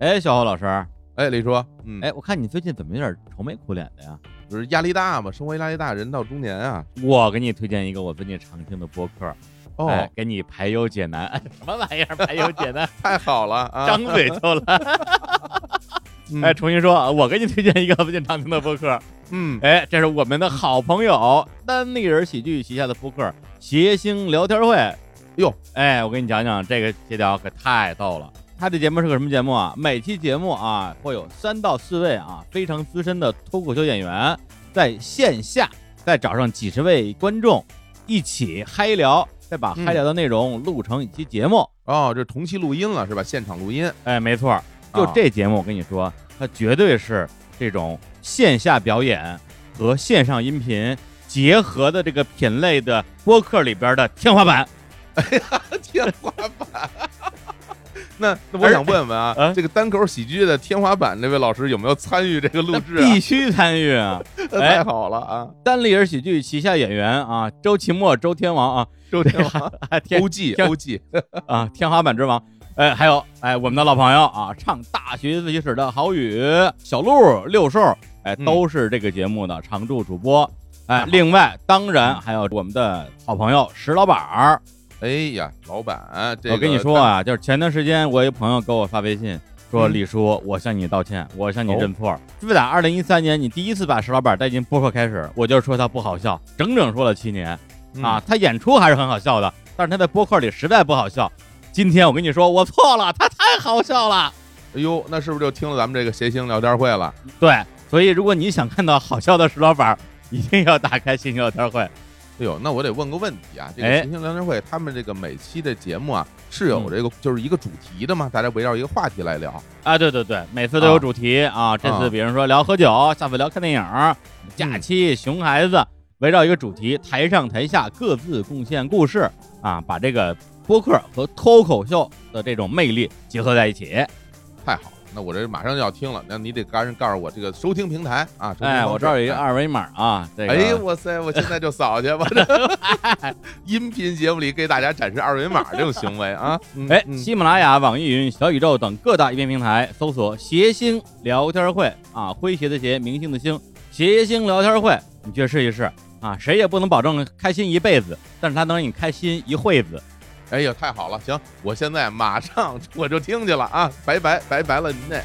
哎，小侯老师，哎，李叔，嗯，哎，我看你最近怎么有点愁眉苦脸的呀？就是压力大嘛，生活压力大，人到中年啊。我给你推荐一个我最近常听的播客，哦，哎，给你排忧解难。哎，什么玩意儿？排忧解 难，太好了啊！张嘴就来。嗯哎，重新说，啊，我给你推荐一个最近常听的播客。嗯，哎，这是我们的好朋友单立人喜剧旗下的播客《谐星聊天会》。哟，哎，我跟你讲讲这个协调可太逗了。他这节目是个什么节目啊？每期节目啊会有三到四位啊非常资深的脱口秀演员在线下再找上几十位观众一起嗨聊，再把嗯嗨聊的内容录成一期节目。哦，这是同期录音了是吧？现场录音， 哎，没错儿，就啊这节目，我跟你说，它绝对是这种线下表演和线上音频结合的这个品类的播客里边的天花板。天花板。那那我而想问问啊， 啊这个单口喜剧的天花板，那位老师有没有参与这个录制、啊必？须参与啊！哎太好了啊！单立人喜剧旗下演员啊，周奇墨、周天王啊，周天王啊天，OG 天 OG，啊天花板之王。哎，还有哎，我们的老朋友啊，唱《大学自习室》的郝宇、小鹿、六兽，哎，嗯都是这个节目的常驻主播。哎，另外当然还有我们的好朋友石老板儿，哎呀，老板，这个、我跟你说，啊，就是前段时间我一朋友给我发微信说：“嗯李叔，我向你道歉，我向你哦认错。自打二零一三年你第一次把石老板带进播客开始，我就说他不好笑，整整说了七年嗯啊。他演出还是很好笑的，但是他在播客里实在不好笑。今天我跟你说，我错了，他太好笑了。哎呦，那是不是就听了咱们这个谐星聊天会了？对，所以如果你想看到好笑的石老板，一定要打开新聊天会。哎呦，那我得问个问题啊，这个哎谐星聊天会，他们这个每期的节目啊，是有嗯这个就是一个主题的嘛？大家围绕一个话题来聊。啊，对对对，每次都有主题啊。嗯这次比如说聊喝酒，下次聊看电影，假期、熊孩子，围绕一个主题，台上台下各自贡献故事啊，把这个播客和脱口秀的这种魅力结合在一起。太好了，那我这马上就要听了，那你得赶紧告诉我这个收听平台啊。收听哎，方式我这儿有一个。二维码啊，这个哎，哇塞！我现在就扫去吧。 音频节目里给大家展示二维码这种行为 啊，嗯哎，嗯喜马拉雅、网易云、小宇宙等各大音频平台搜索“谐星聊天会”啊，诙谐的谐，明星的星，谐星聊天会，你去试一试啊。谁也不能保证开心一辈子，但是它能让你开心一会子。哎呀，太好了！行，我现在马上我就听去了啊，拜拜拜拜了您那。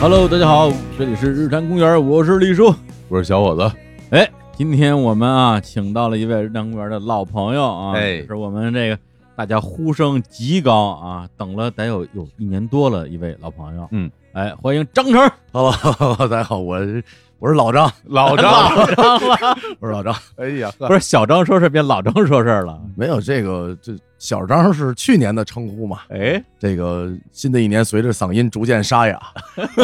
Hello，大家好，这里是日坛公园，我是李叔。我是小伙子，哎，今天我们啊，请到了一位日坛公园的老朋友啊，哎是我们这个大家呼声极高啊，等了得有有一年多了，一位老朋友，嗯，哎，欢迎张成， Hello，大家好，我是我是老张， 老张，张了，我是老张。哎呀，呵不是小张说事儿变老张说事儿了，没有这个，这小张是去年的称呼嘛？哎，这个新的一年，随着嗓音逐渐沙哑，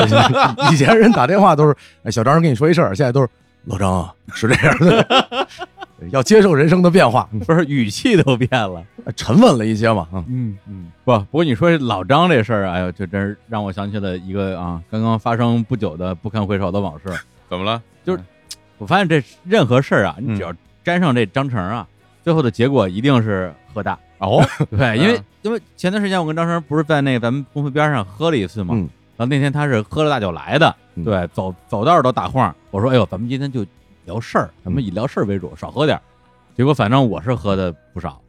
以前人打电话都是哎小张跟你说一事儿，现在都是老张啊，是这样的。 要接受人生的变化， 不是语气都变了，沉稳了一些嘛。嗯嗯嗯，不，不过你说老张这事儿，哎呦，这真是让我想起了一个啊，刚刚发生不久的不堪回首的往事。怎么了？我发现这任何事儿啊，你嗯只要沾上这张成啊，最后的结果一定是喝大。哦，对，因为、嗯因为前段时间我跟张成不是在那咱们公司边上喝了一次嘛，嗯然后那天他是喝了大酒来的，嗯对，走走道儿都打晃。我说，哎呦，咱们今天就聊事儿，咱们以聊事儿为主，少喝点儿。结果反正我是喝的不少，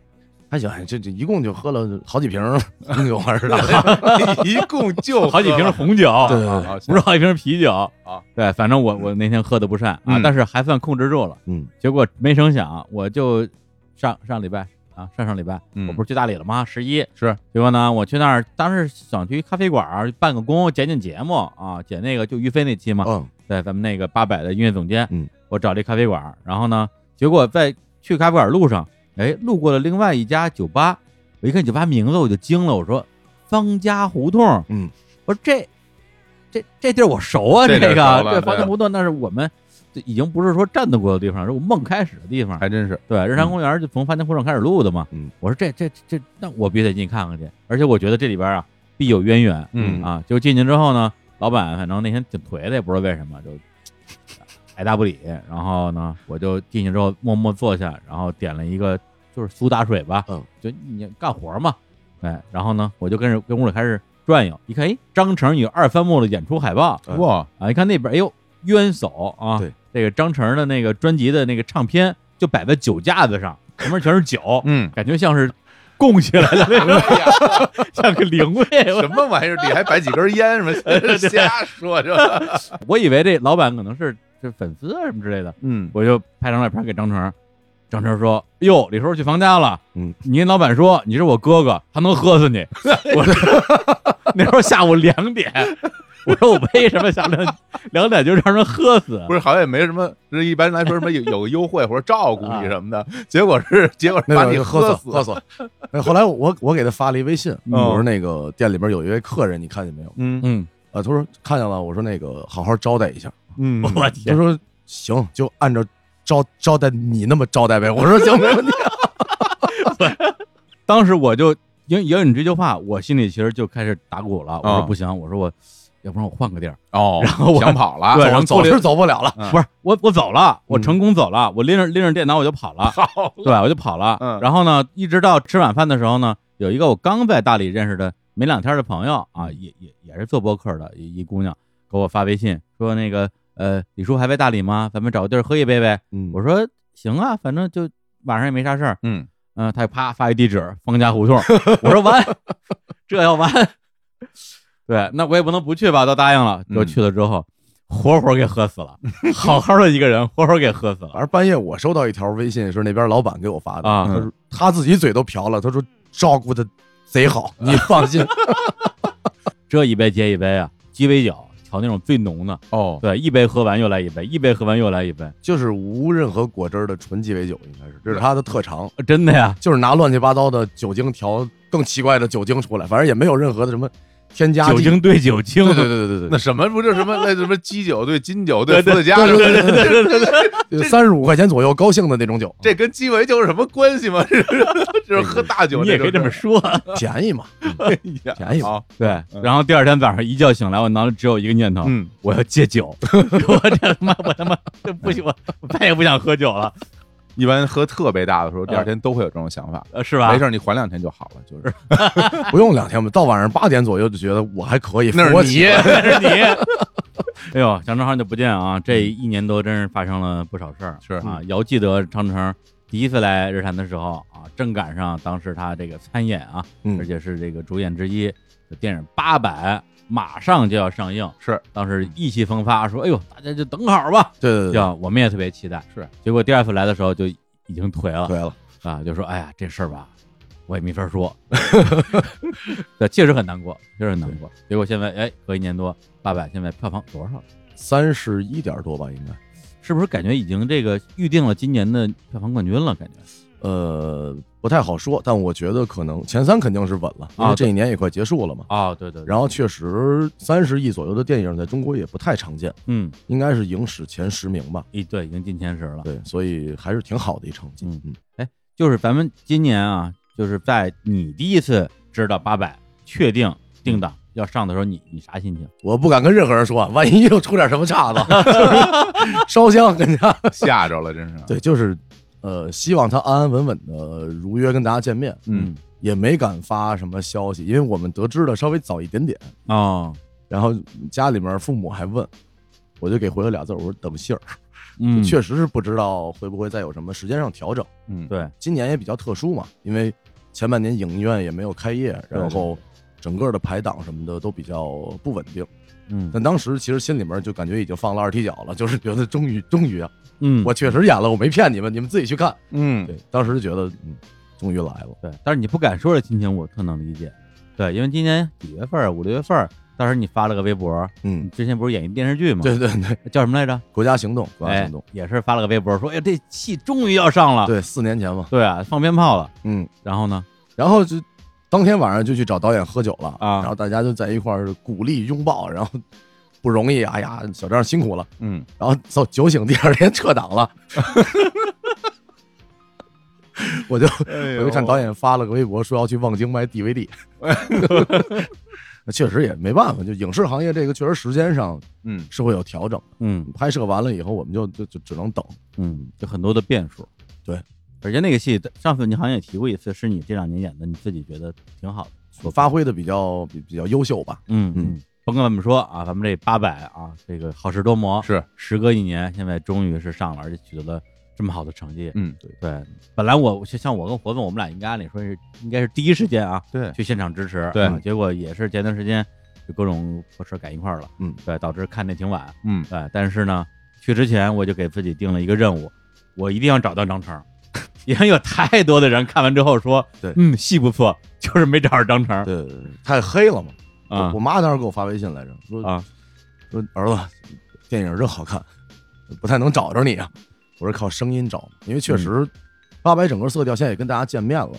还行，哎这这一共就喝了好几瓶儿红酒还是啥 的？一共就好几瓶喝红酒，对了，对好啊不是好几瓶啤酒啊。对，反正我我那天喝的不善啊，嗯但是还算控制住了。嗯，结果没成想，我就上上礼拜啊，上上礼拜嗯我不是去大理了吗？十一是，结果呢，我去那儿当时想去咖啡馆儿办个工，剪剪节目啊，剪那个就于飞那期嘛，嗯，对，咱们那个八百的音乐总监，嗯，我找这咖啡馆儿，然后呢，结果在去咖啡馆儿路上，哎，路过了另外一家酒吧，我一看酒吧名字我就惊了，我说方家胡同，嗯，我说这这这地儿我熟啊，这这地儿熟个了这对方家胡同那是我们已经不是说战斗过的地方，是我梦开始的地方。还真是，对，日山公园就从番田湖上开始录的嘛。哎嗯，我说这这这，那我必须得进去看看去。而且我觉得这里边啊必有渊源。嗯啊，就进去之后呢，老板反正那天挺颓的，也不知道为什么就爱答不理。然后呢，我就进去之后默默坐下，然后点了一个就是苏打水吧，嗯，就你干活嘛，哎，然后呢，我就跟着跟屋里开始转悠，一看，哎，张成与二番木的演出海报嗯哇，啊，一看那边，哎呦，冤手啊，对，这个张成的那个专辑的那个唱片就摆在酒架子上，前面全是酒，嗯，感觉像是供起来的那 种，像个灵位，我什么玩意儿？里还摆几根烟 什么？ 瞎说是吧？我以为这老板可能是是粉丝啊什么之类的，嗯，我就拍张照片给张成。张成说：“哟，李叔去房家了。嗯，你跟老板说你是我哥哥，他能喝死你。 我说 那时候下午两点，我说我为什么下午两两点就让人喝死？啊不是，好像也没什么，这一般来说什么有有个优惠或者照啊顾你什么的，结果是结果是那把个你就喝死，喝死。哎后来我我给他发了一微信，我说那个店里边有一位客人，你看见没有？嗯嗯啊，他说看见了。我说那个好好招待一下。嗯我他天，说行，就按照招招待你那么招待呗。我说行，没问题。当时我就因为有你这句话，我心里其实就开始打鼓了。我说嗯不行，我说我要不然我换个地儿，哦，然后我想跑 了，啊对然后走过走了是走不了了。嗯不是我我走了，我嗯成功走了，我拎着拎着电脑我就跑了。跑了，对，我就跑了。嗯然后呢，一直到吃晚饭的时候呢，有一个我刚在大理认识的没两天的朋友啊，嗯也也也是做播客的一一姑娘，给我发微信说那个呃，李叔还在大理吗？咱们找个地儿喝一杯呗。嗯我说行啊，反正就晚上也没啥事儿。嗯，嗯、他啪发一地址，方家胡同。我说完， 这要完。对，那我也不能不去吧，都答应了，就嗯去了之后，活活给喝死了，好好的一个人，活活给喝死了反正半夜我收到一条微信，是那边老板给我发的啊他说他自己嘴都瓢了，他说照顾的 贼好，你放心。这一杯接一杯啊，鸡尾酒调那种最浓的，哦，对，一杯喝完又来一杯，一杯喝完又来一杯，就是无任何果汁儿的纯鸡尾酒，应该是这是他的特长，呃真的呀，就是拿乱七八糟的酒精调更奇怪的酒精出来，反正也没有任何的什么添加酒剂。精对酒精，对对对对对那对什么不就什么那什么鸡酒对金酒对伏对特加什么对的，对对对对对，三十五块钱左右高兴的那种酒，这跟鸡尾酒有什么关系吗？ 这是就是喝大酒，你也可以这么说，说， 便宜嘛。嗯哎便宜好，对嗯。然后第二天早上一觉醒来，我脑里只有一个念头， 嗯，我要戒 酒，我这他妈我他妈这不行，我我再也不想喝酒了，一般喝特别大的时候，第二天都会有这种想法。呃嗯是吧？没事，你缓两天就好了，就是不用两天吧，到晚上八点左右就觉得我还可以。那是我你起但是你，哎呦，张成好久不见啊！这一年多真是发生了不少事儿，是啊。遥记得张成第一次来日坛的时候啊，正赶上当时他这个参演啊，嗯而且是这个主演之一，的电影《八百》马上就要上映，是当时意气风发，说：“哎呦，大家就等好吧！”对对对对，呀，我们也特别期待。是，结果第二次来的时候就已经颓了，对了，啊，就说哎呀，这事儿吧，我也没法说， 对，确实很难过，确实很难过。结果现在哎，隔一年多，八百现在票房多少了？三十一点多吧，应该。是不是感觉已经这个预定了今年的票房冠军了？感觉呃，不太好说，但我觉得可能前三肯定是稳了，因啊为这一年也快结束了嘛。啊、对对对，然后确实三十亿左右的电影在中国也不太常见，嗯，应该是影史前十名吧。一对已经进前十了。对，所以还是挺好的一成绩。嗯嗯，就是咱们今年啊，就是在你第一次知道八百确定定档要上的时候，你你啥心情？我不敢跟任何人说啊，万一又出点什么 岔子，烧香跟家。吓着了，真是。对，就是呃，希望他安安稳稳的如约跟大家见面，嗯，也没敢发什么消息，因为我们得知的稍微早一点点，哦，然后家里面父母还问。我就给回了俩字儿，我说等信儿，嗯，确实是不知道会不会再有什么时间上调整。嗯，对，今年也比较特殊嘛，因为前半年影院也没有开业，对然后整个的排档什么的都比较不稳定。嗯但当时其实心里面就感觉已经放了二踢脚了，就是觉得终于终于啊，嗯，我确实演了，我没骗你们，你们自己去看。嗯，对，当时就觉得嗯，终于来了。对，但是你不敢说的心情，我特能理解。对，因为今年几月份儿，啊五六月份儿，当时你发了个微博，你嗯，之前不是演一电视剧吗？ 对，对对，叫什么来着？国家行动，国家哎行动，，也是发了个微博说，哎呀，这戏终于要上了。对，四年前嘛，对啊，放鞭炮了。嗯，然后呢？然后就。当天晚上就去找导演喝酒了啊然后大家就在一块儿鼓励拥抱，然后不容易，哎呀，小张辛苦了。嗯，然后走酒醒，第二天撤档了。 我就哎我就看导演，演发了个微博，说要去望京卖 DVD。确实也没办法，就影视行业这个确实时间上嗯是会有调整。嗯拍摄完了以后，我们就就就只能等。嗯，就很多的变数。对，而且那个戏上次你好像也提过一次，是你这两年演的，你自己觉得挺好的所发挥的比较比比较优秀吧。嗯嗯嗯，甭管怎么说啊，咱们这八百啊，这个好事多磨，是时隔一年，现在终于是上了，而且取得了这么好的成绩。嗯对，本来我就像我跟活总，我们俩应该按理说是应该是第一时间啊对去现场支持，对啊结果也是前段时间就各种破事儿赶一块儿了，嗯，对，导致看的挺晚，嗯对，但是呢，去之前我就给自己定了一个任务，我一定要找到张成， 因为有太多的人看完之后说，对嗯，戏不错，就是没找着张成对，太黑了嘛。啊我妈当时给我发微信来着，说啊，说儿子，电影真好看，不太能找着你啊。我是靠声音找，因为确嗯实，八百整个色调现在也跟大家见面了，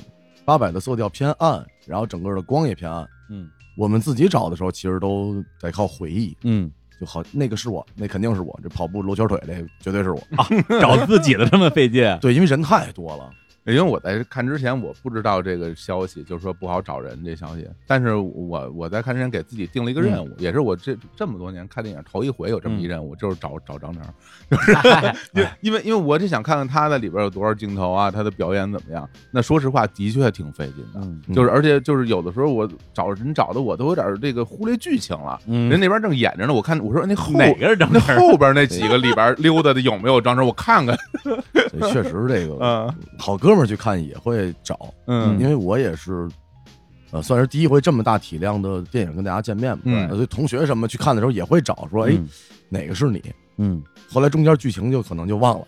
八百的色调偏暗，然后整个的光也偏暗。嗯我们自己找的时候，其实都得靠回忆，嗯，就好那个是我，那肯定是我，这跑步罗圈腿这绝对是 我。找自己的这么费劲，对，因为人太多了，因为我在看之前我不知道这个消息，就是说不好找人这消息，但是我我在看之前给自己定了嗯一个任务，也是我这这么多年看电影头一回有这么一任务，就是找找张成， 哎就是因为因为因为我就想看看他的里边有多少镜头啊，他的表演怎么样。那说实话，的确挺费劲的。嗯就是，而且就是有的时候我找人找的我都有点儿这个忽略剧情了，嗯人那边正演着呢，我看我说那后哪个是张那成？后边那几个里边溜达的有没有张成，我看看。所以确实这 啊个嗯好哥们儿去看也会找，嗯因为我也是，呃，算是第一回这么大体量的电影跟大家见面嘛，嗯所以同学什么去看的时候也会找说，哎，嗯哪个是你？嗯，后来中间剧情就可能就忘了。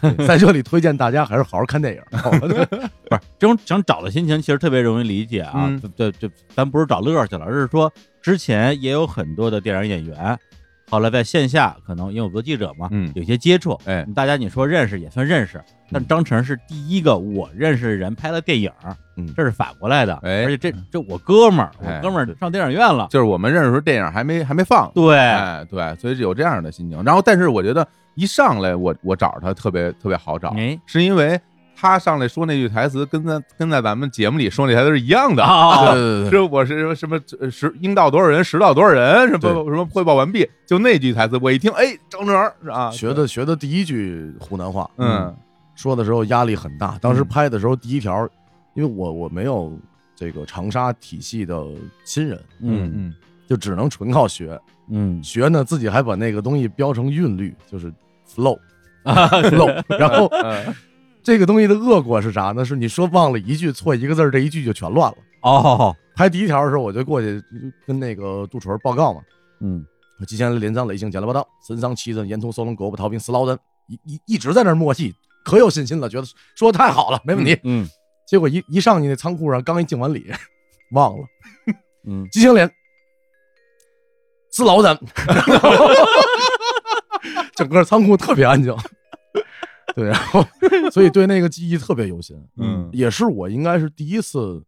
对在这里推荐大家还是好好看电影。不是这种想找的心情，其实特别容易理解啊。嗯对对，咱不是找乐儿去了，而是说之前也有很多的电影演员，后来在线下可能因为我做记者嘛，嗯有些接触，哎，大家你说认识也算认识，但张成是第一个我认识的人拍了电影，嗯这是反过来的，哎而且这这我哥们儿，哎我哥们儿上电影院了，就是我们认识的时候电影还没还没放，对，哎对，所以有这样的心情。然后，但是我觉得一上来我我找他特别特别好找，哎，是因为他上来说那句台词跟咱跟在咱们节目里说那台词是一样的。啊，对是，我是什么呃十应到多少人，实到多少人，什对么什么汇报完毕，就那句台词，我一听，哎，张成是吧？ 学的学的第一句湖南话，嗯，说的时候压力很大。当时嗯拍的时候，第一条，因为我我没有这个长沙体系的亲人，嗯嗯就只能纯靠学。嗯学呢，自己还把那个东西标成韵律，就是 flow 啊 flow。然后嗯，这个东西的恶果是啥呢？是你说忘了一句错一个字儿，这一句就全乱了。哦，拍第一条的时候，我就过去就跟那个杜淳报告嘛，嗯我提前连脏累性捡了八刀，神桑七阵，沿途搜龙狗不逃兵死老人，一一一直在那儿默戏，可有信心了，觉得说的太好了，没问题。嗯结果一一上去那仓库上，刚一敬完礼， 忘了嗯，吉星连死 老人，整个仓库特别安静。对，然后所以对那个记忆特别犹新，嗯也是我应该是第一次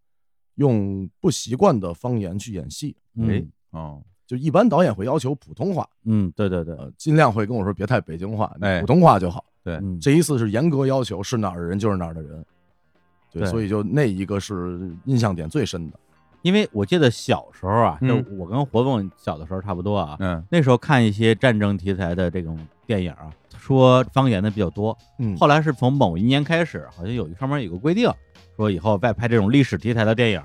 用不习惯的方言去演戏。哎嗯，哦，就一般导演会要求普通话，嗯，对对对，呃，尽量会跟我说别太北京话，哎普通话就好。哦对嗯这一次是严格要求，是哪儿的人就是哪儿的人。对，对所以就那一个是印象点最深的。因为我记得小时候啊，就嗯我跟活蹦小的时候差不多啊，嗯那时候看一些战争题材的这种电影啊，说方言的比较多。嗯，后来是从某一年开始，好像有一上面有个规定，说以后再拍这种历史题材的电影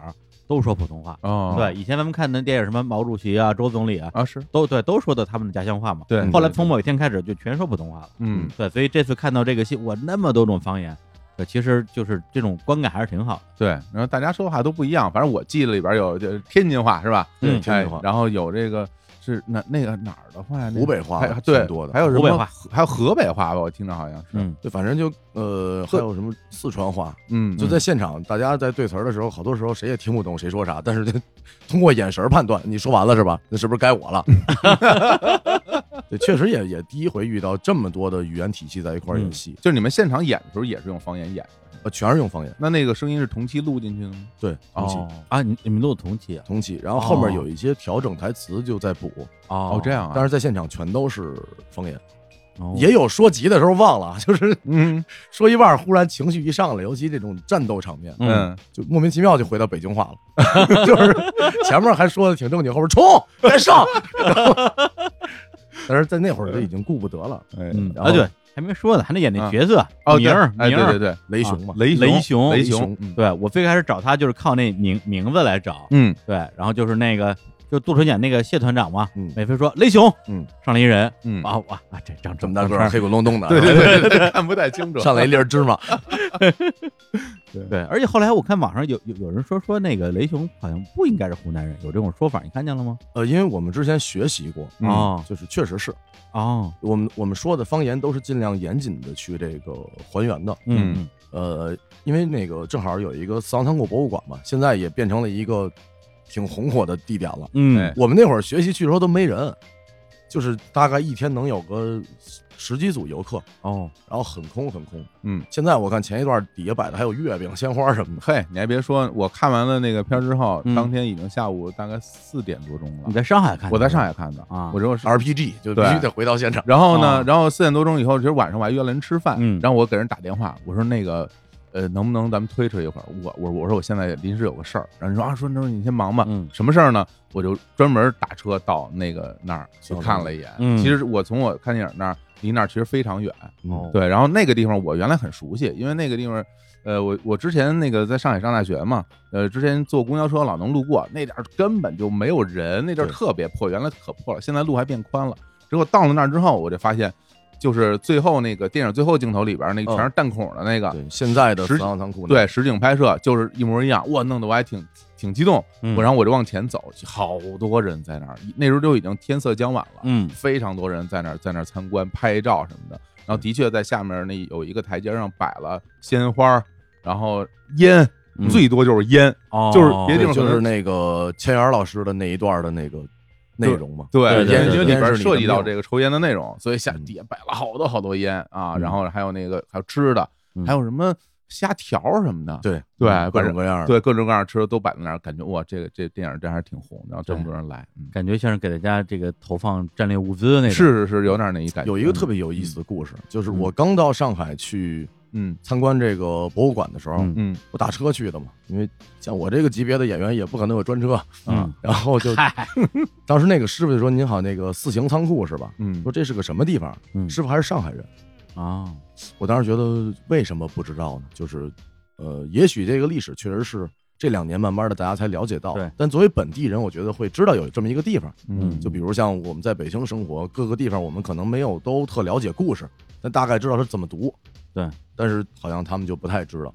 都说普通话。哦，对，以前咱们看的电影，什么毛主席啊、周总理啊，啊是，都对，都说的他们的家乡话嘛。对后来从某一天开始就全说普通话了。嗯对，所以这次看到这个戏，我那么多种方言，对，其实就是这种观感还是挺好的。对，然后大家说话都不一样，反正我记得里边有这天津话是吧？嗯哎天津话然后有这个是哪那个哪儿的话呀？那个湖北话还对挺多的还有什么湖北话，还有河北话吧？我听着好像是，嗯对，反正就呃，还对有什么四川话，嗯，就在现场，大家在对词儿的时候，好多时候谁也听不懂谁说啥，但是就 通过眼神判断，你说完 了是吧？那是不是该我了？对，确实也也第一回遇到这么多的语言体系在一块儿演戏。就是你们现场演的时候也是用方言演的，呃，全是用方言，那那个声音是同期录进去的吗？对，同期、啊，你你们录同期啊？同期，然后后面哦有一些调整台词就在补，哦哦，这，样啊，但是在现场全都是方言，哦也有说急的时候忘了，啊 就是嗯说一半儿忽然情绪一上来，尤其这种战斗场面，嗯嗯，就莫名其妙就回到北京话了， 就是前面还说的挺正经，后边冲再上， 然后但是在那会儿就已经顾不得了，哎，嗯，然啊后对，还没说呢，还得演那角色哦，名对，儿哎，名对对儿，对，雷熊嘛，啊雷雷熊，熊雷雷熊熊，嗯对我最开始找他就是靠那名名字来找，嗯，对，然后就是那个就杜淳演那个谢团长嘛，嗯美飞说雷熊，嗯，上来一人，嗯哇哇啊，这长这么大个长儿，成黑滚隆咚的，对对对对对，看不 太清楚， 上来一粒儿芝麻，对，而且后来我看网上有有有人说说那个雷熊好像不应该是湖南人，有这种说法，你看见了吗？呃，因为我们之前学习过，嗯哦就是确实是哦，我们我们说的方言都是尽量严谨的去这个还原的，嗯嗯嗯呃，因为那个正好有一个四行仓库博物馆嘛，现在也变成了一个挺红火的地点了。嗯，哎我们那会儿学习去的时候都没人，就是大概一天能有个十几组游客，哦，然后很空很空。嗯，现在我看前一段底下摆的还有月饼、鲜花什么的。嘿，你还别说，我看完了那个片儿之后，嗯当天已经下午大概四点多钟了你。在上海看的？我在上海看的啊我说我是。 RPG 就必须得回到现场，然后啊呢，然后四点多钟以后，其实晚上我还约了人吃饭嗯，然后我给人打电话，我说那个。呃，能不能咱们推迟一会儿？我我我说我现在临时有个事儿，然后你说啊，说那你先忙吧。嗯什么事儿呢？我就专门打车到那个那儿去小城看了一眼。嗯其实我从我看电影那儿离那儿其实非常远，哦嗯对，然后那个地方我原来很熟悉，因为那个地方，呃，我我之前那个在上海上大学嘛，呃，之前坐公交车老能路过，那点儿根本就没有人，那地儿对特别破，原来可破了，现在路还变宽了。结果到了那儿之后，我就发现，就是最后那个电影最后镜头里边儿那嗯全是弹孔的那个，对现在的实四际行仓库呢对，实景拍摄就是一模一样，哇，弄得我还挺挺激动，嗯我然后我就往前走，好多人在那儿，那时候就已经天色将晚了，嗯非常多人在那儿在那儿参观拍照什么的。然后的确在下面那有一个台阶上摆了鲜花，然后烟，嗯最多就是烟。哦，就是别的地对方就可能是那个千源老师的那一段的那个内容嘛，对对烟对因为对里边涉及到这个，个抽烟的内容，所以下嗯底下摆了好多好多烟啊，嗯然后还有那个还有吃的嗯，还有什么虾条什么的，对嗯对反各种正各样的，对，各种各样的吃的都摆在那儿，感觉哇，这个这电影真还是挺红的，然后这么多人来，嗯感觉像是给大家这个投放战略物资的那种，是是是，有点那一感觉。有一个特别有意思的故事，就是我刚到上海去嗯，参观这个博物馆的时候，嗯嗯我打车去的嘛，因为像我这个级别的演员也不可能有专车，嗯然后就嗨，当时那个师傅就说：“您好，那个四行仓库是吧？”嗯说这是个什么地方？嗯师傅还是上海人。啊，我当时觉得为什么不知道呢？就是，呃，也许这个历史确实是这两年慢慢的大家才了解到对，但作为本地人，我觉得会知道有这么一个地方。嗯就比如像我们在北京生活，各个地方我们可能没有都特了解故事，但大概知道它怎么读。对，但是好像他们就不太知道。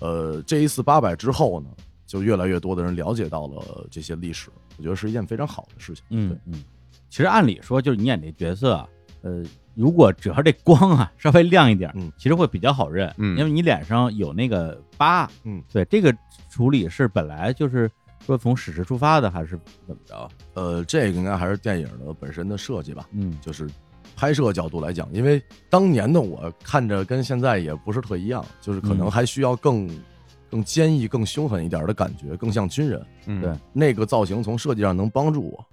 呃，这一次八百之后呢，就越来越多的人了解到了这些历史，我觉得是一件非常好的事情。嗯嗯，其实按理说就是你演这角色啊，呃，如果只要这光啊稍微亮一点，嗯其实会比较好认，嗯因为你脸上有那个疤，嗯，对，这个处理是本来就是说从史实出发的，还是怎么着？呃，这个应该还是电影的本身的设计吧，嗯就是拍摄角度来讲，因为当年的我看着跟现在也不是特一样，就是可嗯能还需要更、更坚毅、更凶狠一点的感觉，更像军人。嗯对那个造型从设计上能帮助我，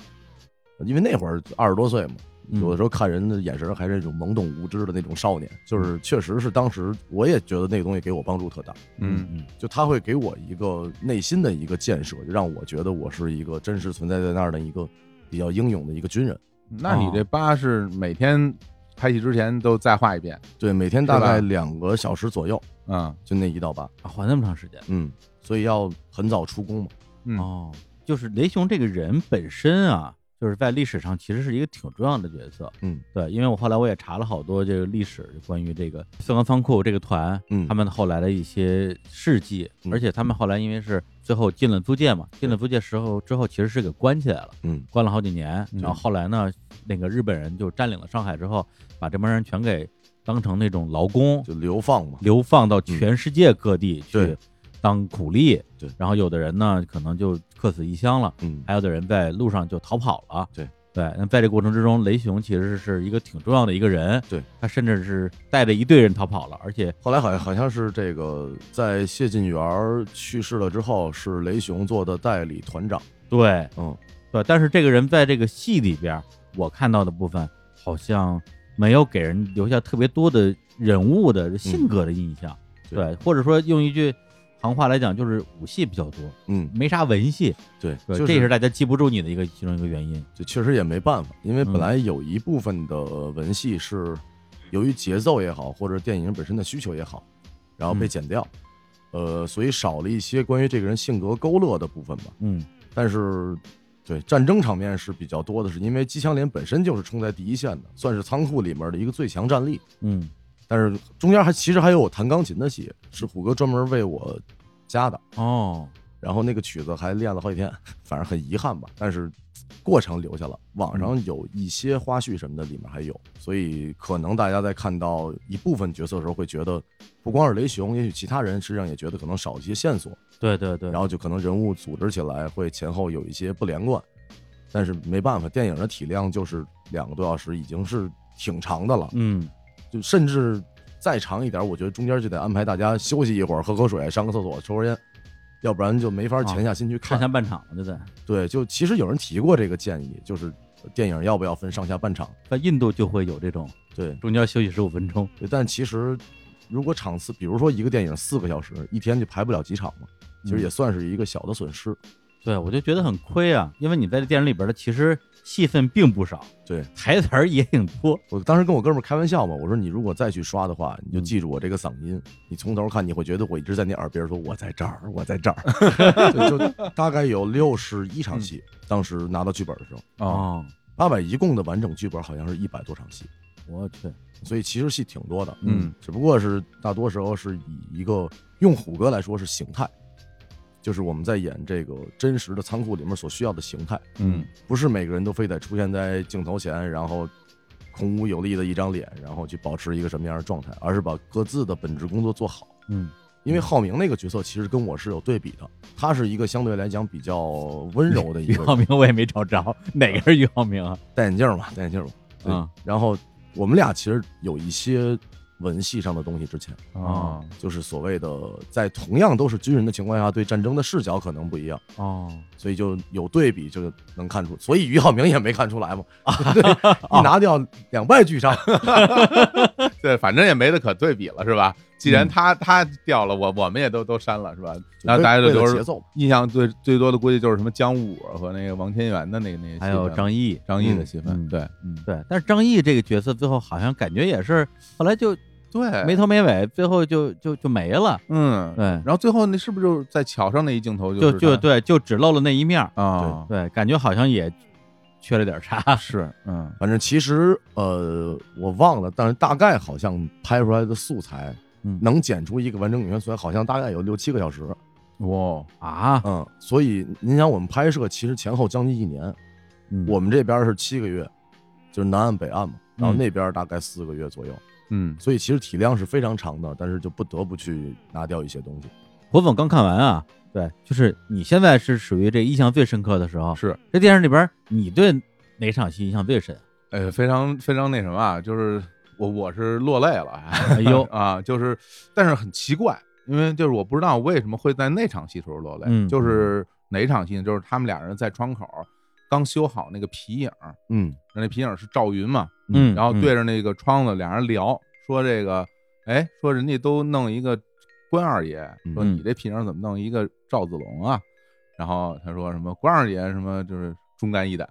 因为那会儿二十多岁嘛，嗯有的时候看人的眼神还是那种懵懂无知的那种少年，嗯就是确实是当时我也觉得那个东西给我帮助特大，嗯嗯就他会给我一个内心的一个建设，就让我觉得我是一个真实存在在那儿的一个比较英勇的一个军人。那你哦这疤是每天拍戏之前都再画一遍对，每天大概是两个小时左右，啊？就那一到八，啊，缓那么长时间。嗯，所以要很早出工嘛。嗯哦，就是雷雄这个人本身啊，就是在历史上其实是一个挺重要的角色。嗯，对，因为我后来我也查了好多这个历史，关于这个四行仓库这个团，嗯他们后来的一些事迹，嗯而且他们后来因为是最后进了租界嘛，进了租界时候之后其实是给关起来了。嗯，关了好几年，嗯然后后来呢，那个日本人就占领了上海之后，把这帮人全给当成那种劳工，就流放嘛。流放到全世界各地去对当苦力，对然后有的人呢可能就客死异乡了，嗯，还有的人在路上就逃跑了，对对，那在这过程之中，雷雄其实是一个挺重要的一个人，对他甚至是带着一队人逃跑了，而且后来好像好像是这个，在谢晋元儿去世了之后，是雷雄做的代理团长。对，嗯，对，但是这个人在这个戏里边儿，我看到的部分好像没有给人留下特别多的人物的性格的印象，对对，或者说用一句行话来讲，就是武戏比较多，嗯，没啥文戏，对，对，就这也是大家记不住你的一个其中一个原因。这确实也没办法，因为本嗯来有一部分的文戏是由于节奏也好，或者电影本身的需求也好，然后被嗯剪掉，呃，所以少了一些关于这个人性格勾勒的部分吧。嗯，但是，呃对战争场面是比较多的是，因为机枪连本身就是冲在第一线的，算是仓库里面的一个最强战力。嗯，但是中间还其实还有我弹钢琴的戏，是虎哥专门为我加的，哦，然后那个曲子还呃练了好几天，反正很遗憾吧。但是过程留下了，网上有一些花絮什么的，里面还有，所以可能大家在看到一部分角色的时候，会觉得不光是雷雄，也许其他人实际上也觉得可能少一些线索，对对对，然后就可能人物组织起来会前后有一些不连贯。但是没办法，电影的体量就是两个多小时，已经是挺长的了。嗯，就甚至再长一点，我觉得中间就得安排大家休息一会儿，喝口水，上个厕所，抽根烟，要不然就没法潜下心去啊看看。下半场了，就在对，就其实有人提过这个建议，就是电影要不要分上下半场？在印度就会有这种对，中间休息十五分钟，对但其实如果场次，比如说一个电影四个小时，一天就排不了几场嘛，其嗯实也算是一个小的损失。对我就觉得很亏啊，因为你在这电影里边的其实戏份并不少，对台词儿也挺多，我当时跟我哥们儿开玩笑嘛，我说你如果再去刷的话，你就记住我这个嗓音，你从头看，你会觉得我一直在你耳边说“我在这儿，我在这儿”对。就大概有六十一场戏，当时拿到剧本的时候，啊，哦，八百一共的完整剧本好像是一百多场戏，我去，所以其实戏挺多的，嗯，只不过是大多时候是以一个用虎哥来说是形态，就是我们在演这个真实的仓库里面所需要的形态。嗯不是每个人都非得出现在镜头前，然后孔武有力的一张脸，然后去保持一个什么样的状态，而是把各自的本职工作做好。嗯因为浩明那个角色其实跟我是有对比的，他是一个相对来讲比较温柔的一俞个浩人，明我也没找着，哪个是俞浩明啊？戴眼镜嘛，戴眼镜嘛。对啊然后我们俩其实有一些文戏上的东西，之前啊，就是所谓的在同样都是军人的情况下，对战争的视角可能不一样。哦，所以就有对比，就能看出。所以俞灏明也没看出来嘛，对一拿掉两败俱伤。 对，反正也没得可对比了，是吧？既然哦嗯他他掉了，我我们也都都删了，是吧？然后大家就为留了节着奏嘛，印象最最多的，估计就是什么姜武和那个王千源的那个那些戏还份了，有张译，张译的戏份，嗯对，嗯，对，但是张译这个角色最后好像感觉也是后来就对，没，头没尾，最后就就就没了，嗯，对，然后最后那是不是就是在桥上那一镜头就是就他对，就只露了那一面儿，啊，对，感觉好像也缺了点啥， 是，嗯反正其实呃我忘了，但是大概好像拍出来的素材嗯能剪出一个完整影片，虽然好像大概有六七个小时。哇，啊，嗯，所以您想，我们拍摄其实前后将近一年，嗯我们这边是七个月，就是南岸北岸嘛，然后嗯那边大概四个月左右，嗯所以其实体量是非常长的，但是就不得不去拿掉一些东西。火总刚看完啊，对，就是你现在是属于这印象最深刻的时候，是，这电影里边儿你对哪场戏印象最深？呃，非常非常那什么啊，就是我我是落泪了，还。，哎呦 啊，就是，但是很奇怪，因为就是我不知道为什么会在那场戏时候落泪，嗯就是哪一场戏呢？就是他们俩人在窗口刚修好那个皮影儿，嗯，那皮影儿是赵云嘛， 嗯，然后对着那个窗子俩人聊，说这个，哎，说人家都弄一个关二爷，说嗯你这皮影儿怎么弄一个赵子龙啊？然后他说什么关二爷什么就是忠肝义胆，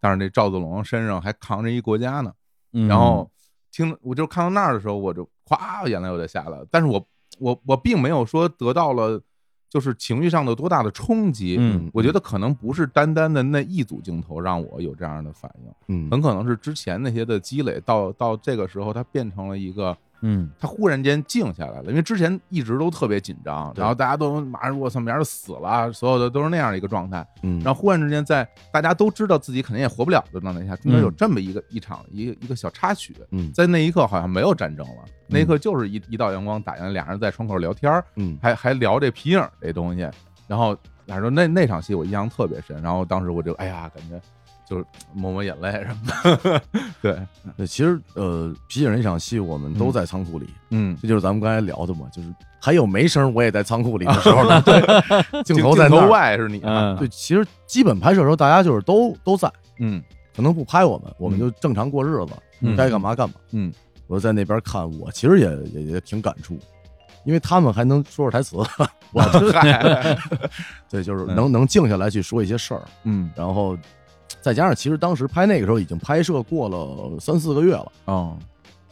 但是这赵子龙身上还扛着一国家呢。嗯，然后听我就看到那儿的时候，我就咵眼泪我就下来了。但是我我我并没有说得到了就是情绪上的多大的冲击。嗯我觉得可能不是单单的那一组镜头让我有这样的反应，嗯很可能是之前那些的积累到到这个时候，它变成了一个。嗯它忽然间静下来了，因为之前一直都特别紧张，对然后大家都马上我操，明儿就死了，所有的都是那样的一个状态。嗯，然后忽然之间，在大家都知道自己肯定也活不了的状态下，中间有这么一个一场一个一个小插曲，嗯在那一刻好像没有战争了，那一刻就是一一道阳光打进来，俩人在窗口聊天儿，嗯还还聊这皮影儿这东西，然后俩人说那那场戏我印象特别深，然后当时我就哎呀，感觉就是抹抹眼泪什么的。 对，对，其实呃，皮影那场戏我们都在仓库里，嗯，这就是咱们刚才聊的嘛，就是还有没声，我也在仓库里的时 候呢，对，镜头在那镜头儿。外是你啊，嗯，对，其实基本拍摄的时候，大家就是都都在，嗯可能不拍我们，我们嗯就正常过日子，嗯该干嘛干嘛。嗯，我在那边看，我其实也也也挺感触，因为他们还能说说台词， 我这嗨 对，就是嗯能能静下来去说一些事儿，嗯然后再加上其实当时拍那个时候已经拍摄过了三四个月了，哦，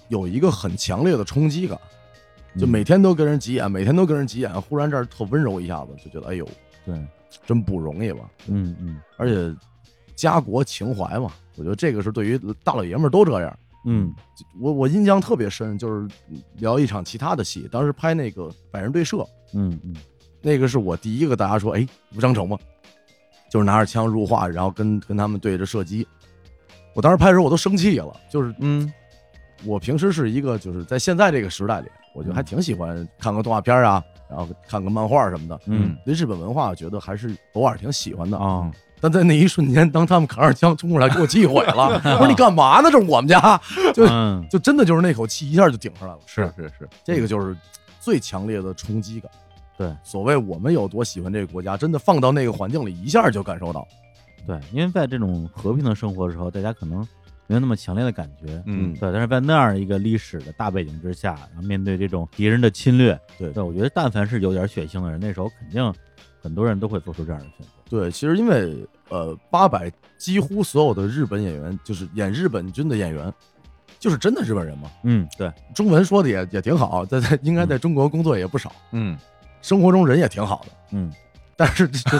有一个很强烈的冲击感，就嗯每天都跟人急眼，每天都跟人急眼，忽然这儿特温柔一下子，就觉得哎呦，对，真不容易吧，嗯嗯而且家国情怀嘛，我觉得这个是对于大老爷们儿都这样。嗯就我我印象特别深，就是聊一场其他的戏，当时拍那个《百人对射》，嗯嗯那个是我第一个大家说，哎，不张成吗？就是拿着枪入画，然后跟跟他们对着射击。我当时拍的时候我都生气了，就是嗯我平时是一个就是在现在这个时代里，我觉得还挺喜欢看个动画片啊，然后看个漫画什么的。嗯对日本文化，我觉得还是偶尔挺喜欢的。哦，但在那一瞬间，当他们扛着枪冲过来，给我气毁 了。我说你干嘛呢？这是我们家，就嗯就真的就是那口气一下就顶上来了。是是是，这个就是最强烈的冲击感。对，所谓我们有多喜欢这个国家，真的放到那个环境里，一下就感受到。 对，因为在这种和平的生活的时候，大家可能没有那么强烈的感觉，嗯对，但是在那样一个历史的大背景之下，然后面对这种敌人的侵略，对对，我觉得但凡是有点血性的人，那时候肯定很多人都会做出这样的选择。对，其实因为呃，八百几乎所有的日本演员，就是演日本军的演员，就是真的日本人嘛。嗯，对，中文说的也也挺好，在在应该在中国工作也不少，嗯生活中人也挺好的。嗯，但是这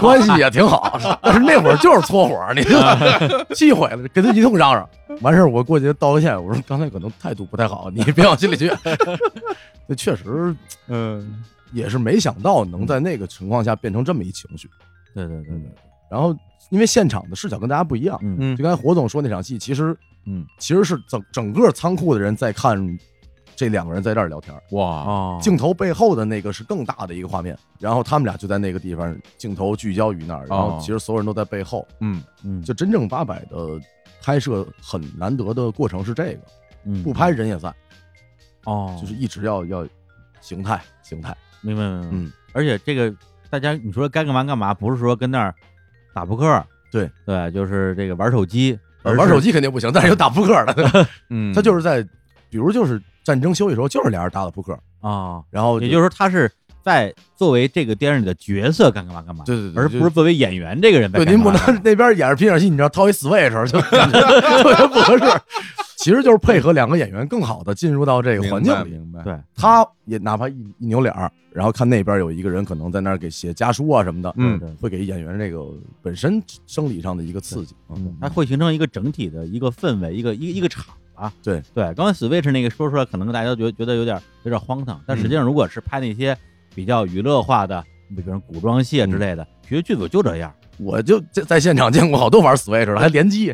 关系也挺好，但是那会儿就是搓火，你知道吗气毁了，给他一通嚷嚷。完事儿我过去道个歉，我说刚才可能态度不太好，你别往心里去。这确实嗯也是没想到能在那个情况下变成这么一情绪。对对对对，然后因为现场的视角跟大家不一样，嗯嗯就刚才火总说那场戏，其实嗯，其实是整整个仓库的人在看这两个人在这儿聊天儿。哇，哦，镜头背后的那个是更大的一个画面，然后他们俩就在那个地方，镜头聚焦于那儿，然后其实所有人都在背后，嗯嗯就真正八百的拍摄很难得的过程是这个，嗯不拍人也在，哦，就是一直要要形态形态，明白明白，嗯，而且这个大家你说该干嘛干嘛，不是说跟那儿打扑克，对对，就是这个玩手机，呃而是玩手机肯定不行，但是有打扑克的，嗯，他就是在，比如就是战争休息时候，就是俩人打打扑克，啊，然后也就是说他是在作为这个电影里的角色该干嘛干嘛，对对对，而就不是。作为演员这个人在对，干您嘛不干嘛。能那边演着皮影戏，你知道掏一 Switch 就特别不合适。其实就是配合两个演员更好的进入到这个明环境白里，明白，对，他也哪怕一一扭脸儿，然后看那边有一个人可能在那儿给写家书啊什么的，嗯对对会给演员这个本身生理上的一个刺激。嗯，它会形成一个整体的一个氛围，一个一个一个场吧。对对，刚才 Switch 那个说出来，可能大家都觉觉得有点有点荒唐，但实际上如果是拍那些比较娱乐化的，比如说古装戏啊之类的，其实剧组就这样。我就在在现场见过好多玩 Switch 的，还联机。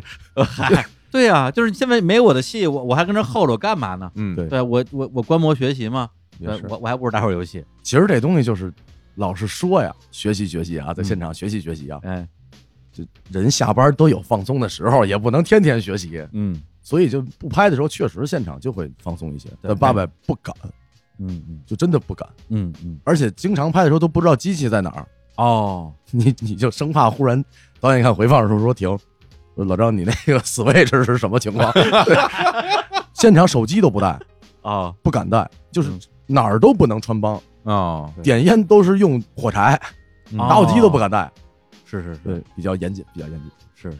对呀、就是现在没我的戏，我我还跟这候着我干嘛呢？嗯对对我我我观摩学习嘛，也对是我我还不如打会儿游戏。嗯其实这东西就是老是说呀，学习学习嗯啊，在现场学习学习啊。哎，就人下班都有放松的时候，也不能天天学习，嗯所以就不拍的时候，确实现场就会放松一些。对但八百不敢，嗯嗯就真的不敢，嗯嗯，而且经常拍的时候都不知道机器在哪儿。哦， 你你就生怕忽然导演一看回放的时候说停，说老张你那个 Switch 是什么情况？ 现场手机都不带，哦，不敢带，就是嗯哪儿都不能穿帮，哦，对点烟都是用火柴，哦打啊火机都不敢带，是是是对，比较严谨，比较严谨。是是，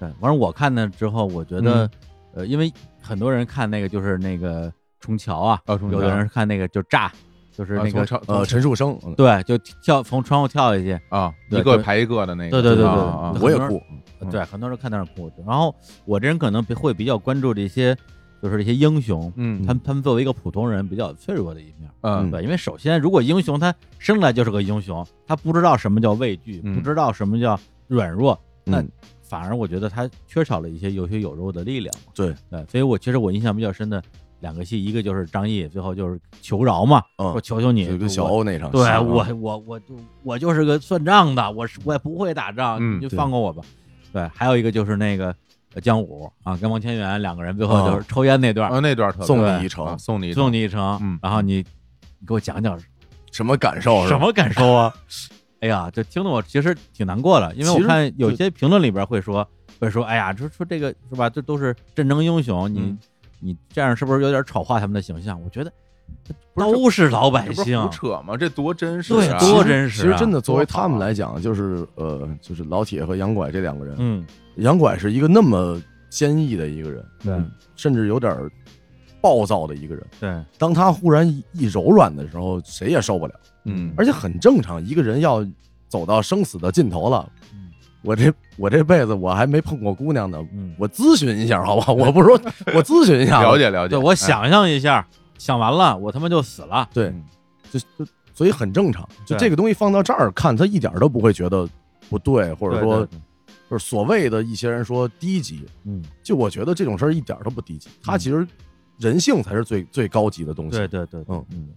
对。完了，我看呢之后，我觉得、嗯呃，因为很多人看那个就是那个冲桥啊，啊冲有的桥人看那个就炸，就是啊那个、从超呃，陈树生，嗯对，就跳从窗户跳下去，啊，对一个对排一个的那对个，对对对啊啊对我也很多哭，嗯对，很多人看那儿哭。然后我这人可能比会比较关注这些，就是这些英雄，嗯他们他们作为一个普通人比较脆弱的一面。嗯呃对，因为首先，如果英雄他生来就是个英雄，他不知道什么叫畏惧，嗯不知道什么叫软弱，那嗯反而我觉得他缺少了一些有血有肉的力量嘛。对对，所以我其实我印象比较深的两个戏，一个就是张译最后就是求饶嘛，嗯说求求你，就我跟小欧那场戏，对嗯我我我就我就是个算账的，我是我也不会打仗，嗯你就对放过我吧。对，还有一个就是那个呃姜武啊，跟王千源两个人最哦后就是抽烟那段，嗯啊，那段特别送好你一程啊送你一送你，你一程，嗯然后你你给我讲讲什么感受？什？么感受啊？哦 哎呀，这听得我其实挺难过的，因为我其实看有就些评论里边会说，会说，哎呀，说说这个是吧？这都是战争英雄，你、嗯你这样是不是有点丑化他们的形象？我觉得不是都是老百这不是姓胡，扯吗？这多真实对啊！多其实真实其啊实真的，作为多好他们来讲，就是呃，就是老铁和杨拐这两个人，嗯，杨拐是一个那么坚毅的一个人，对嗯甚至有点儿暴躁的一个人。对，当他忽然一一柔软的时候，谁也受不了，嗯，而且很正常。一个人要走到生死的尽头了嗯，我这我这辈子我还没碰过姑娘呢，嗯，我咨询一下，好吧？我不是说， 我咨询一下，了解了解。对我想象一下，想完了我他妈就死了，对，就嗯就所以很正常。就对这个东西放到这儿看，他一点儿都不会觉得不对，或对，对者说对就是所谓的一些人说低级，嗯，就我觉得这种事儿一点儿都不低级。嗯他其实人性才是最最高级的东西。对对对，嗯嗯，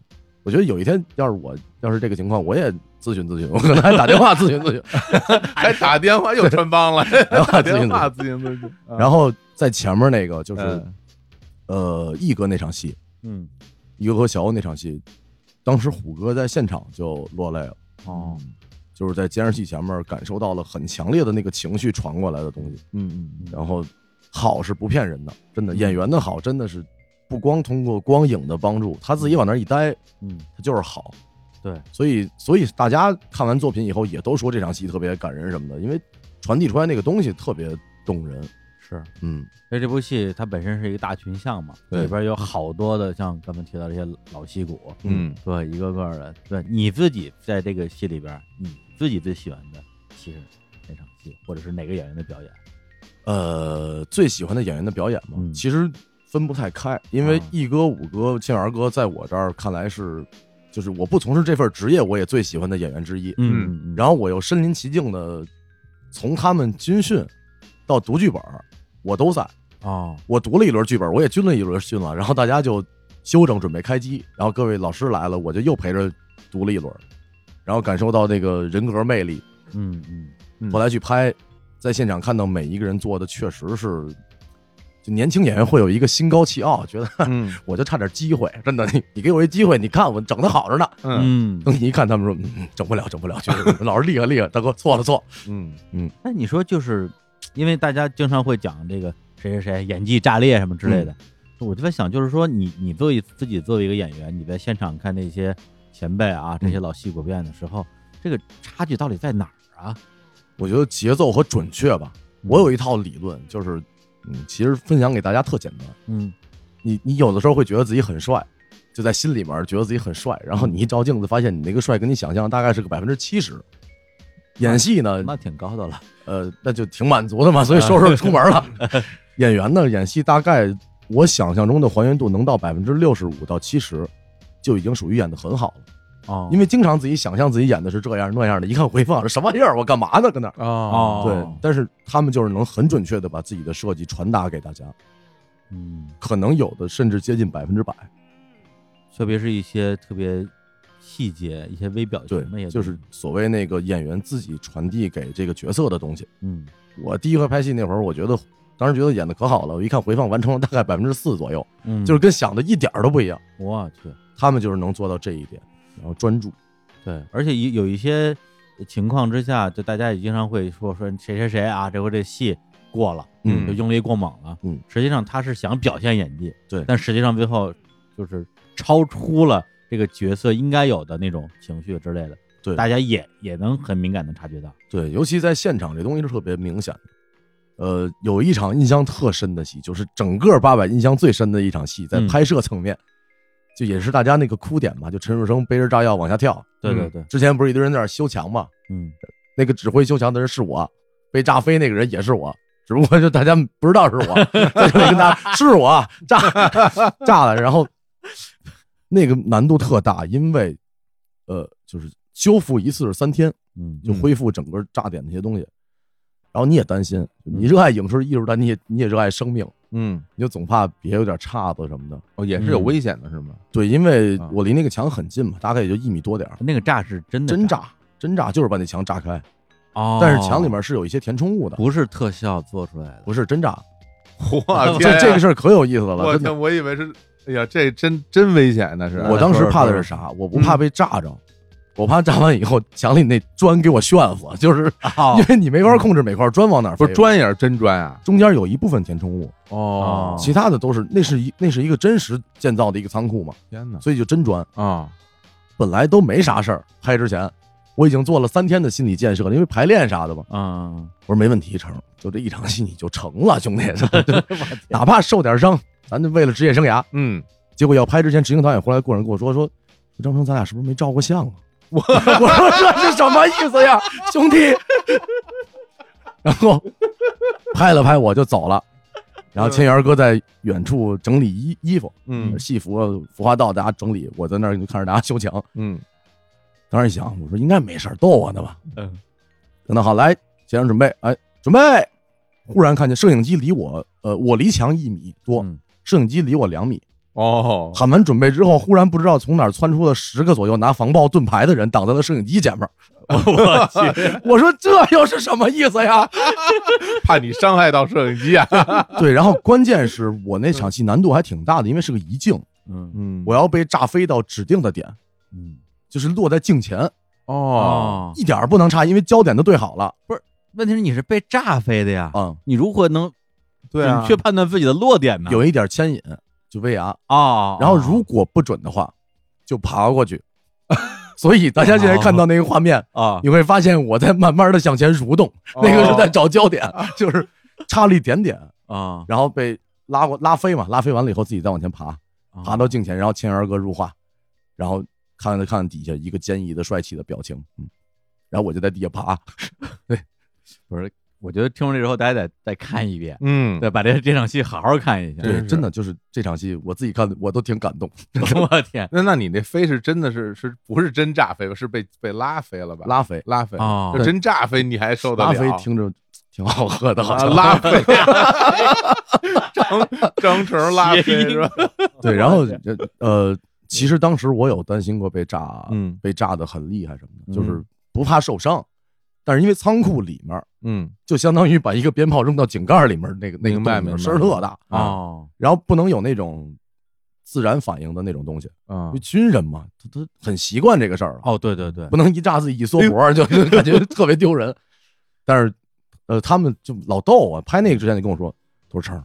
我觉得有一天要是我要是这个情况，我也咨询咨询， 我可能还打电话咨询咨询，哎还打电话又穿帮了，打电话打咨询电话咨询。咨询咨询。然后在前面那个就是、嗯呃毅哥那场戏，嗯，一个和小欧那场戏，当时虎哥在现场就落泪了，哦，就是在监视器前面感受到了很强烈的那个情绪传过来的东西。嗯嗯嗯，然后好是不骗人的，真的演员的好真的是不光通过光影的帮助，他自己往那儿一待，嗯，他就是好。对，所以所以大家看完作品以后也都说这场戏特别感人什么的，因为传递出来那个东西特别动人。是。嗯，因为这部戏它本身是一个大群像嘛，对里边有好多的像刚才提到这些老戏骨，嗯，对，一个个的，对你自己在这个戏里边，你自己最喜欢的戏是哪场戏，或者是哪个演员的表演？呃，最喜欢的演员的表演嘛，嗯其实分不太开，因为啊一哥、五哥、倩儿哥在我这儿看来是，就是我不从事这份职业，我也最喜欢的演员之一。嗯嗯，然后我又身临其境的，从他们军训到读剧本儿，我都在。后哦，我读了一轮剧本儿，我也军了一轮训了，然后大家就休整准备开机，然后各位老师来了，我就又陪着读了一轮，然后感受到那个人格魅力。嗯嗯嗯后来去拍，在现场看到每一个人做的确实是，就年轻演员会有一个心高气傲，觉得嗯我就差点机会，真的，你你给我一机会，你看我整的好着呢。嗯嗯，等你一看，他们说、嗯、整不了，整不了，确实老师厉害厉害，大哥错了错了。嗯那你说就是因为大家经常会讲这个谁谁谁演技炸裂什么之类的，我就在想，就是说你你作为自己作为一个演员，你在现场看那些前辈啊这些老戏骨表演的时候，这个差距到底在哪儿啊？我觉得节奏和准确吧，我有一套理论，就是，嗯，其实分享给大家特简单。嗯你你有的时候会觉得自己很帅，就在心里面觉得自己很帅，然后你一照镜子，发现你那个帅跟你想象大概是个百分之七十。演戏呢，那挺高的了。呃，那就挺满足的嘛，所以收拾出门 了。演员呢，演戏大概我想象中的还原度能到百分之六十五到七十，就已经属于演的很好了。哦因为经常自己想象自己演的是这样那样的，一看回放什么玩意儿，我干嘛呢？搁那儿。哦对，但是他们就是能很准确的把自己的设计传达给大家，嗯，可能有的甚至接近百分之百。特别是一些特别细节、一些微表情对的也，就是所谓那个演员自己传递给这个角色的东西。嗯我第一回拍戏那会儿，我觉得当时觉得演的可好了，我一看回放完成了大概百分之四左右，嗯，就是跟想的一点儿都不一样。我去，他们就是能做到这一点，然后专注。对，而且有有一些情况之下，就大家也经常会说说谁谁谁啊，这回这戏过了，嗯就用力过猛了，嗯，实际上他是想表现演技，对但实际上最后就是超出了这个角色应该有的那种情绪之类的，对大家也也能很敏感的察觉到，对，尤其在现场这东西是特别明显的。呃，有一场印象特深的戏，就是整个八百印象最深的一场戏，在嗯拍摄层面，就也是大家那个哭点嘛，就陈楚生背着炸药往下跳。对嗯对对，之前不是一堆人在那儿修墙嘛，嗯那个指挥修墙的人是我，被炸飞那个人也是我，只不过就大家不知道是我，在这里跟大家是我炸 炸了，然后那个难度特大，因为呃，就是修复一次是三天，嗯，就恢复整个炸点那些东西。然后你也担心，你热爱影视艺术，但你也你也热爱生命，嗯，你就总怕别有点岔子什么的。哦，也是有危险的是吗？对，因为啊我离那个墙很近嘛，大概也就一米多点儿，那个炸是真的真，炸真炸就是把那墙炸开，哦但是墙里面是有一些填充物的，不是特效做出来的， 不是真炸。我天这啊，这个事儿可有意思了，我真的。天，我以为是，哎呀，这真真危险啊那是。我当时怕的是啥？我嗯不怕被炸着，我怕炸完以后墙里那砖给我炫死，就是哦因为你没法控制每块砖往哪儿飞。嗯不是砖也是真砖啊？中间有一部分填充物，哦其他的都是那是一那是一个真实建造的一个仓库嘛，天哪！所以就真砖。啊，本来都没啥事儿，拍之前我已经做了三天的心理建设了，因为排练啥的嘛。嗯，我说没问题，成，就这一场戏你就成了，兄弟， 哪怕受点伤，咱就为了职业生涯。嗯，结果要拍之前，执行导演回来过人跟我说说，说张成，咱俩是不是没照过相啊？我我说这是什么意思呀，兄弟？然后拍了拍我就走了，然后千元哥在远处整理衣衣服，嗯戏服啊服化道大家整理，我在那儿就看着大家修墙。嗯当时想，我说应该没事儿逗我呢吧。嗯，那好，来，先生准备，哎，准备。忽然看见摄影机离我，呃，我离墙一米多，嗯摄影机离我两米。哦，喊完准备之后，忽然不知道从哪儿窜出了十个左右拿防爆盾牌的人，挡在了摄影机前面。 我去，我说这又是什么意思呀？怕你伤害到摄影机 啊。对，然后关键是我那场戏难度还挺大的，因为是个移镜，嗯嗯我要被炸飞到指定的点，嗯，就是落在镜前，哦，一点儿不能差，因为焦点都对好了。问题是你是被炸飞的呀，嗯，你如何能对啊准，确判断自己的落点呢？有一点牵引，就威牙。哦？然后如果不准的话，就爬过去。 所以大家现在看到那个画面，啊，你会发现我在慢慢的向前蠕动，哦那个是在找焦点，就是差了一点点，啊，然后被拉过拉飞嘛，拉飞完了以后自己再往前爬，哦啊爬到镜前，然后千儿哥入画，然后看了看底下一个坚毅的帅气的表情，嗯，然后我就在底下爬，我觉得听完这之后，大家得再看一遍，嗯，对，把这这场戏好好看一下。真对，是真的就是这场戏我自己看的我都挺感动， 我天那那你那飞是真的是是不是真炸飞吧？是被被拉飞了吧？拉菲，拉哦飞啊就真炸飞你还受得了？拉菲听着挺好喝的，好啊像拉菲， 张张成拉菲是 吧？对，然后呃呃，其实当时我有担心过被炸，嗯被炸的很厉害什么嗯的，就是不怕受伤，但是因为仓库里面嗯就相当于把一个鞭炮扔到井盖里面那个那个明白洞里明白面啊声儿特大，啊哦然后不能有那种自然反应的那种东西，啊因为军人嘛，他他很习惯这个事儿了，哦，对对对不，能一炸自己一缩脖儿哎就就感觉特别丢人，但是呃，他们就老逗我，拍那个之前就跟我说，他说成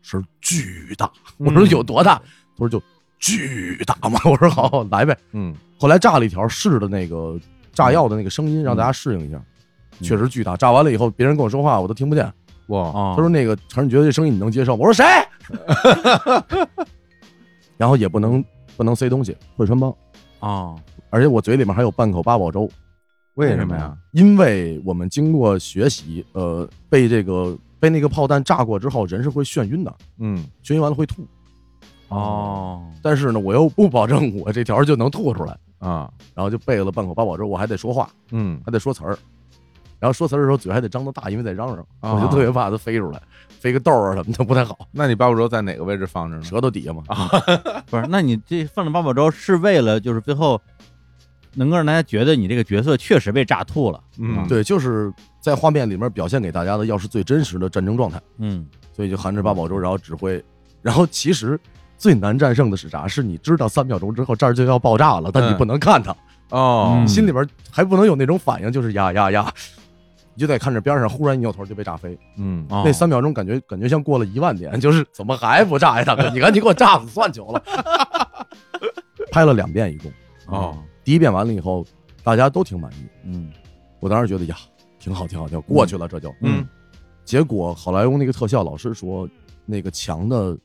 声儿巨大。我说有多大？他说就巨大嘛。我说好，好来呗。嗯后来炸了一条试的那个炸药的那个声音，让大家适应一下，嗯确实巨大。炸完了以后，别人跟我说话我都听不见。哇哦，他说那个陈，你觉得这声音你能接受吗？我说谁？ 然后也不能不能塞东西，会穿帮，哦，而且我嘴里面还有半口八宝粥。为什么呀？因为我们经过学习，呃，被这个被那个炮弹炸过之后，人是会眩晕的，嗯眩晕完了会吐。哦，但是呢，我又不保证我这条就能吐出来，啊然后就背了半口八宝粥，我还得说话，嗯还得说词儿，然后说词儿的时候嘴还得张得大，因为在嚷嚷，啊我就特别怕它飞出来，飞个豆儿啊什么的不太好，那你八宝粥在哪个位置放着呢？舌头底下嘛。啊不是，那你这放着八宝粥是为了就是最后能够让大家觉得你这个角色确实被炸吐了，嗯，对，就是在画面里面表现给大家的，要是最真实的战争状态，嗯所以就含着八宝粥，然后指挥，然后其实。最难战胜的是啥？是你知道三秒钟之后这儿就要爆炸了，但你嗯不能看它，哦嗯心里边还不能有那种反应，就是呀呀呀，你就得看着边上，忽然一扭头就被炸飞。嗯哦那三秒钟感觉感觉像过了一万年，就是怎么还不炸呀，大哥？你赶紧给我炸死算球了。 拍了两遍一共，哦第一遍完了以后，大家都挺满意。嗯我当时觉得呀，挺好，挺好，挺好，过去了这就。嗯，结果好莱坞那个特效老师说，那个墙的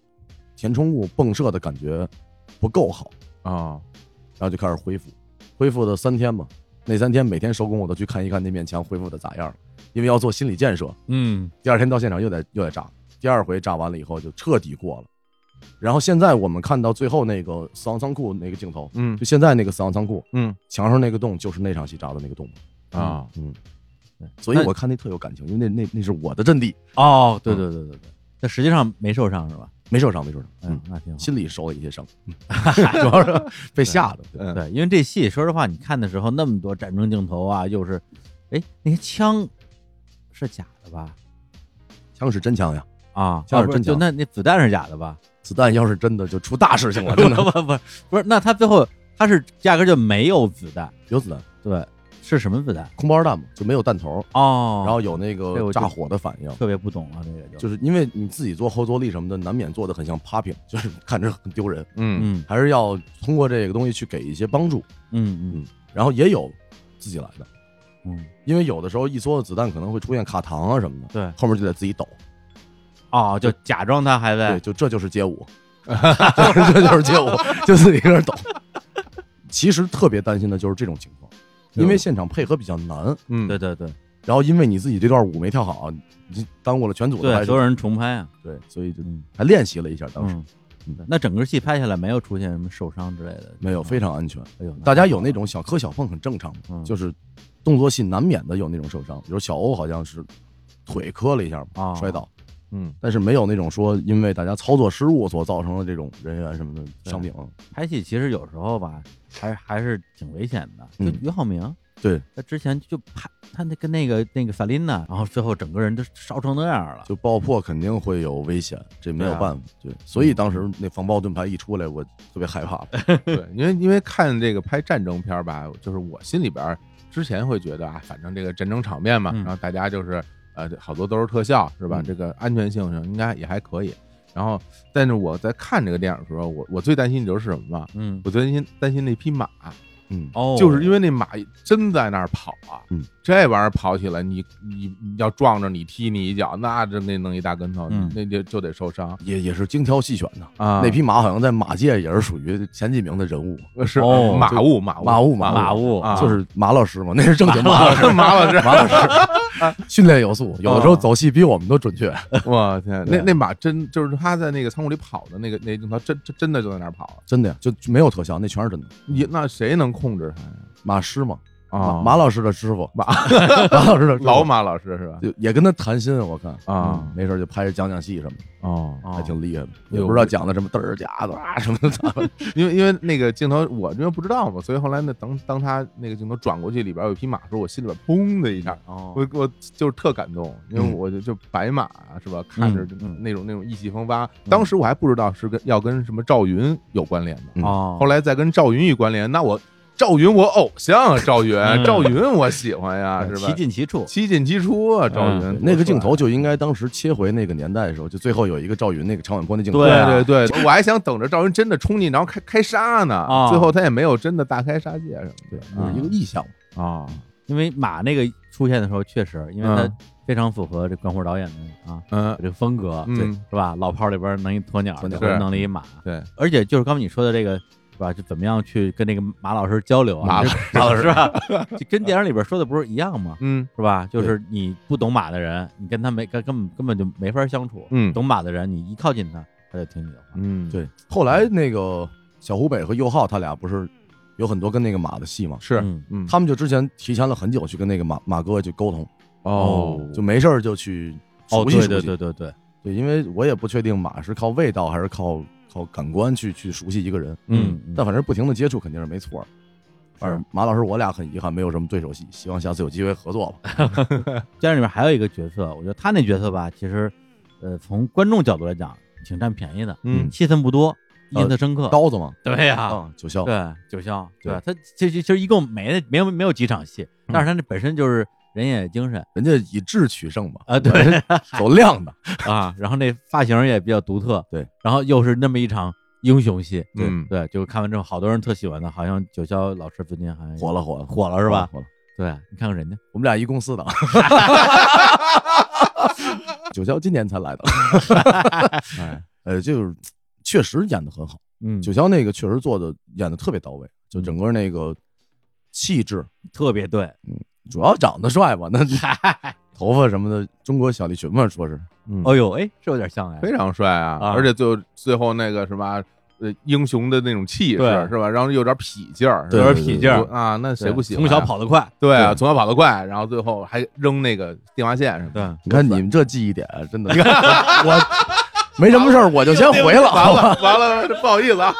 填充物迸射的感觉不够好，哦然后就开始恢复，恢复了三天嘛。那三天每天收工我都去看一看那面墙恢复的咋样了，因为要做心理建设。嗯第二天到现场又得又得炸，第二回炸完了以后就彻底过了。然后现在我们看到最后那个死亡仓库那个镜头，嗯就现在那个死亡仓库嗯墙上那个洞就是那场戏炸的那个洞，啊嗯，所以我看那特有感情，因为那那那是我的阵地，嗯哦，对对对对对，但实际上没受伤是吧？没受伤没受伤，嗯，，那挺好。心里受了 一些伤，主要是被吓的，嗯对，因为这戏，说实话，你看的时候那么多战争镜头啊，又是哎，那些枪是假的吧？枪是真枪呀，啊，枪是啊不是真就枪那那子弹是假的 吧？子弹要是真的就出大事情了，不真不 的不不不是，那他最后他是压根儿就没有子弹，有子弹，对，是什么子弹？空包弹嘛，就没有弹头，哦，然后有那这个我就炸火的反应。特别不懂了，啊这个就就是因为你自己做后坐力什么的，难免做的很像 popping，就是 看着很丢人，嗯嗯还是要通过这个东西去给一些帮助。嗯然后也有自己来的，嗯嗯，因为有的时候一梭子子弹可能会出现卡膛啊什么的，对，后面就得自己抖。哦，就假装他还对，在，就这就是街舞， 就是这就是街舞，就自己搁那儿抖。其实特别担心的就是这种情况，因为现场配合比较难，嗯，对对对然后因为你自己这段舞没跳好，你耽误了全组的对，拍摄所有。人重拍啊，对，所以就嗯还练习了一下，当时嗯，那整个戏拍下来没有出现什么受伤之类的，没有，非常安全。哎呦，大家有那种小磕小碰很正常嘛，嗯就是动作戏难免的有那种受伤，比如小欧好像是腿磕了一下嘛，啊摔倒，嗯，但是没有那种说因为大家操作失误所造成的这种人员什么的伤病。拍戏其实有时候吧，还还是挺危险的。就嗯俞灏明，对，他之前就拍他那跟那个那个萨琳娜，然后最后整个人都烧成那样了。就爆破肯定会有危险，这没有对啊办法。对，所以当时那防爆盾牌一出来，我特别害怕。对，因为因为看这个拍战争片儿吧，就是我心里边儿之前会觉得啊，反正这个战争场面嘛，嗯然后大家就是呃，好多都是特效是吧？嗯这个安全性上应该也还可以。然后，但是我在看这个电影的时候，我我最担心你知道是什么吗？嗯，我最担心担心那匹马，嗯，哦，就是因为那马真在那儿跑啊，嗯这玩意儿跑起来，你你你要撞着你踢你一脚，那这那弄一大跟头，嗯那就就得受伤也也是精挑细选的。啊。那匹马好像在马界也是属于前几名的人物，呃是哦马务马务马务马马务务啊就是马老师嘛， 那是正经马老师， 马老师马老师训练有素，有的时候走戏比我们都准确。 我天，对那那马真就是他在那个仓库里跑的那个那镜头，真真真的就在那儿跑。啊真的呀，就没有特效，那全是真的。你那谁能控制他呀？马师嘛，啊，马马老师的师傅，马 马老师的师傅老，马老师是吧？就也跟他谈心，我看啊嗯没事就拍着讲讲戏什么的，哦哦还挺厉害的，哎呦哎也不知道讲的什么嘚儿夹子啊什么的。因为因为那个镜头我因为不知道嘛，所以后来那当当他那个镜头转过去，里边有一匹马的时候，我心里边砰的一下，哦，我我就是特感动，因为嗯我就就白马啊是吧，看着就嗯那种那种意气风发。当时我还不知道是跟要跟什么赵云有关联的，哦，后来再跟赵云一关联，那我赵云我偶像啊，赵云，嗯赵云我喜欢呀，是吧其？进其处，七进七出啊，赵云、嗯那个镜头就应该当时切回那个年代的时候，就最后有一个赵云那个长碗坡那镜头，对啊对对对，我还想等着赵云真的冲进，然后开开杀呢，啊最后他也没有真的大开杀戒什么对，就是一个意象的嘛。啊，因为马那个出现的时候，确实，因为它嗯非常符合这关虎导演的啊嗯这个风格，嗯对，是吧？老炮儿里边能一鸵鸟，鸵这鸟回是嗯弄了一马，对，而且就是刚刚你说的这个，是吧？就怎么样去跟那个马老师交流啊？马老师，马老师啊，就跟电影里边说的不是一样吗？嗯是吧？就是你不懂马的人，你跟他没根根本根本就没法相处。嗯懂马的人，你一靠近他，他就听你的话。嗯，对，后来那个小湖北和右浩他俩不是有很多跟那个马的戏嘛，是嗯嗯他们就之前提前了很久去跟那个马马哥去沟通，哦就没事儿就去哦，熟悉熟对悉。对对对对，对，因为我也不确定马是靠味道还是靠靠感官去去熟悉一个人，嗯嗯但反正不停的接触肯定是没错儿。反正马老师，我俩很遗憾没有什么对手戏，希望下次有机会合作吧。电影里面还有一个角色，我觉得他那角色吧，其实，呃，从观众角度来讲，挺占便宜的，嗯戏份不多，呃印象深刻。刀子嘛，对呀、啊，九霄，对，九霄，对吧他其实其实一共没没有没有几场戏，但是他那本身就是人也精神人家以智取胜嘛，啊，对走量的，啊，然后那发型也比较独特，对，然后又是那么一场英雄戏，对嗯对，就是看完之后好多人特喜欢的，好像九霄老师最近好像火了火了，火了是吧？火了，对，啊你看看人家，我们俩一 公司的。九霄今年 才来的，哎呃，就是确实演的很好，嗯，九霄那个确实做的演的特别到位，就整个那个气质，特别对，主要长得帅吧，那头发什么的，中国小栗旬嘛，说是嗯哦呦，哎，是有点像哎，非常帅啊，啊而且最后最后那个什么。呃，英雄的那种气势对是吧？然后又有点痞劲儿，对有点对痞对劲儿对啊，那谁对不喜欢从呀？小跑得快，对啊，对从小跑得快，然后最后还扔那个电话线什么的。对，你看你们这记忆点啊真的，我没什么事儿，我就先回了，好吧？完了，不好意思啊，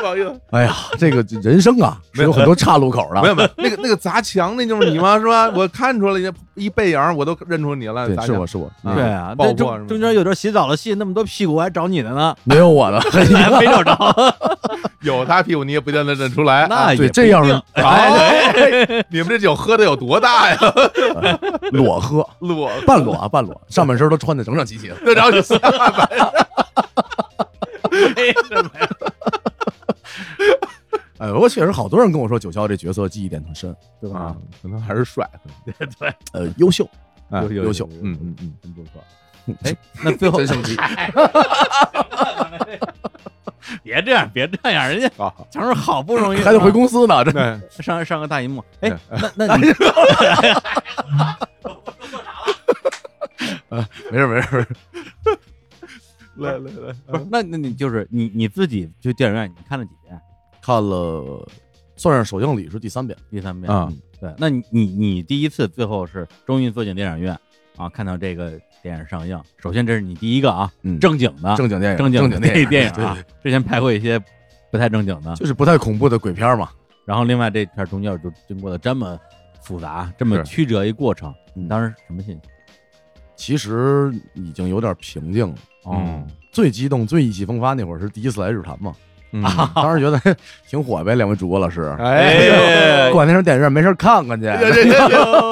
不好意思， 哎呀，这个人生啊是有很多岔路口的。没有没有，那个那个砸墙那就是你吗？是吧？我看出来一一背影儿，我都认出你了，对，砸是墙我是我，嗯啊对啊，爆那破是中吧中间有段洗澡的戏，那么多屁股我还找你的呢，没有我的。没找着，有他屁股你也不见得认出来。啊那 对，也这要是哎，你们这酒喝的有多大呀？ 裸喝，裸，半裸啊，半裸，上半身都穿的整整齐齐的。那然后就下来，哎，我确实好多人跟我说九霄这角色记忆点很深，对啊吧？可能还是帅，呃，优秀，哎优优秀，嗯嗯嗯，真不错。 哎，那最后别这样，别这样，人家 好，强叔好不容易还得回公司呢，这对，上上个大荧幕，哎哎，那那你没事没事。没事来来来，不是？那那你就是你你自己去电影院，你看了几遍？看了，算上首映礼是第三遍，第三遍嗯啊，对，那你你你第一次最后是终于坐进电影院啊，看到这个电影上映，首先这是你第一个啊，嗯正经的正经电影，正正的经那影，电影对啊对，之前拍过一些不太正经的，就是不太恐怖的鬼片嘛。然后另外这片中间就经过了这么复杂、这么是曲折一过程，嗯你当时什么心情？其实已经有点平静了。嗯哦，最激动、最意气风发那会儿是第一次来日坛嘛，嗯，啊当时觉得嘿挺火呗，两位主播老 师，哎管那时候电影院没事儿看看去，这这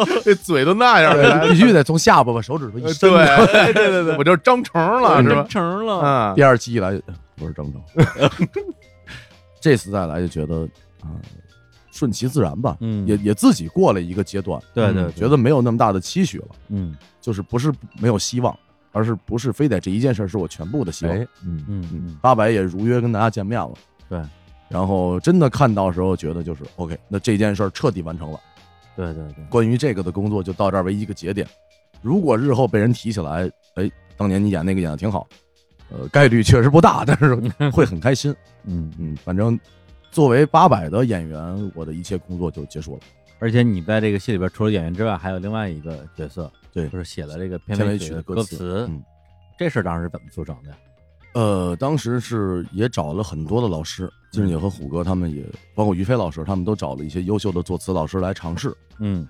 这这嘴都那样了，对必须得从下巴把手指头一伸。对对对对，我就是张成了是吧？成了，嗯，第二期一来不是郑郑， 这次再来就觉得啊、顺其自然吧，嗯，也也自己过了一个阶段，对对，对嗯觉得没有那么大的期许了，嗯就是不是没有希望，而是不是非得这一件事儿是我全部的希望。哎，嗯，嗯嗯，八百也如约跟大家见面了，对。然后真的看到的时候，觉得就是 OK，那这件事儿彻底完成了。对对对，关于这个的工作就到这儿为一个节点。如果日后被人提起来，哎，当年你演那个演的挺好，呃，概率确实不大，但是 会很开心。嗯嗯，嗯，反正作为八百的演员，我的一切工作就结束了。而且你在这个戏里边，除了演员之外，还有另外一个角色，对就是写了这个片片尾曲曲的歌歌词，嗯，这事儿当时怎么促成的呀？呃，当时是也找了很多的老师，金姐和虎哥他们也，包括于飞老师，他们都找了一些优秀的作词老师来尝试。嗯，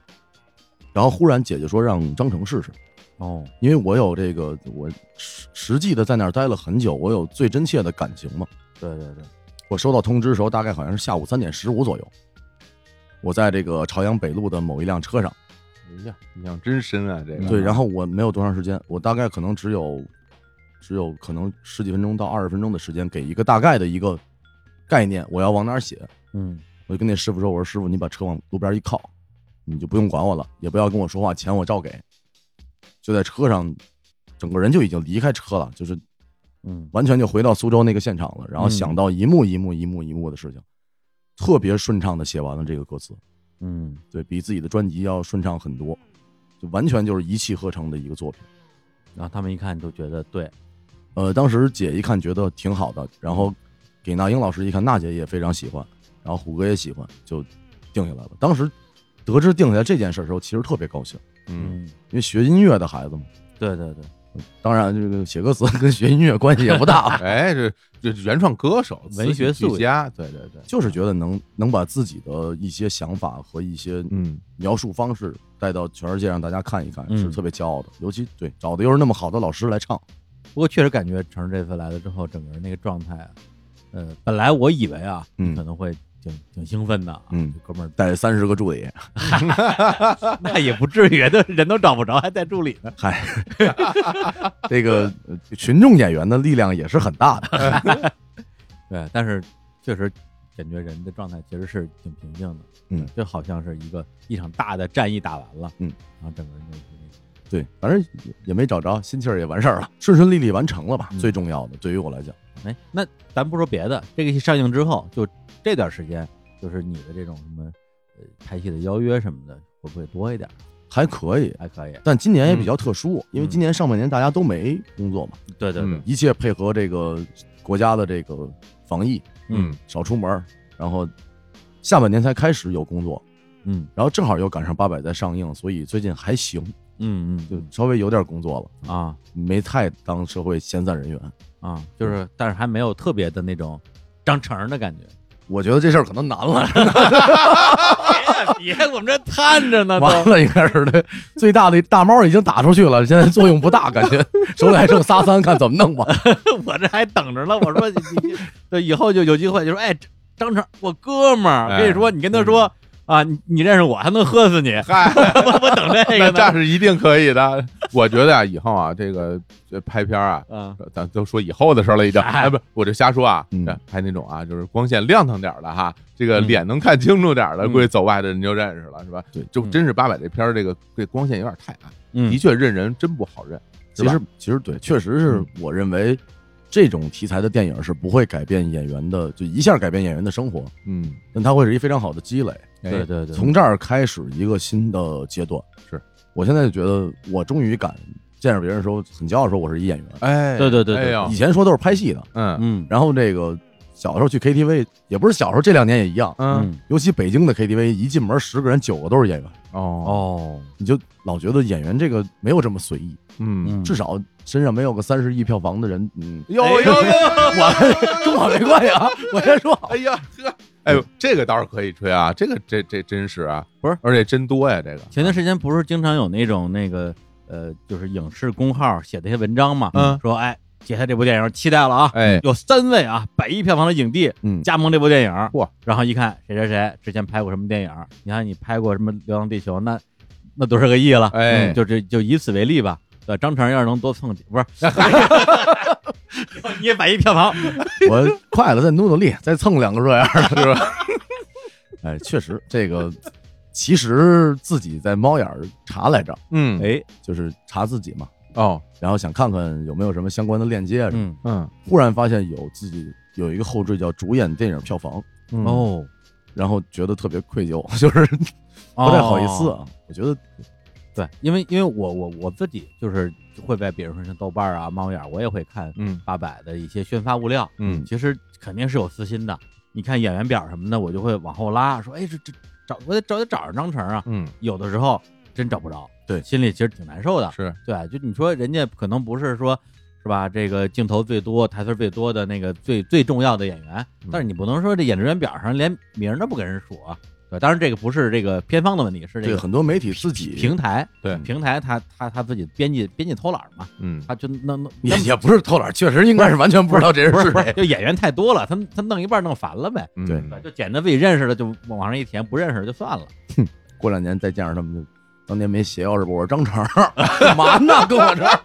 然后忽然姐姐说让张成试试，哦，因为我有这个我实实际的在那儿待了很久，我有最真切的感情嘛。对对对，我收到通知的时候，大概好像是下午三点十五左右，我在这个朝阳北路的某一辆车上。哎呀，印象真深啊，这个对，然后我没有多长时间，我大概可能只有只有可能十几分钟到二十分钟的时间，给一个大概的一个概念，我要往哪儿写。嗯我就跟那师傅说：“我说师傅，你把车往路边一靠，你就不用管我了，也不要跟我说话，钱我照给。”就在车上，整个人就已经离开车了，就是嗯完全就回到苏州那个现场了，然后嗯想到一幕一幕一幕一幕的事情，特别顺畅的写完了这个歌词，嗯，对比自己的专辑要顺畅很多，就完全就是一气呵成的一个作品。然后他们一看就觉得对，呃，当时姐一看觉得挺好的，然后给那英老师一看，娜姐也非常喜欢，然后虎哥也喜欢，就定下来了。当时得知定下来这件事的时候，其实特别高兴，嗯，嗯，因为学音乐的孩子嘛，对对对，当然这个写歌词 跟学音乐关系也不 大，啊，哎，这这原创歌手、文学词曲素俱佳，对对对，就是觉得能能把自己的一些想法和一些 嗯描述方式带到全世界让大家看一看，嗯是特别骄傲的。尤其对找的又是那么好的老师来唱，不过确实感觉成儿这次来了之后，整个人那个状态啊，呃，本来我以为啊，嗯可能会挺挺兴奋的啊，嗯这哥们带三十个助理，儿 那也不至于，都人都找不着，还带助理呢。 这个呃群众演员的力量也是很大的。对，但是确实感觉人的状态其实是挺平静的，嗯就好像是一个一场大的战役打完了，嗯，然后整个人就对，反正也也没找着，心气儿也完事儿了，顺顺利利完成了吧，嗯最重要的。对于我来讲，哎，那咱不说别的，这个戏上映之后，就这段时间，就是你的这种什么呃拍戏的邀约什么的，会不会多一点？还可以。还可以，但今年也比较特殊，因为嗯今年上半年大家都没工作嘛，对对对，嗯一切配合这个国家的这个防疫，嗯少出门儿，然后下半年才开始有工作，嗯然后正好又赶上八百在上映，所以最近还行。嗯嗯，就稍微有点工作了，啊没太当社会闲散人员。啊，就是但是还没有特别的那种张成儿的感觉。我觉得这事儿可能难了，别，我们这摊着呢完了应该是对最大的大猫已经打出去了，现在作用不大，感 觉手里还剩仨三，看怎么弄 吧。我这还等着呢。我说你，你对，以后就有机会就说，哎，张成，我哥们儿，哎跟你说，你跟他说啊，你你认识我，还能喝死你。哎嗨，我我等这个那呢。这是一定可以的。我觉得啊，以后啊，这个这拍片儿啊，嗯咱都说以后的事儿了，已经。哎哎，不，我就瞎说啊嗯，拍那种啊，就是光线亮堂点儿的哈，这个嗯脸能看清楚点儿的，嗯估计走外的人就认识了，是吧？对就嗯真是八百这片儿，这个这光线有点太暗，的嗯确认人真不好认。是其吧实其实对，确实是嗯我认为这种题材的电影是不会改变演员的，就一下改变演员的生活，嗯，但它会是一非常好的积累。哎对对对，从这儿开始一个新的阶段。是我现在就觉得，我终于敢见着别人说很骄傲，说我是一演员。哎，对对对对哎呦以，前说都是拍戏的，嗯嗯然后这个小时候去 KTV，也不是小时候，这两年也一样。嗯，尤其北京的 KTV，一进门十个人九个都是演员，哦，哦，你就老觉得演员这个没有这么随意，嗯，至少身上没有个三十亿票房的人，嗯，哟哟哟，我跟我没关系 啊，我先说，哎呀呵，哎呦，这个倒是可以吹啊，这个这这真是啊，不是而且真多呀，这个，前段时间不是经常有那种那个呃，就是影视公号写的一些文章嘛，嗯说哎，接下来这部电影期待了啊，哎，有三位啊百亿票房的影帝嗯，加盟这部电影，嚯！然后一看谁谁谁之前拍过什么电影，你看你拍过什么《流浪地球》，那那多少个亿了，哎嗯就这就以此为例吧。对，张成要是能多蹭几， 不是，你也百亿票房，我快了，再努努力，再蹭两个这样的，是吧？哎，确实，这个其实自己在猫眼儿查来着，嗯，哎，就是查自己嘛，哦，然后想看看有没有什么相关的链接啊什么。嗯，嗯，忽然发现有自己有一个后缀叫主演电影票房，哦，哦，然后觉得特别愧疚， 就是不太好意思啊。我觉得嗯哦对，因为因为我我我自己就是会在，比如说像豆瓣啊、猫眼儿，我也会看嗯八百的一些宣发物料，嗯其实肯定是有私心的。你看演员表什么的，我就会往后拉，说，哎，这这找我得找得找上张成啊。嗯，有的时候真找不着，对心里其实挺难受的。是，对，就你说人家可能不是说，是吧？这个镜头最多、台词最多的那个最最重要的演员，但是你不能说这演职员表上连名儿都不给人数啊。对，当然这个不是这个片方的问题，是这对个很多媒体自己平台，对平台他他他自己编辑编辑偷懒嘛，嗯，他就弄弄也也不是偷懒，确实应该是完全 不知道这人不是不是，谁。就演员太多了，他他弄一半弄烦了呗，嗯对就捡着自己认识的就往上一填，不认识的就算了。过两年再见着他们就。当年没鞋钥匙吧？我是张 成儿，干嘛呢？跟我这儿，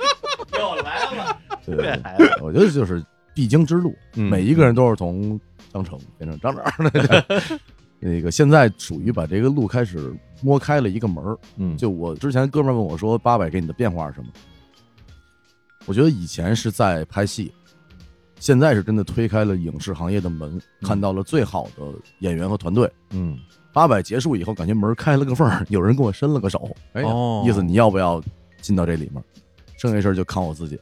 又来了，对这对孩子，我觉得就是必经之路，嗯每一个人都是从张成变成张成的。 那个现在属于把这个路开始摸开了一个门儿。嗯，就我之前哥们儿问我说：“八百给你的变化是什么？”我觉得以前是在拍戏，现在是真的推开了影视行业的门，看到了最好的演员和团队。嗯，八百结束以后，感觉门开了个缝儿，有人给我伸了个手，哎呀，哦，意思你要不要进到这里面？剩下事儿就看我自己。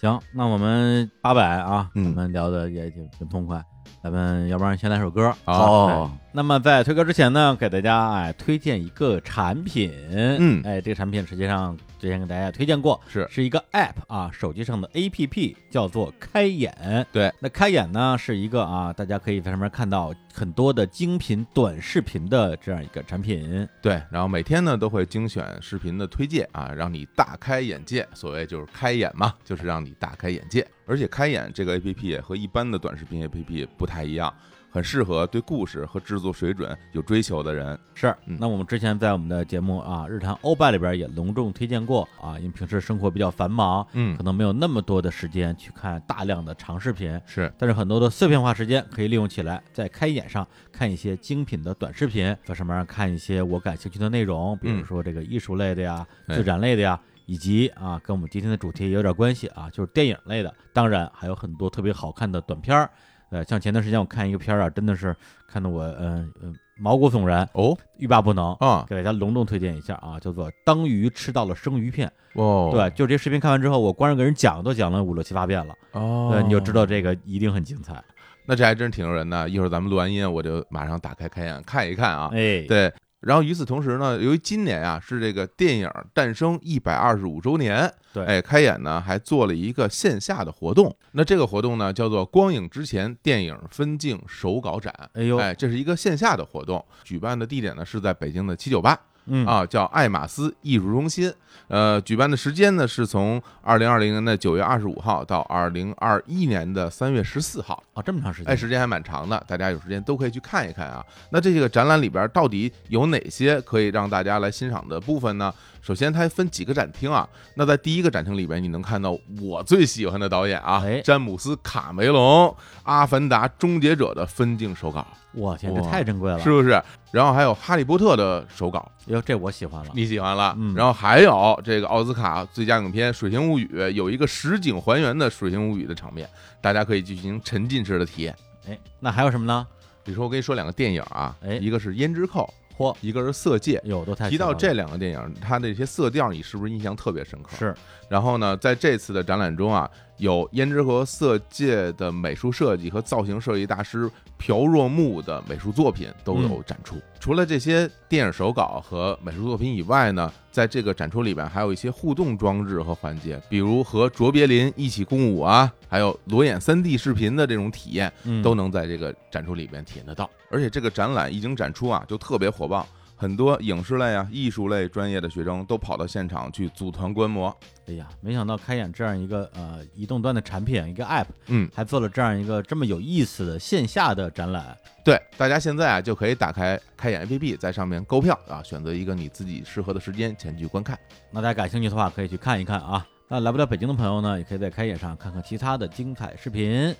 行，那我们八百啊，嗯咱们聊的也挺挺痛快，咱们要不然先来首歌。好，哦，那么在推歌之前呢，给大家哎推荐一个产品，嗯哎，这个产品实际上之前给大家也推荐过，是是一个 app 啊，手机上的 app 叫做开眼。对，那开眼呢是一个啊，大家可以在上面看到很多的精品短视频的这样一个产品。对，然后每天呢都会精选视频的推荐啊，让你大开眼界。所谓就是开眼嘛，就是让你大开眼界。而且开眼这个 APP 也和一般的短视频 APP 不太一样，很适合对故事和制作水准有追求的人。是，嗯那我们之前在我们的节目啊《日谈欧巴》里边也隆重推荐过啊，因为平时生活比较繁忙，嗯可能没有那么多的时间去看大量的长视频，是，但是很多的碎片化时间可以利用起来，在开眼上看一些精品的短视频，在上面看一些我感兴趣的内容，比如嗯说这个艺术类的呀、哎自然类的呀。以及啊，跟我们今天的主题也有点关系啊，就是电影类的。当然还有很多特别好看的短片儿，呃，像前段时间我看一个片儿啊，真的是看得我嗯嗯、毛骨悚然，哦欲罢不能。啊，给大家隆重推荐一下啊，叫做《当鱼吃到了生鱼片》。哦，对，就这视频看完之后，我光是给人讲都讲了五六七八遍了，哦，对，你就知道这个一定很精彩。那这还真挺诱人的。一会儿咱们录完音，我就马上打开开眼看一看啊。哎，对，然后与此同时呢，由于今年啊是这个电影诞生一百二十五周年，对哎，开演呢还做了一个线下的活动。那这个活动呢叫做“光影之前电影分镜手稿展”，哎呦，哎，这是一个线下的活动，举办的地点呢是在北京的七九八。嗯啊，叫爱马仕艺术中心。呃，举办的时间呢是从二零二零年的九月二十五号到二零二一年的三月十四号，哦，这么长时间，哎，时间还蛮长的，大家有时间都可以去看一看啊。那这个展览里边到底有哪些可以让大家来欣赏的部分呢？首先，它分几个展厅啊。那在第一个展厅里边，你能看到我最喜欢的导演啊，哎詹姆斯·卡梅隆《阿凡达：终结者》的分镜手稿，我天，这哇太珍贵了，是不是？然后还有《哈利波特》的手稿，哟，这我喜欢了，你喜欢了。啊嗯然后还有这个奥斯卡最佳影片《水形物语》，有一个实景还原的《水形物语》的场面，大家可以进行沉浸式的体验。哎，那还有什么呢？比如说，我跟你说两个电影啊，哎一个是《胭脂扣嚯》，，一个是《色戒》。有都太提喜欢到了这两个电影，它的这些色调，你是不是印象特别深刻？是然后呢，在这次的展览中啊，有胭脂和色戒的美术设计和造型设计大师朴若木的美术作品都有嗯展出。除了这些电影手稿和美术作品以外呢，在这个展出里边还有一些互动装置和环节，比如和卓别林一起共舞啊，还有裸眼 3D 视频的这种体验，嗯都能在这个展出里边体验得到。而且这个展览一经展出啊，就特别火爆。很多影视类啊、艺术类专业的学生都跑到现场去组团观摩，哎呀，没想到开演这样一个呃移动端的产品，一个 app，嗯，还做了这样一个这么有意思的线下的展览，对，大家现在啊就可以打开开眼 APP，在上面购票啊，选择一个你自己适合的时间前去 观看。那大家感兴趣的话可以去看一看啊。那来不了北京的朋友呢，也可以在开演上看看其他的精彩视频。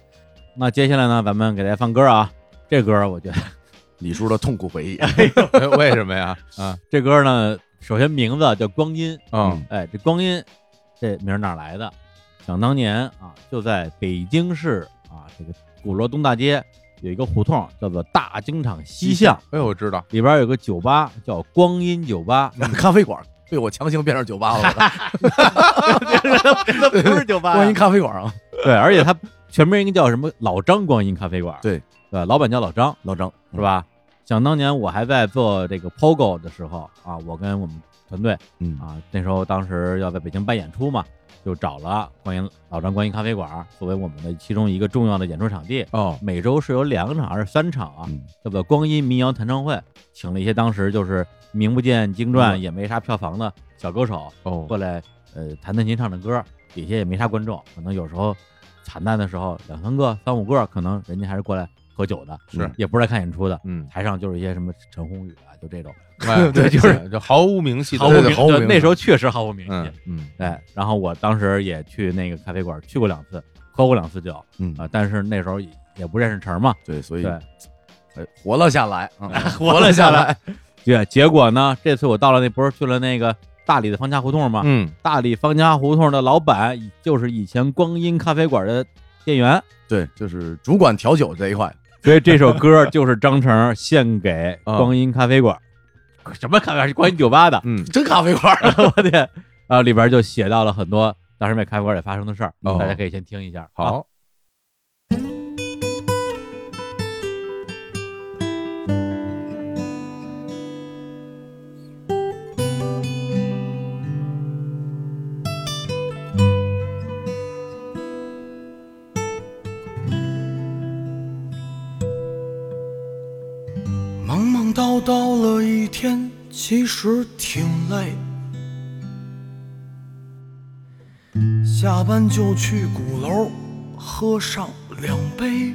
那接下来呢，咱们给大家放歌啊，这歌我觉得 李叔的痛苦回忆，哎为什么呀？啊，这歌呢，首先名字叫光阴，嗯，哎，这光阴这名儿哪儿来的？想当年啊，就在北京市啊这个鼓楼东大街有一个胡同叫做大京厂西巷，哎呦，我知道，里边有个酒吧叫光阴酒吧，咖啡馆被我强行变成酒吧了，那不是酒吧光阴咖啡馆啊，对，而且它全名应该叫什么老张光阴咖啡馆，对对，老板叫老张，老张是？吧？想当年我还在做这个 POGO 的时候啊，我跟我们团队嗯啊，那时候当时要在北京办演出嘛，就找了观音老张观音咖啡馆作为我们的其中一个重要的演出场地。哦，每周是有两场还是三场啊？嗯叫做光阴民谣弹唱会，请了一些当时就是名不见经传、嗯也没啥票房的小歌手哦过来，呃，弹弹琴、唱唱歌，底下也没啥观众，可能有时候惨淡的时候两三个、三五个，可能人家还是过来喝酒的，是也不是来看演出的。嗯，台上就是一些什么陈鸿宇啊，就这种哎对 就是就毫无名气的，毫无对名对毫无对名那时候确实毫无名气。嗯嗯，哎，然后我当时也去那个咖啡馆去过两次，喝过两次酒啊、嗯但是那时候也也不认识成嘛，对，所以对，哎活了下来啊，活了下 来。对，结果呢，这次我到了那不是去了那个大理的方家胡同嘛，嗯，大理方家胡同的老板以就是以前光阴咖啡馆的店员，对，就是主管调酒这一块，所以这首歌就是张成献 给啊光阴咖啡馆，哦什么咖啡馆是光阴酒吧的，嗯真咖啡馆，我 的天，然后里边就写到了很多当时在咖啡馆里发生的事儿，哦大家可以先听一下。啊，好，忙忙叨叨了一天，其实挺累。下班就去鼓楼喝上两杯。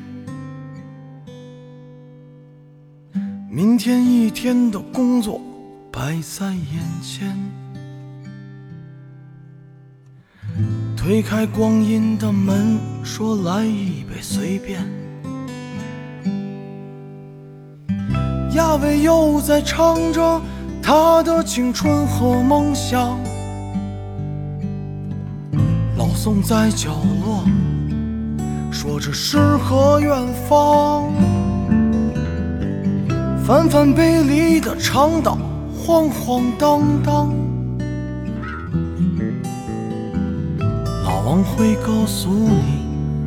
明天一天的工作摆在眼前，推开光阴的门，说来一杯随便。亚伟又在唱着他的青春和梦想。老宋在角落说着诗和远方。翻翻杯里的长岛，晃晃荡荡。老王会告诉你，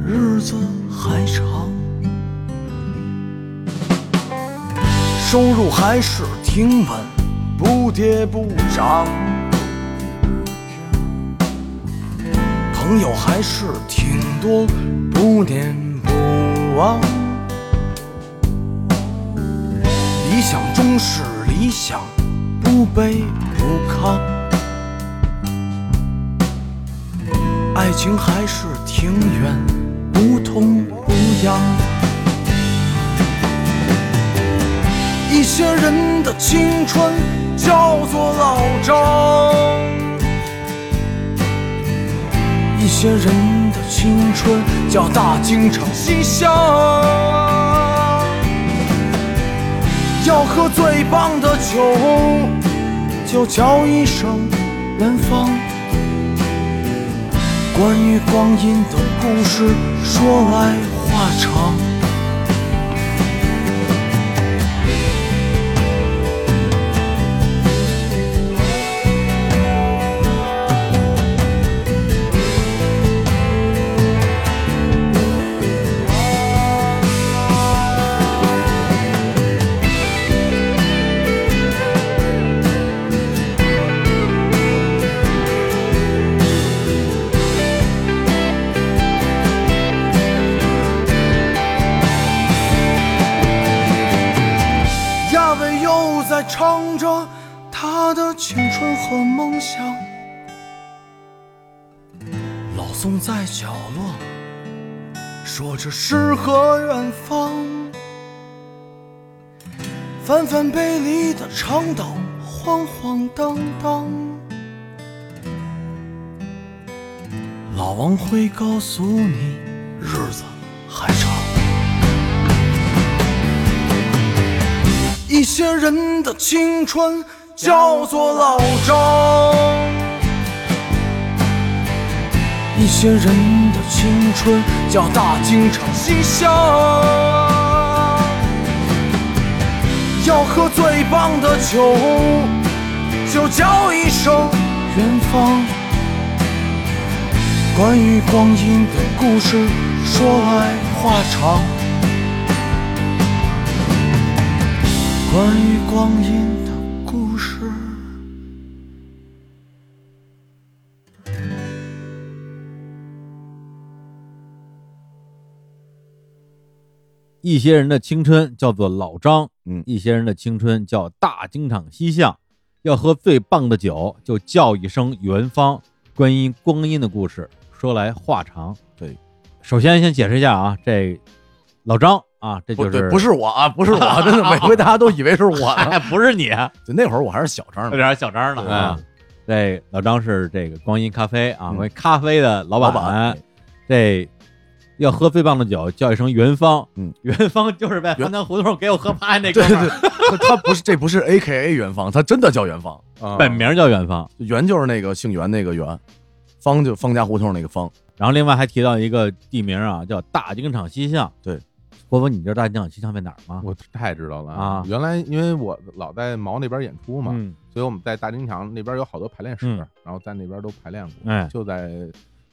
日子还长。收入还是挺稳，不跌不涨。朋友还是挺多，不念不忘。理想终是理想，不卑不亢。爱情还是挺远，不痛不痒。一些人的青春叫做老张，一些人的青春叫大京城西厢。要喝最棒的酒，就叫一声远方。关于光阴的故事，说来话长。亚伟又在唱着他的青春和梦想。老宋在角落说着诗和远方，翻翻杯里的长岛，晃晃荡荡。老王会告诉你，日子还长。一些人的青春叫做老张，一些人的青春叫大京城西厢。要喝最棒的酒，就叫一声远方。关于光阴的故事，说来话长。关于光阴的故事，一些人的青春叫做老张，嗯一些人的青春叫大京场西巷。要喝最棒的酒，就叫一声元芳。关于光阴的故事，说来话长。对，首先先解释一下啊，这老张啊，这 不就是对，不是我啊，不是我，真的每回大家都以为是我呢。 哎，不是你，有就那会儿我还是小 张嘛，点小张了啊。这老张是这个光阴咖啡啊，嗯关于咖啡的老老板。板这要喝最棒的酒，叫一声元芳。嗯，元芳就是在元樊南胡同给我喝趴那哥对们儿对，他他不是这不是 A K A 元芳，他真的叫元芳，啊本名叫元芳。元就是那个姓袁那个袁，方就方家胡同那个方，然后另外还提到一个地名啊，叫大京厂西巷。对，郭峰，你知道大京厂西巷在哪儿吗？我太知道了啊原来因为我老在毛那边演出嘛，嗯，所以我们在大金场那边有好多排练室，嗯然后在那边都排练过，哎就在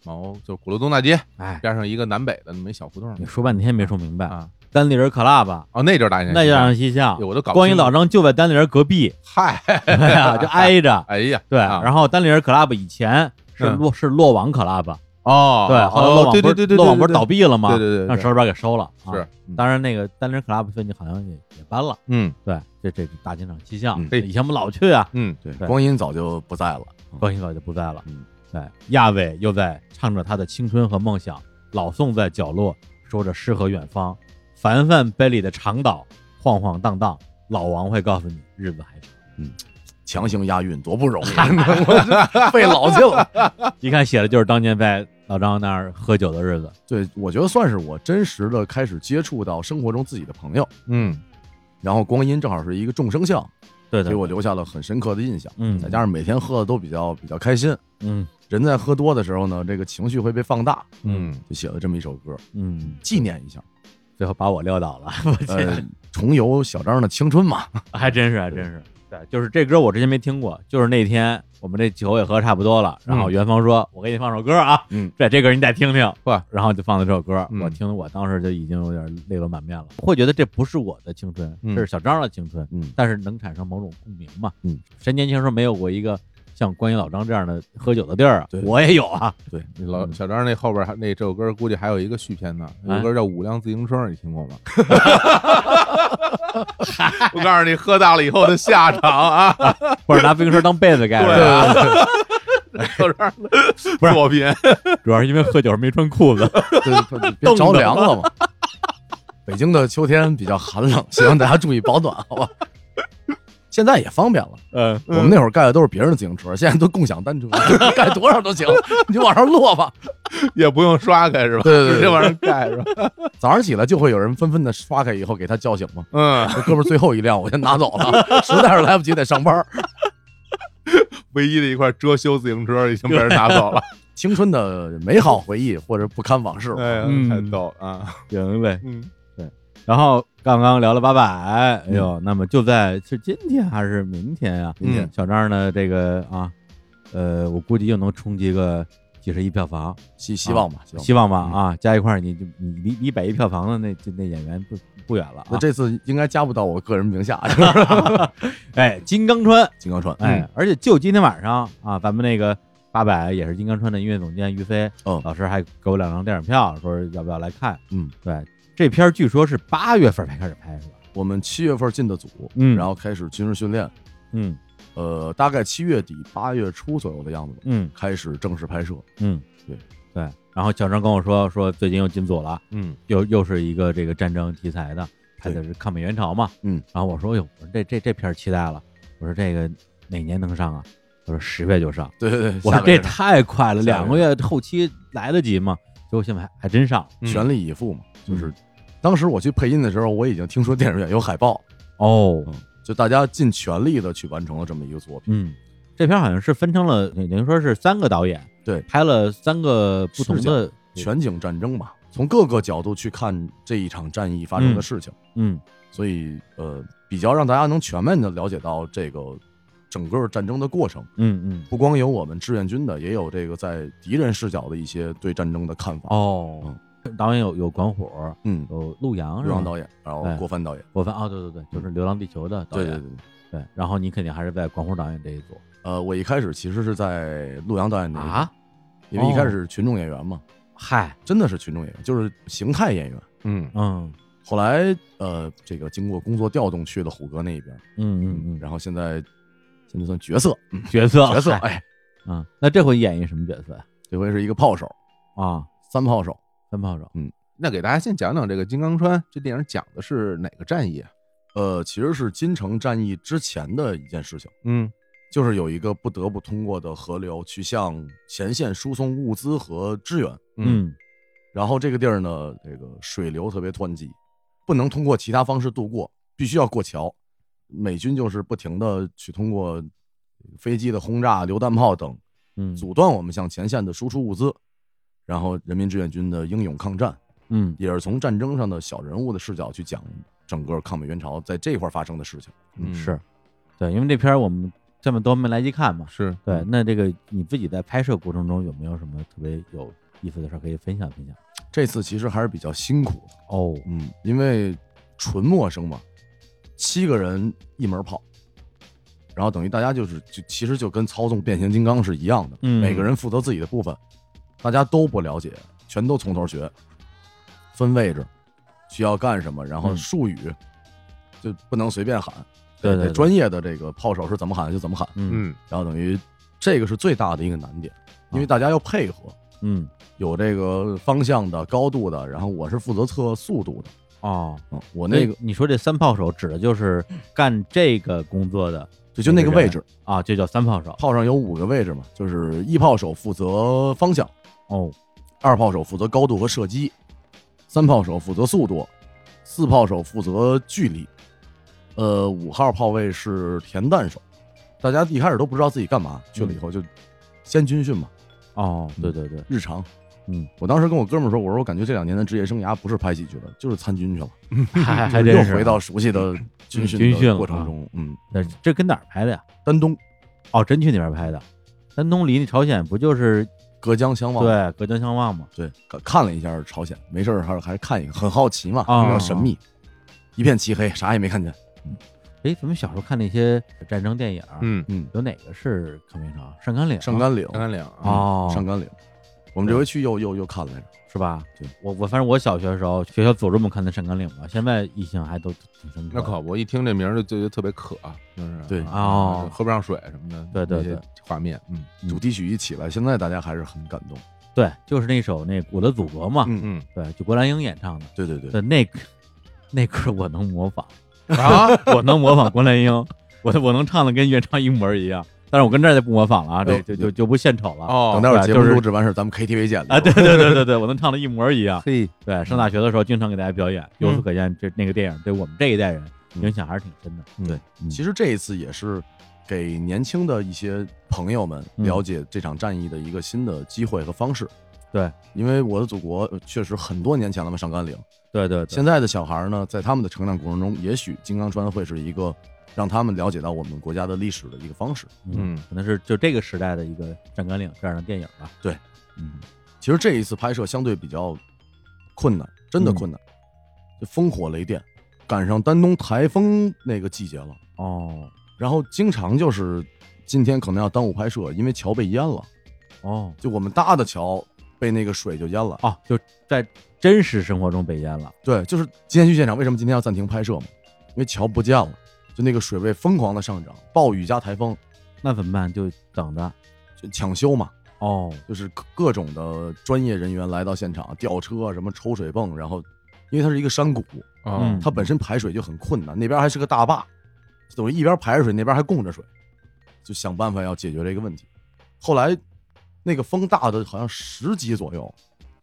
毛就鼓楼东大街哎，边上一个南北的那么一小胡同你说半天没说明白，啊，丹立人 club，哦，那就是大金那叫上西巷。我都搞不光阴清楚老张就在丹立人隔 壁，嗨，对啊，就挨着。哎呀，对，啊然后丹立人 club 以前是嗯洛是洛网 club，哦，对，后来洛哦网对不对是对对，洛网不是对倒，闭了吗？对对对对让石老板给收了。啊是，嗯当然那个丹立人 club 最近好像也也搬了。嗯对，这这大金厂西巷嗯，嘿以前我们老去啊，嗯，对，对光阴早就不在了，关系早就不在了。嗯，对，亚伟又在唱着他的青春和梦想，老宋在角落说着诗和远方，凡凡杯里的长岛晃晃荡荡，老王会告诉你日子还长。强行押韵多不 容易，费老劲了。一看写的就是当年在老张那儿喝酒的日子。对，我觉得算是我真实的开始接触到生活中自己的朋友，嗯，然后光阴正好是一个众生相，对的给，我留下了很深刻的印象。嗯再加上每天喝的都比较比较开心，嗯人在喝多的时候呢，这个情绪会被放大，嗯，就写了这么一首歌，嗯，纪念一下，最后把我撂倒了， 呃，重游小张的青春嘛。 啊还真是还真是。对，就是这歌我之前没听过，就是那天我们这酒也喝差不多了，然后元芳说：“我给你放首歌啊，嗯，这这歌你得听听。”哇，然后就放了这首歌，嗯我听我当时就已经有点泪流满面了，会觉得这不是我的青春，嗯这是小张的青春，嗯但是能产生某种共鸣嘛？嗯，谁年轻时候没有过一个像关于老张这样的喝酒的地儿啊对？我也有啊，老小张那后边还那这首歌估计还有一个续篇呢，有哎一歌叫《五辆自行车》，你听过吗？我告诉你，喝大了以后的下场啊，或者拿自行车当被子盖对着，啊，小张不是作品，主要是因为喝酒时没穿裤子。对对别着凉了嘛。北京的秋天比较寒冷，希望大家注意保暖，好吧？ 现在也方便了，嗯，我们那会儿盖的都是别人的自行车，现在都共享单车， 盖多少都行，你就往上落 吧。 也不用刷开是吧？对对对直接往上盖 是吧？早上起来就会有人纷纷的刷开以后给他叫醒嘛。嗯，这哥们儿最后一辆我先拿走了，实在是来不及得上班儿。唯一的一块遮羞自行车已经被 人拿走了，青春的美好回忆或者不堪往事，哎呀，嗯太逗了啊！行呗。嗯，然后刚刚聊了八百，哎嗯呦，那么就在是今天还是明天啊？明天小张呢，这个啊，呃，我估计又能冲击个几十亿票房，希希望吧，希望吧。希望吧啊，加一块儿你就你离离百亿票房的那就那演员不不远了那啊。这次应该加不到我个人名下， 哎，金刚川，金 刚川，哎，而且就今天晚上啊，咱们那个八百也是金刚川的音乐总监于飞嗯老师还给我两张电影票，说要不要来看？嗯，对，这片儿据说是八月份才开始拍是吧？我们七月份进的组，嗯然后开始军事训练，嗯呃，大概七月底八月初左右的样子吧，嗯。开始正式拍摄。嗯，对对。然后小张跟我说说最近又进组了，嗯，又又是一个这个战争题材的，拍的对是抗美援朝嘛，嗯。然后我说哎哟，我说这这这片儿期待了，我说这个哪年能上啊？我说十月就上，对对对，我下说个这月太快了，下个两个月后期来得及吗？结果现在还还真上了嗯全力以赴嘛，嗯就是当时我去配音的时候，我已经听说电影院有海报，哦，就大家尽全力的去完成了这么一个作品。嗯。这片儿好像是分成了，等于说是三个导演，对拍了三个不同的，全景战争嘛，从各个角度去看这一场战役发生的事情，嗯所以呃，比较让大家能全面的了解到这个整个战争的过程，嗯嗯，不光有我们志愿军的，也有这个在敌人视角的一些对战争的看法。哦，导演有有管虎，嗯，有陆阳是吧刘洋？导演，然后哎郭帆导演，我翻哦，对对对，就是《流浪地球》的导对演，对对。对对然后你肯定还是在广虎导演这一组呃，我一开始其实是在陆洋导演那里，？因为一开始是群众演员嘛，嗨，真的是群众演员，就是形态演员。嗯嗯后来呃，这个经过工作调动去了虎哥那一边，嗯嗯然后现在现在算角色嗯，角色角色，嗨哎，嗯，那这回演绎什么角色呀？这回是一个炮手，啊，三炮手。三炮手，那给大家先讲讲这个《金刚川》这电影讲的是哪个战役啊？呃，其实是金城战役之前的一件事情，嗯就是有一个不得不通过的河流去向前线输送物资和支援。嗯然后这个地儿呢，这个水流特别湍急，不能通过其他方式渡过，必须要过桥。美军就是不停的去通过飞机的轰炸、榴弹炮等，嗯阻断我们向前线的输出物资。然后人民志愿军的英勇抗战，嗯也是从战争上的小人物的视角去讲整个抗美援朝在这块儿发生的事情。嗯是，对，因为这片儿我们这么多没来及看嘛，是对，那这个你自己在拍摄过程中有没有什么特别有意思的事儿可以分享分享？这次其实还是比较辛苦的，哦，嗯，因为纯陌生嘛，七个人一门炮，然后等于大家就是就其实就跟操纵变形金刚是一样的，嗯每个人负责自己的部分，大家都不了解，全都从头学，分位置，需要干什么，然后嗯术语、就不能随便喊，对对得得对专业的这个炮手是怎么喊就怎么喊，嗯嗯然后等于这个是最大的一个难点，因为大家要配合。嗯有这个方向的、高度的，然后我是负责测速度的。哦，嗯，我我那个你说这三炮手指的就是干这个工作的就就那个位置，啊，就叫三炮手炮上有五个位置嘛，就是一炮手负责方向，哦，二炮手负责高度和射击，三炮手负责速度，四炮手负责距离，呃，五号炮位是填弹手。大家嗯一开始都不知道自己干嘛，去了以后就先军训嘛，哦，对对对，日常嗯，我当时跟我哥们儿说，我说我感觉这两年的职业生涯不是拍喜剧了，就是参军去了， 还还就是真又是回到熟悉的军训嗯军训的了过程中。嗯，呃这跟哪儿拍的呀？丹东哦，真去那边拍的。丹东离那朝鲜不就是隔江相望，对隔江相望吗？对，看看了一下朝鲜，没事儿还是还是看一看，很好奇嘛，啊比较神秘，一片漆黑，啥也没看见。哎，咱们小时候看那些战争电影，嗯，嗯，有哪个是抗美援朝？上甘岭，上甘岭，张甘岭啊，哦，上甘岭，我们这回去又又又看来着，是吧？对，我我反正我小学的时候，学校组织我们看的《上甘岭》嘛，现在印象还都挺深刻。那可不，一听这名儿就就觉得特别渴，就是对啊哦喝不上水什么的，对对那些对画面，嗯嗯主题曲一起来，现在大家还是很感动。对，就是那首那《我的祖国》嘛，嗯嗯对，就郭兰英演唱的。对对对，对，那个 那歌我能模仿，啊， 我能模仿郭兰英，我我能唱的跟原唱一模一样。但是我跟这儿就不模仿了啊，这哎就就就不献丑了。哦等，待会儿对节目就是录制完事儿，咱们 KTV 见。啊，对对对对对，我能唱的一模一样。嘿，对，上大学的时候经常给大家表演，由此可见，这那个电影对我们这一代人影响还是挺深的。对，嗯其实这一次也是给年轻的一些朋友们嗯了解这场战役的一个新的机会和方式。对，因为我的祖国呃确实很多年前了嘛，上甘岭。对对对，现在的小孩儿呢，在他们的成长过程中，也许金刚川会是一个让他们了解到我们国家的历史的一个方式。嗯可能是就这个时代的一个《上甘岭》这样的电影吧。对，嗯，其实这一次拍摄相对比较困难，真的困难，就烽火雷电，赶上丹东台风那个季节了。哦然后经常就是今天可能要耽误拍摄，因为桥被淹了，哦就我们搭的桥被那个水就淹了。哦，就在真实生活中被淹了。对，就是今天去现场，为什么今天要暂停拍摄嘛？因为桥不见了，就那个水位疯狂的上涨，暴雨加台风，那怎么办？就等着就抢修嘛，哦，就是各各种的专业人员来到现场，吊车啊什么抽水泵，然后因为它是一个山谷，啊，它本身排水就很困难，那边还是个大坝，等于一边排着水，那边还供着水，就想办法要解决这个问题。后来那个风大的好像十级左右，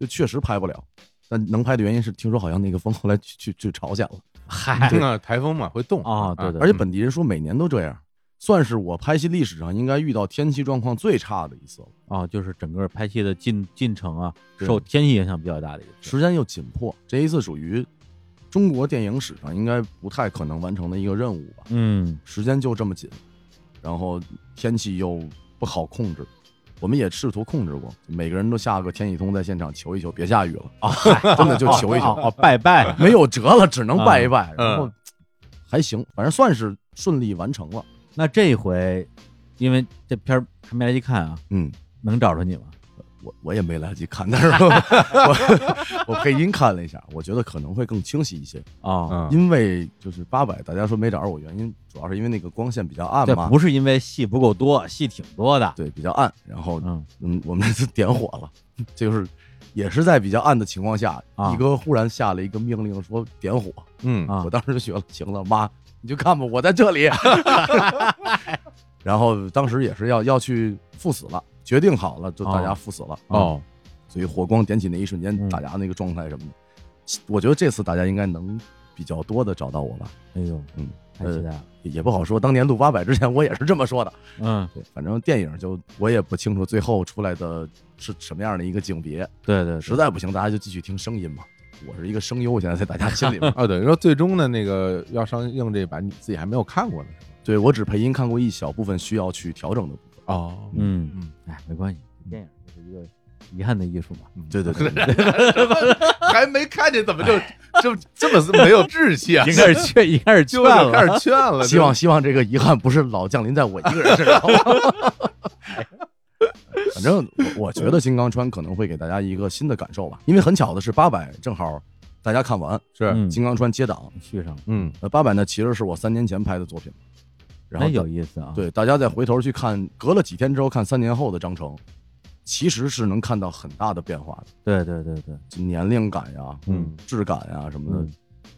就确实拍不了。但能拍的原因是，听说好像那个风后来去去去朝鲜了，嗨，那嗯台风嘛会动哦对对而且本地人说每年都这样，算是我拍戏历史上应该遇到天气状况最差的一次了。哦，就是整个拍戏的进进程啊，对受天气影响比较大的一个时间又紧迫，这一次属于中国电影史上应该不太可能完成的一个任务吧。嗯时间就这么紧，然后天气又不好控制，我们也试图控制过，每个人都下个天气通在现场求一求，别下雨了 啊，真的就求一哦求，哦，拜拜，没有辙了，只能拜一拜，嗯然后还行，反正算是顺利完成了。那这回，因为这片儿还没来得及看啊，嗯，能找着你吗？我我也没来得及看，但是 我我配音看了一下，我觉得可能会更清晰一些，哦，嗯，因为就是八百，大家说没找着我，原因主要是因为那个光线比较暗对，嘛，不是因为戏不够多，戏挺多的。对，比较暗，然后嗯，嗯，我们就点火了， 就是也是在比较暗的情况下，啊一哥忽然下了一个命令说点火，嗯啊我当时就觉得行了，妈，你就看吧，我在这里。 然后当时也是要要去赴死了，决定好了，就大家哦赴死了。啊哦，，所以火光点起那一瞬间，嗯大家那个状态什么的，我觉得这次大家应该能比较多的找到我吧，哎呦，嗯，太期待了。也不好说。当年录八百之前，我也是这么说的。嗯，对，反正电影就我也不清楚最后出来的是什么样的一个景别，对对，对实在不行大家就继续听声音嘛。我是一个声优，现在在大家心里 面哦，等于说最终的那个要上映这版，你自己还没有看过呢，是吧对我只配音看过一小部分需要去调整的部分。哦，嗯嗯，哎，没关系，电影就是一个遗憾的艺术嘛。对对对，对 还没看见，怎么就 就这么没有志气啊哎已？经开始 劝，已经开始劝 就有点了。开啊始 劝了，希望希望这个遗憾不是老降临在我一个人身上。反正我我觉得《金刚川》可能会给大家一个新的感受吧，因为很巧的是，八百正好大家看完是， 《嗯，金刚川》接档，续上了，嗯呃，八百呢其实是我三年前拍的作品，然那后有意思啊。，对，大家再回头去看，隔了几天之后看三年后的张成，其实是能看到很大的变化的，对对对对，就年龄感呀、嗯质感呀什么的，嗯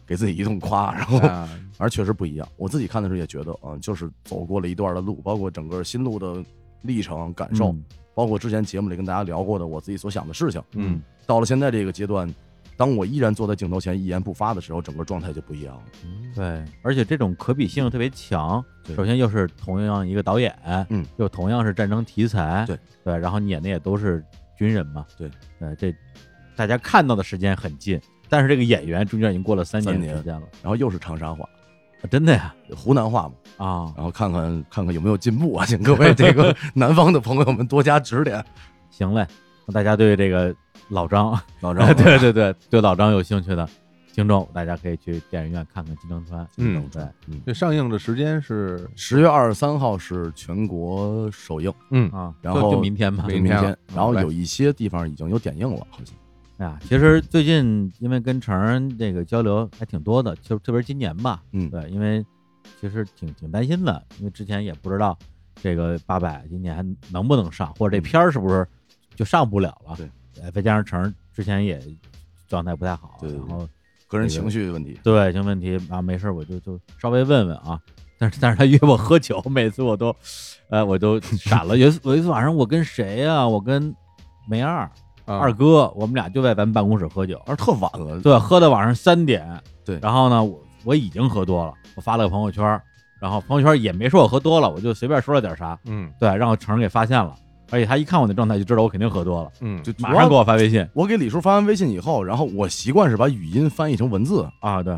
给自己一顿夸，然后啊 而确实不一样。我自己看的时候也觉得，啊、就是走过了一段的路，包括整个心路的历程感受，嗯包括之前节目里跟大家聊过的我自己所想的事情，嗯，到了现在这个阶段。当我依然坐在镜头前一言不发的时候，整个状态就不一样了。对，而且这种可比性特别强。对首先又是同样一个导演，嗯，又同样是战争题材，对对，然后你演的也都是军人嘛，对，呃，这大家看到的时间很近，但是这个演员中间已经过了三三年的年时间了，然后又是长沙话，啊真的呀湖南话嘛，啊，然后看看看看有没有进步啊， 请各位这个南方的朋友们多加指点。行嘞，那大家对这个老张，，老张 对对对，对老张有兴趣的听众，大家可以去电影院看看《金正川》，嗯对，这上映的时间是十月二十三号是全国首映，嗯啊，然就后就明天吧，明明天天啊了，然后拜有一些地方已经有点映了，好像。哎呀，其实最近因为跟成儿这个交流还挺多的，就特别是今年吧，嗯对，因为其实挺挺担心的，因为之前也不知道这个八百今年还能不能上，或者这片儿是不是就上不了了，对对，再加上成儿之前也状态不太好，对对然对后个人这个情绪问题，对性问题啊，没事儿我就就稍微问问啊，但是但是他约我喝酒，每次我都，呃，我都闪了，有一次有一次晚上我跟谁啊，我跟梅二。啊二哥，我们俩就在咱们办公室喝酒，而特晚了，对，喝到晚上三点，对然后呢，我我已经喝多了，我发了个朋友圈儿，然后朋友圈儿也没说我喝多了，我就随便说了点啥，嗯对，让成儿给发现了，而且他一看我的状态就知道我肯定喝多了，嗯就马上给我我发微信我给李叔发完微信以后，然后我习惯是把语音翻译成文字，啊，对，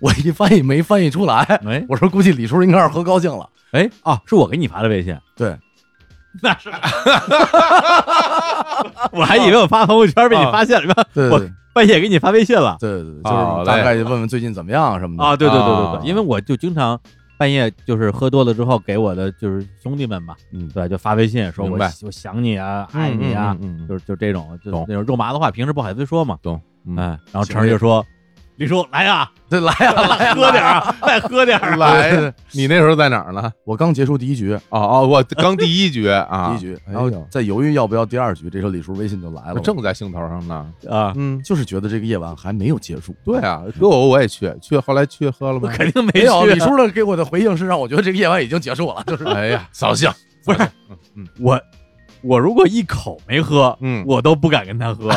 我一翻译没翻译出来，哎 我说估计李叔应该是喝高兴了，哎啊，是我给你发的微信，对， 那是， 我还以为我发朋友圈被你发现了， 对 我对半夜给你发微信了对对，对就是好嘞大概就问问最近怎么样什么的啊，对对对对啊对，因为我就经常。半夜就是喝多了之后，给我的就是兄弟们嘛，嗯，对，就发微信说我明白我想你啊，嗯爱你啊，嗯嗯嗯就是就这种，就是懂那种肉麻的话，平时不好意思说嘛。懂嗯哎，然后成儿就说：“李叔来啊呀，对来呀来呀喝点儿啊，再喝点嗯儿啊。 来呀，你那时候在哪儿呢？我刚结束第一局，哦哦，我刚第一局啊， 第一局，哎然后呦再犹豫要不要第二局，这时候李叔微信就来我了，正在兴头上呢。”啊，嗯，就是觉得这个夜晚还没有结束，对啊，给我我也去，去后来去喝了吗？肯定没没有，啊去哎李叔的给我的回应是让我觉得这个夜晚已经结束了， 就是哎呀，扫兴。不是我，我如果一口没喝，嗯我都不敢跟 他喝。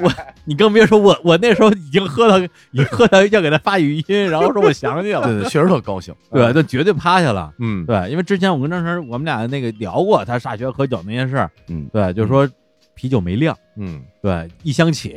我你更别说我，我那时候已经喝到，已经喝到要给他发语音，然后说我想 你了，对对，确实特高兴。对，就绝对趴下了。嗯，对，因为之前我跟张成，我们俩那个聊过他上学喝酒那件事儿，嗯，对，就是说啤酒没量，嗯，对，一相起，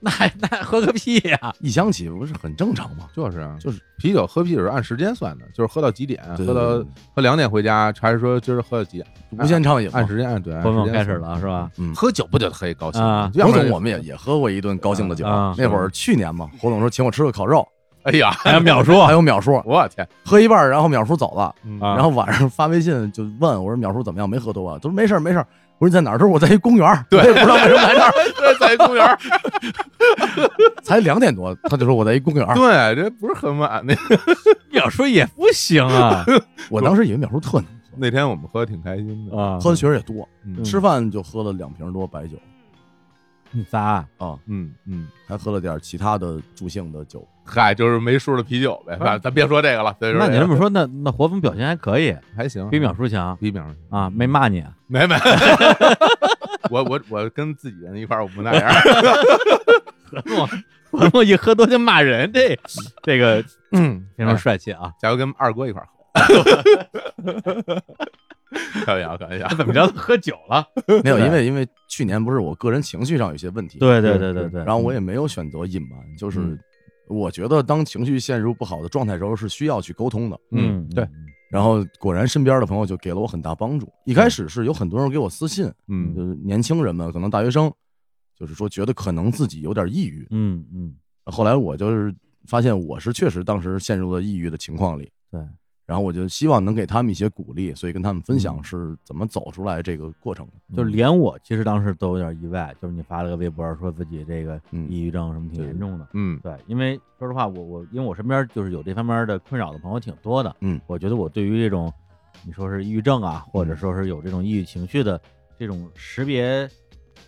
那那喝个屁呀、一想起不是很正常吗？就是啊就是啤酒喝啤酒是按时间算的，就是喝到几点，对啊喝到喝两点回家，还是说今儿喝到几点？无限畅饮啊嘛按时间按对，按活时动间开始算了是吧？嗯喝酒不就可以高兴啊吗？要侯不然总，我们也也喝过一顿高兴的酒啊。那会儿去年嘛，侯总说请我吃个烤肉，哎呀，还有秒叔，还有淼叔我 嗯天，喝一半儿，然后淼叔走了，啊然后晚上发微信就问我说淼叔怎么样，没喝多啊吧？他说没事儿没事儿。我说你在哪儿？他说我在一公园儿，我也不知道为什么来这儿，对，在 公园儿，才两点多，他就说我在一公园儿。对，这不是很晚。那秒叔也不行 啊我当时以为淼叔特能喝，嗯那天我们喝得挺开心的，啊！喝的确实也多，嗯吃饭就喝了两瓶多白酒，你仨啊嗯嗯，还喝了点其他的助兴的酒。嗨，就是没数的啤酒呗，反正咱别说这个了。再说啊那你这个么说，那那活峰表现还可以，还行，比秒叔强比秒数啊，没骂你啊 没没，我我我跟自己人一块儿，我不那样。 活动一喝多就骂人，这这个嗯，非常帅气啊！下回跟二哥一块儿 喝。开玩笑，开玩笑他。怎么着喝酒了？没有，因为因为去年不是我个人情绪上有一些问题，对对对对对，嗯然后我也没有选择隐瞒，就是嗯我觉得当情绪陷入不好的状态时候是需要去沟通的。嗯对，然后果然身边的朋友就给了我很大帮助。一开始是有很多人给我私信，嗯就是年轻人们，可能大学生，就是说觉得可能自己有点抑郁。嗯嗯后来我就是发现我是确实当时陷入了抑郁的情况里，对，然后我就希望能给他们一些鼓励，所以跟他们分享嗯是怎么走出来这个过程的。就是连我其实当时都有点意外，就是你发了个微博说自己这个嗯抑郁症什么挺严重的，嗯对，因为说实话，我我因为我身边就是有这方面的困扰的朋友挺多的，嗯，我觉得我对于这种你说是抑郁症啊，或者说是有这种抑郁情绪的这种识别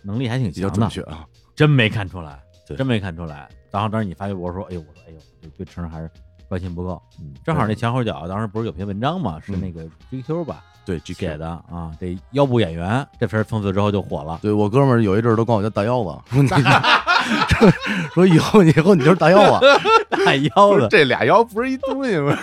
能力还挺比较强准的，确啊，真没看出来，对真没看出来。然后当时你发微博说，哎呦，我说哎呦，对对成还是关心不够。嗯正好那墙后脚当时不是有篇文章嘛，是那个 GQ 吧对嗯 G 写的啊，这腰部演员这词儿从此之后就火了。 对我哥们儿有一阵儿都管我叫大腰子，说你啊 说以后以后你就是大 腰子，啊大腰不是子，这俩腰不是一东 西吗？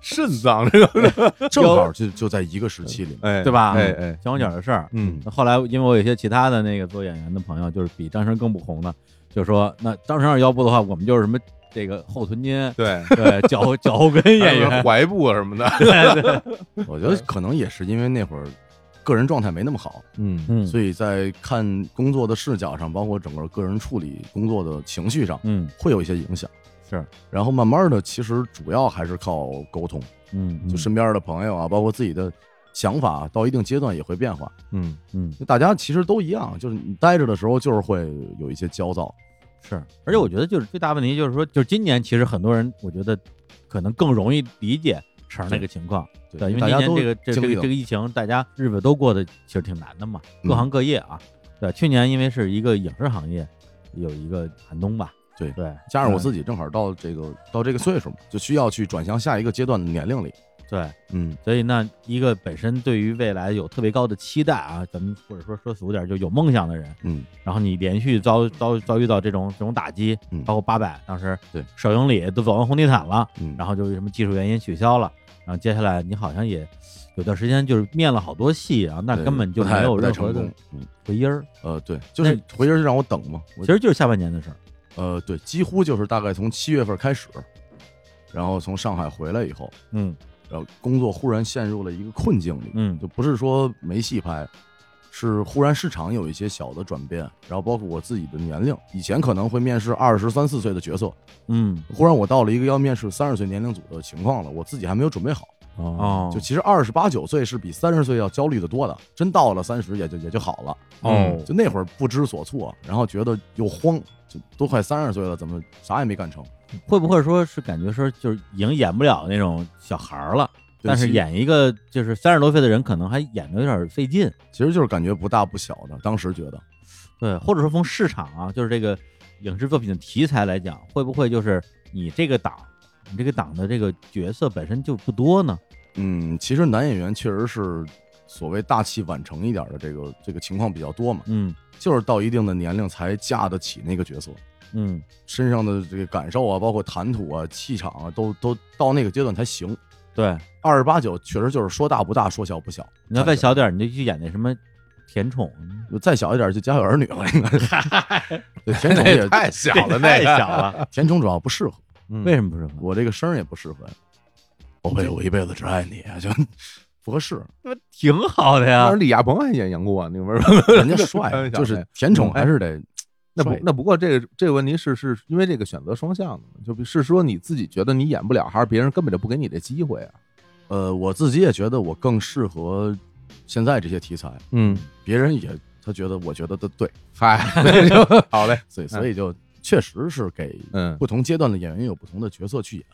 肾脏这个，正好就就在一个时期里面。哎，对吧？嗯哎哎，前后脚的事儿。嗯那后来因为我有一些其他的那个做演员的朋友，就是比张生更不红的，就说那张生要是腰部的话，我们就是什么这个后臀 筋，对，对，脚后脚后跟演还有员，怀部啊什么的，我觉得可能也是因为那会儿个人状态没那么好，嗯 嗯所以在看工作的视角上，包括整个个人处理工作的情绪上，嗯会有一些影响。是，然后慢慢的，其实主要还是靠沟通，嗯，就身边的朋友啊，包括自己的想法，到一定阶段也会变化。嗯，嗯就大家其实都一样，就是你待着的时候，就是会有一些焦躁。是，而且我觉得就是最大问题就是说，就是今年其实很多人，我觉得可能更容易理解成 那个情况，对，因为大今家年都这个这个经这历个了这个疫情，大家日子都过得其实挺难的嘛，各嗯行各业啊，对，去年因为是一个影视行业有一个寒冬吧，对对，加上我嗯自己正好到这个到这个岁数嘛，就需要去转向下一个阶段的年龄里。对，嗯，所以那一个本身对于未来有特别高的期待啊，咱们或者说说俗点儿，就有梦想的人，嗯，然后你连续遭遭遭遇到这种这种打击，嗯包括八百当时对首映礼都走完红地毯了，嗯然后就是什么技术原因取消了，然后接下来你好像也有段时间就是面了好多戏，然后那对根本就不太没有不太任何成的功。嗯，回音儿，呃，对，就是回音儿就让我等嘛。我其实就是下半年的事儿。呃，对，几乎就是大概从七月份开始，然后从上海回来以后，嗯然后工作忽然陷入了一个困境里。嗯就不是说没戏拍，是忽然市场有一些小的转变，然后包括我自己的年龄，以前可能会面试二十三四岁的角色，嗯忽然我到了一个要面试三十岁年龄组的情况了，我自己还没有准备好。哦，就其实二十八九岁是比三十岁要焦虑的多的，真到了三十也就也就好了。嗯哦就那会儿不知所措，然后觉得又慌，就都快三十岁了，怎么啥也没干成？会不会说是感觉说就是已经演不了那种小孩儿了，对但是其演一个就是三十多岁的人，可能还演的有点费劲。其实就是感觉不大不小的，当时觉得，对，或者说从市场啊，就是这个影视作品的题材来讲，会不会就是你这个档，你这个档的这个角色本身就不多呢？嗯，其实男演员确实是所谓大器晚成一点的这个这个情况比较多嘛。嗯就是到一定的年龄才架得起那个角色，嗯身上的这个感受啊，包括谈吐啊、气场啊，都都到那个阶段才行。对，二十八九确实就是说大不大，说小不小。你要再小点儿，你就去演那什么甜宠，再小一点就家有儿女了，应该是。对， 田虫那也也太小了，那太个小了，田虫主要不适合，为什么不是合？我这个声儿也不适合。宝贝，我一辈子只爱你，啊就不合适。挺好的当呀时，李亚鹏还演杨过啊，你们人家 开帅，玩笑嗯哎就是田虫还是得那不帅那不过这个这个问题是是因为这个选择双向的嘛，就是说你自己觉得你演不了，还是别人根本就不给你这机会啊？呃，我自己也觉得我更适合现在这些题材，嗯，别人也他觉得我觉得他对。嗨，那就好嘞，所以所嗯以就确实是给嗯不同阶段的演员有不同的角色去演，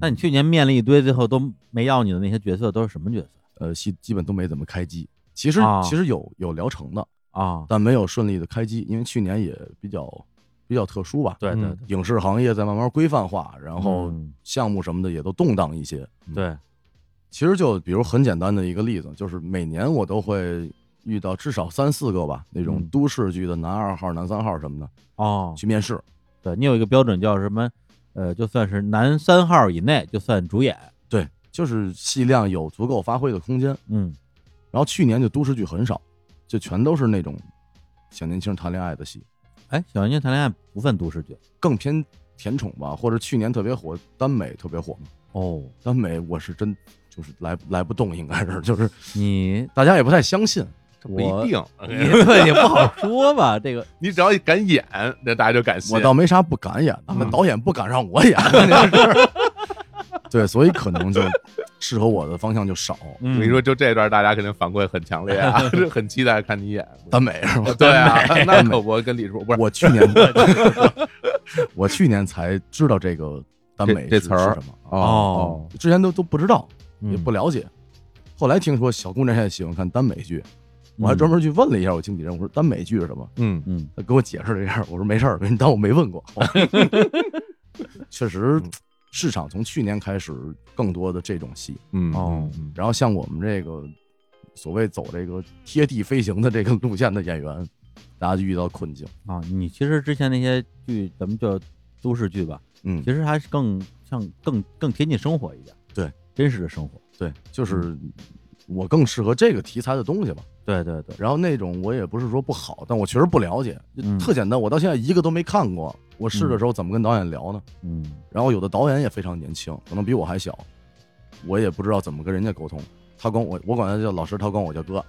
那你去年面了一堆，最后都没要你的那些角色都是什么角色呃，戏基本都没怎么开机。其实、啊其实有有疗程的，啊？但没有顺利的开机，因为去年也比较比较特殊吧。对对嗯影视行业在慢慢规范化，然后嗯项目什么的也都动荡一些。对，其实就比如很简单的一个例子，就是每年我都会遇到至少三四个吧那种嗯都市剧的男二号、男三号什么的哦，去面试。对你有一个标准叫什么？呃，就算是男三号以内就算主演。对，就是戏量有足够发挥的空间。嗯然后去年就都市剧很少，就全都是那种小年轻谈恋爱的戏，哎，小年轻谈恋爱不算都市剧更偏甜宠吧，或者去年特别火，耽美特别火嘛。哦，耽美我是真就是来来不动，应该是就是你大家也不太相信。不一定，你对 也不好说 吧，这个你只要敢演，那大家就敢信。我倒没啥不敢演的，嗯那导演不敢让我 演，就是对，所以可能就适合我的方向就少。嗯我跟你说，就这段大家肯定反馈很强烈啊，就很期待看你演。耽美是吧？对啊，那可我跟李叔不是我去年 我去年才知道这个耽美这这是词儿是什么啊。哦，之前都都不知道，嗯也不了解。后来听说小姑娘也喜欢看耽美剧，我还专门去问了一下我经纪人，我说耽美剧是什么？嗯嗯他给我解释了一下，我说没事儿，当我没问 过。确实，市场从去年开始更多的这种戏，嗯哦嗯然后像我们这个所谓走这个贴地飞行的这个路线的演员，大家就遇到困境。啊，你其实之前那些剧，咱们叫都市剧吧，嗯其，实还是更像更更贴近生活一点，对，真实的生活，嗯对，就是我更适合这个题材的东西吧。对对对，然后那种我也不是说不好，但我确实不了解，就嗯特简单，我到现在一个都没看过。我试嗯的时候怎么跟导演聊呢？嗯然后有的导演也非常年轻，可能比我还小，我也不知道怎么跟人家沟通。他管我，我管他叫老师，他管我叫哥，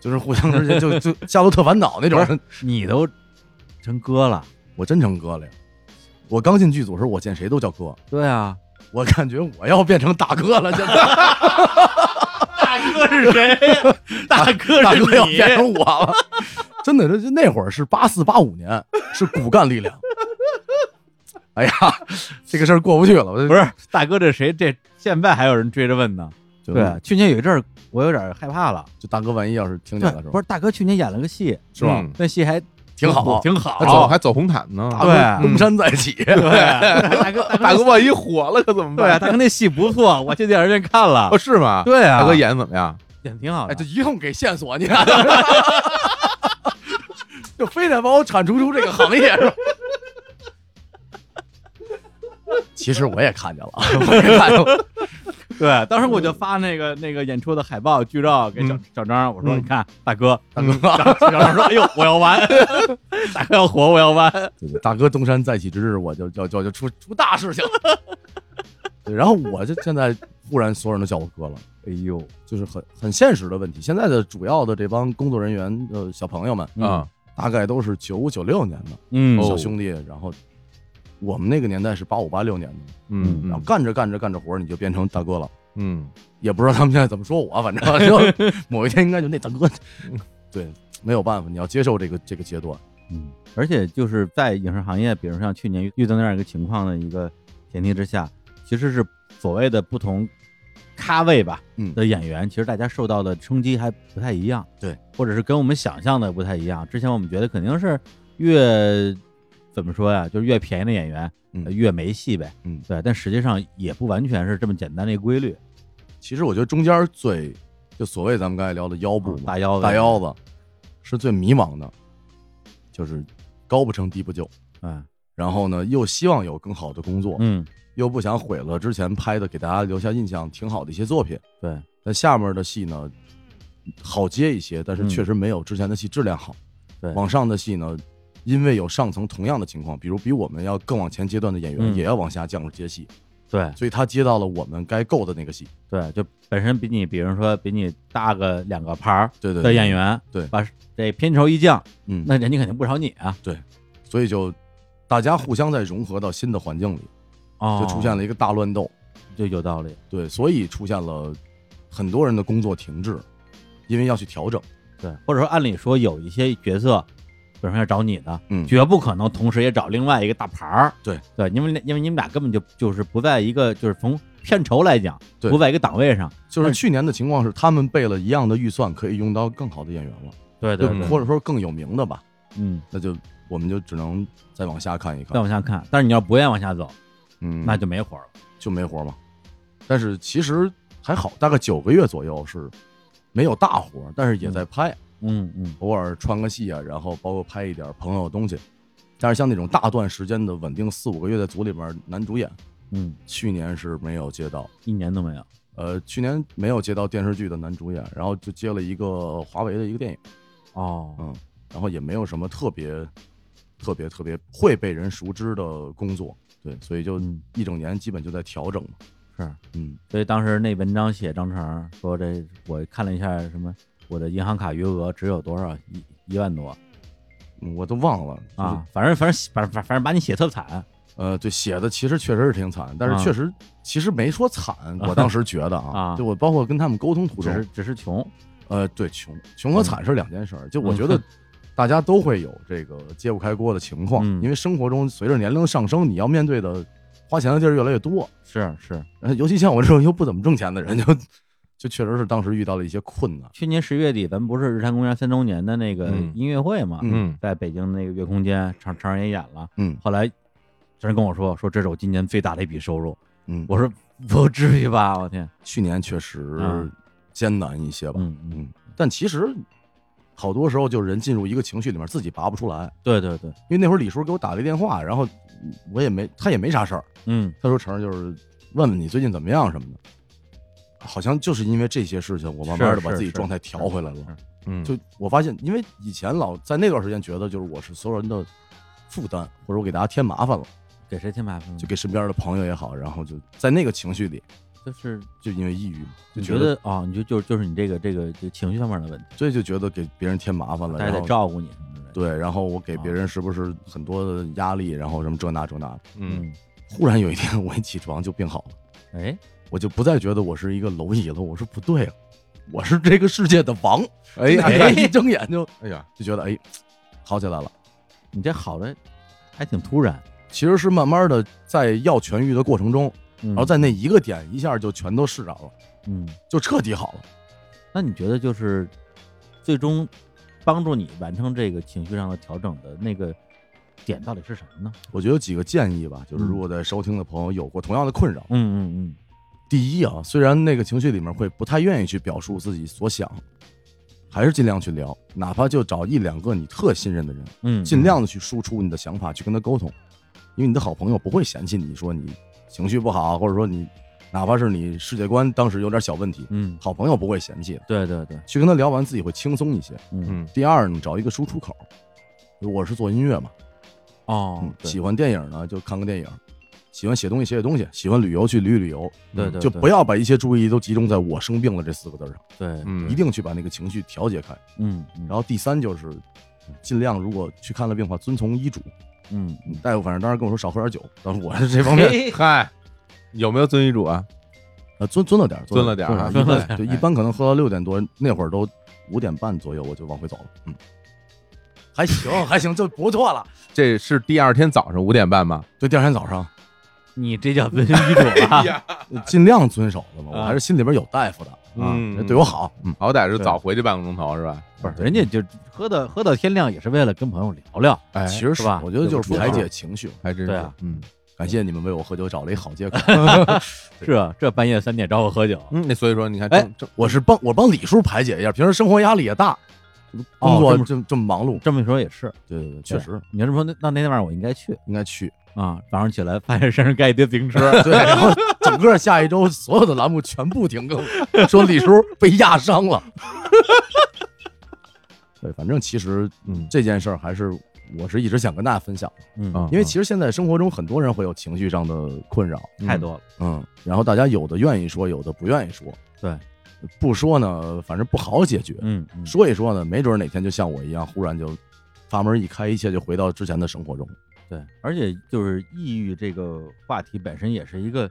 就是互相之间就就《夏洛特烦恼》那种。你都成哥了，我真成哥了呀！我刚进剧组时候，我见谁都叫哥，对啊，我感觉我要变成大哥了，现在大哥是谁？大哥 大是哥要你变成我了。真的，这这那会儿是八四八五年，是骨干力量。哎呀，这个事儿过不去了，我就不是大哥这谁？这现在还有人追着问呢，就对，啊去年有一阵儿我有点害怕了，就大哥万一要是听见对了是吧？，不是大哥去年演了个戏，是吧？嗯那戏还挺好，挺还好走，还走红毯呢，大对哥东山再起，大哥大啊哥万一火了可怎么对啊，办？大哥那戏不错，我去电影院看了哦，，是吗？对啊，大哥演得怎么样？演挺好哎，这的，一通给线索，你看， 就非得把我铲除出这个行业是吧？ 其实我也看见了， 我也看见了，对，当时我就发那个那个演出的海报剧照给小嗯小张，我说嗯你看大哥，大哥，小张说哎呦我要完， 大哥要火我要完，对对大哥东山再起之日，我就就就就出出大事 情了。对，然后我就现在忽然所有人都叫我哥了，哎呦，就是很很现实的问题。现在的主要的这帮工作人员呃小朋友们，啊，大概都是九五九六年的，嗯哦小兄弟，然后我们那个年代是八五八六年的，嗯然后嗯干着干着干着活儿，你就变成大哥了。嗯，也不知道他们现在怎么说我，反正 就某一天应该就那大哥，对，没有办法，你要接受这个这个阶段。嗯，而且就是在影视行业，比如像去年遇到那样一个情况的一个前提之下，其实是所谓的不同咖位吧，嗯的演员，其实大家受到的冲击还不太一样，对，或者是跟我们想象的不太一样。之前我们觉得肯定是越怎么说呀，就是越便宜的演员、嗯呃越没戏呗，嗯对，但实际上也不完全是这么简单的一个规律，其实我觉得中间最就所谓咱们刚才聊的腰部啊嘛、大腰子大，腰子，是最迷茫的，就是高不成低不就。嗯然后呢，又希望有更好的工作，嗯，又不想毁了之前拍的给大家留下印象挺好的一些作品。对，但下面的戏呢，好接一些，但是嗯确实没有之前的戏质量好。对往上的戏呢，因为有上层同样的情况，比如比我们要更往前阶段的演员嗯也要往下降接戏，对所以他接到了我们该够的那个戏。对，就本身比你，比如说比你大个两个牌儿。对对的对，演员，对把这片酬一降，嗯，那人家肯定不少你啊，所以就大家互相在融合到新的环境里，哦就出现了一个大乱斗。就有道理，对，所以出现了很多人的工作停滞，因为要去调整。嗯对，或者说按理说有一些角色，比如说要找你的，嗯绝不可能同时也找另外一个大牌儿，对对，因为因为你们俩根本就就是不在一个，就是从片酬来讲，对不在一个档位上，就是去年的情况是，他们备了一样的预算，可以用到更好的演员了，对就对对，或者说更有名的吧。嗯，那就我们就只能再往下看一再看，往下看，但是你要不愿意往下走，嗯，那就没活儿了，就没活嘛。但是其实还好，大概九个月左右是没有大活，但是也在拍，嗯嗯，偶尔串个戏啊，然后包括拍一点朋友的东西。但是像那种大段时间的稳定四五个月在组里边男主演，嗯，去年是没有接到，一年都没有，呃，去年没有接到电视剧的男主演，然后就接了一个华为的一个电影，哦，嗯，然后也没有什么特别、特别、特别会被人熟知的工作，对，所以就嗯一整年基本就在调整嘛。是，嗯，所以当时那文章写张成说这，我看了一下什么，我的银行卡余额只有多少一一万多我都忘了就是啊，反正反正反反反正把你写特惨，呃，对，写的其实确实是挺惨，但啊是确实、其实没说惨，我当时觉得啊， 啊就我包括跟他们沟通途只是中，只是穷，呃，对，穷穷和嗯惨是两件事儿，就我觉得。大家都会有这个揭不开锅的情况，嗯因为生活中随着年龄上升，你要面对的花钱的地儿越来越多， 是是。呃，尤其像我这种又不怎么挣钱的人， 就就确实是当时遇到了一些困难。去年十月底，咱们不是日坛公园三周年的那个嗯音乐会嘛，嗯在北京那个月空间，常常人也演了。嗯后来，常人跟我说，说这是我今年最大的一笔收入。嗯，我说不至于吧，我天，去年确实嗯艰难一些吧，嗯嗯但其实好多时候就是人进入一个情绪里面，自己拔不出来。对对对，因为那会儿李叔给我打了一电话，然后我也没他也没啥事儿，嗯他说成儿就是问问你最近怎么样什么的，好像就是因为这些事情，我慢慢的是把是自己是状态调回来了。嗯，就我发现，因为以前老在那段时间觉得就是我是所有人的负担，或者我给大家添麻烦了，给谁添麻烦了？就给身边的朋友也好，然后就在那个情绪里，就是就因为抑郁，就你觉觉得啊、你就就就是你这个这个这情绪上面的问题，所以就觉得给别人添麻烦了，大家然得后照顾你什么之类的。对，然后我给别啊人是不是很多的压力，然后什么这那这那的。嗯，忽然有一天我一起床就病好了，嗯，哎，我就不再觉得我是一个蝼蚁了，我说不对了，我是这个世界的王。 哎大家 一睁眼就哎呀，就觉得哎，好起来了。你这好的还挺突然，其实是慢慢的在要痊愈的过程中，然然后在那一个点一下就全都释然了，嗯，就彻底好了。那你觉得就是最终帮助你完成这个情绪上的调整的那个点到底是什么呢？我觉得有几个建议吧，就是嗯如果在收听的朋友有过同样的困扰，嗯嗯第一啊，虽然那个情绪里面会不太愿意去表述自己所想，还是尽量去聊，哪怕就找一两个你特信任的人，嗯嗯，尽量的去输出你的想法，去跟他沟通，因为你的好朋友不会嫌弃你说你情绪不好，或者说你哪怕是你世界观当时有点小问题，嗯，好朋友不会嫌弃的。对对对，去跟他聊完，自己会轻松一些。嗯嗯第二，你找一个输出口。我是做音乐嘛，哦嗯，对喜欢电影呢就看个电影，喜欢写东西写写东西，喜欢旅游去旅旅游，对对，就对不要把一切注意都集中在我生病了这四个字儿上，对，嗯一定去把那个情绪调节开。嗯，然然后第三就是，尽量如果去看了病的话，遵从医嘱。嗯嗯大夫反正当时跟我说少喝点酒，但是我是这方面嗨，有没有遵医嘱啊？呃遵遵了点儿，遵了了点儿儿啊一般遵了点儿对，哎一般可能喝到六点多那会儿都五点半左右我就往回走了，嗯，还行还行，就不错了。这是第二天早上五点半吗？就第二天早上你这叫遵循医嘱 啊？呃尽量遵守了嘛，啊我还是心里边有大夫的啊嗯，人对我好，嗯，好歹是对早回去半个钟头是吧？不是，人家就喝到喝到天亮也是为了跟朋友聊聊。哎其实是吧我觉得就是对排不解情绪，还真对是啊，嗯感谢你们为我喝酒找了一好借口。这啊这半夜三点找我喝酒，嗯，那所以说你看，哎正，我是帮我帮李叔排解一下，平时生活压力也大，工作哦这么这么这么忙碌，这么一说也是，对对对，确实你要这么说，那那那天晚上我应该去应该去。 啊。早上起来发现身上盖一堆自行车，对，然后整个下一周所有的栏目全部停更，说李叔被压伤了。对，反正其实嗯这件事儿还是我是一直想跟大家分享的，嗯，啊因为其实现在生活中很多人会有情绪上的困扰，太多了。嗯，然后大家有的愿意说，有的不愿意说，对，不说呢，反正不好解决，嗯，嗯说一说呢，没准哪天就像我一样，忽然就阀门一开，一切就回到之前的生活中。对，而且就是抑郁这个话题本身也是一个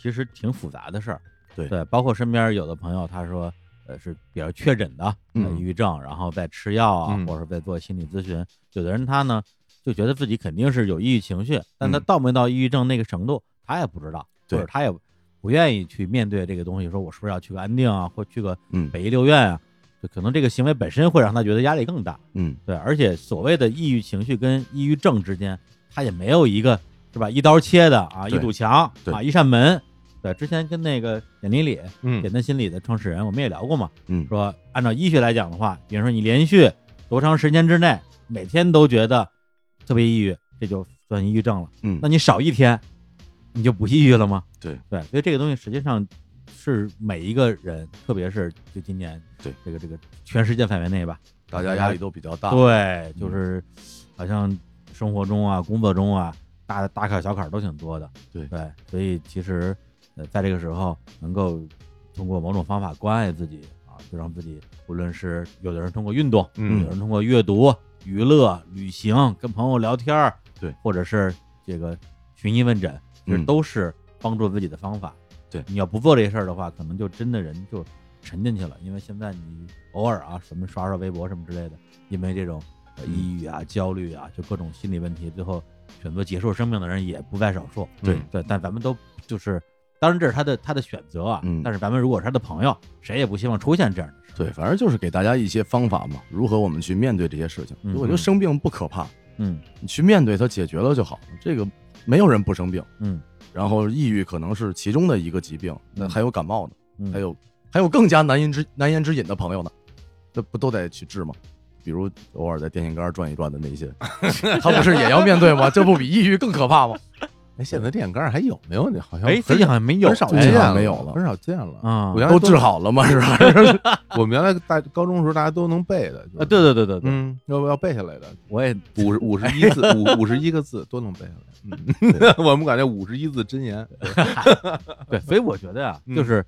其实挺复杂的事儿。对对，包括身边有的朋友他说，呃，是比较确诊的呃嗯抑郁症，然后在吃药啊，嗯或者在做心理咨询。有的人他呢就觉得自己肯定是有抑郁情绪，但他嗯到没到抑郁症那个程度，他也不知道，或对者他也不愿意去面对这个东西，说我是不是要去个安定啊，或去个嗯北医六院啊，就可能这个行为本身会让他觉得压力更大。嗯，对，而且所谓的抑郁情绪跟抑郁症之间，它也没有一个是吧一刀切的啊，对一堵墙对啊，一扇门。对，之前跟那个简林里、嗯简单心理的创始人，我们也聊过嘛，嗯说按照医学来讲的话，比如说你连续多长时间之内每天都觉得特别抑郁，这就算抑郁症了。嗯那你少一天，你就不抑郁了吗？对对，所以这个东西实际上是每一个人，特别是就今年对这个这个全世界范围内吧，大家压力都比较大。对，就嗯是好像生活中啊、工作中啊，大大坎儿小坎儿都挺多的。对对，所以其实呃，在这个时候能够通过某种方法关爱自己啊，就让自己无论是有的人通过运动，嗯有人通过阅读、娱乐、旅行、跟朋友聊天儿，对，或者是这个寻医问诊，其实嗯都是帮助自己的方法。对你要不做这些事儿的话，可能就真的人就沉进去了，因为现在你偶尔啊，什么刷刷微博什么之类的，因为这种呃抑郁啊、焦虑啊，就各种心理问题，最后选择结束生命的人也不在少数。对对，但咱们都就是，当然这是他的他的选择啊，嗯但是咱们如果是他的朋友，谁也不希望出现这样的事。对，，反正就是给大家一些方法嘛，如何我们去面对这些事情。嗯我觉得生病不可怕，嗯你去面对它，解决了就好了。这个没有人不生病，嗯然后抑郁可能是其中的一个疾病，那嗯还有感冒呢，嗯，还有还有更加难言之难言之隐的朋友呢，这不都得去治吗？比如偶尔在电线杆转一转的 那些，他不是也要面对吗？这不比抑郁更可怕吗？ 哎，现在电线杆还有没有呢？好像哎，很最近少好像没有很少最见近好了，像没有了很少见嗯了。啊我原来都治好了吗？是吧？ 我们原来大高中的时候大家都能背的，就是啊，对对对对对，嗯，要不要背下来的？我也五十五十一字，五五十一个字都能背下来。嗯，我们管这五十一字真言。呃对，所以我觉得啊，嗯就是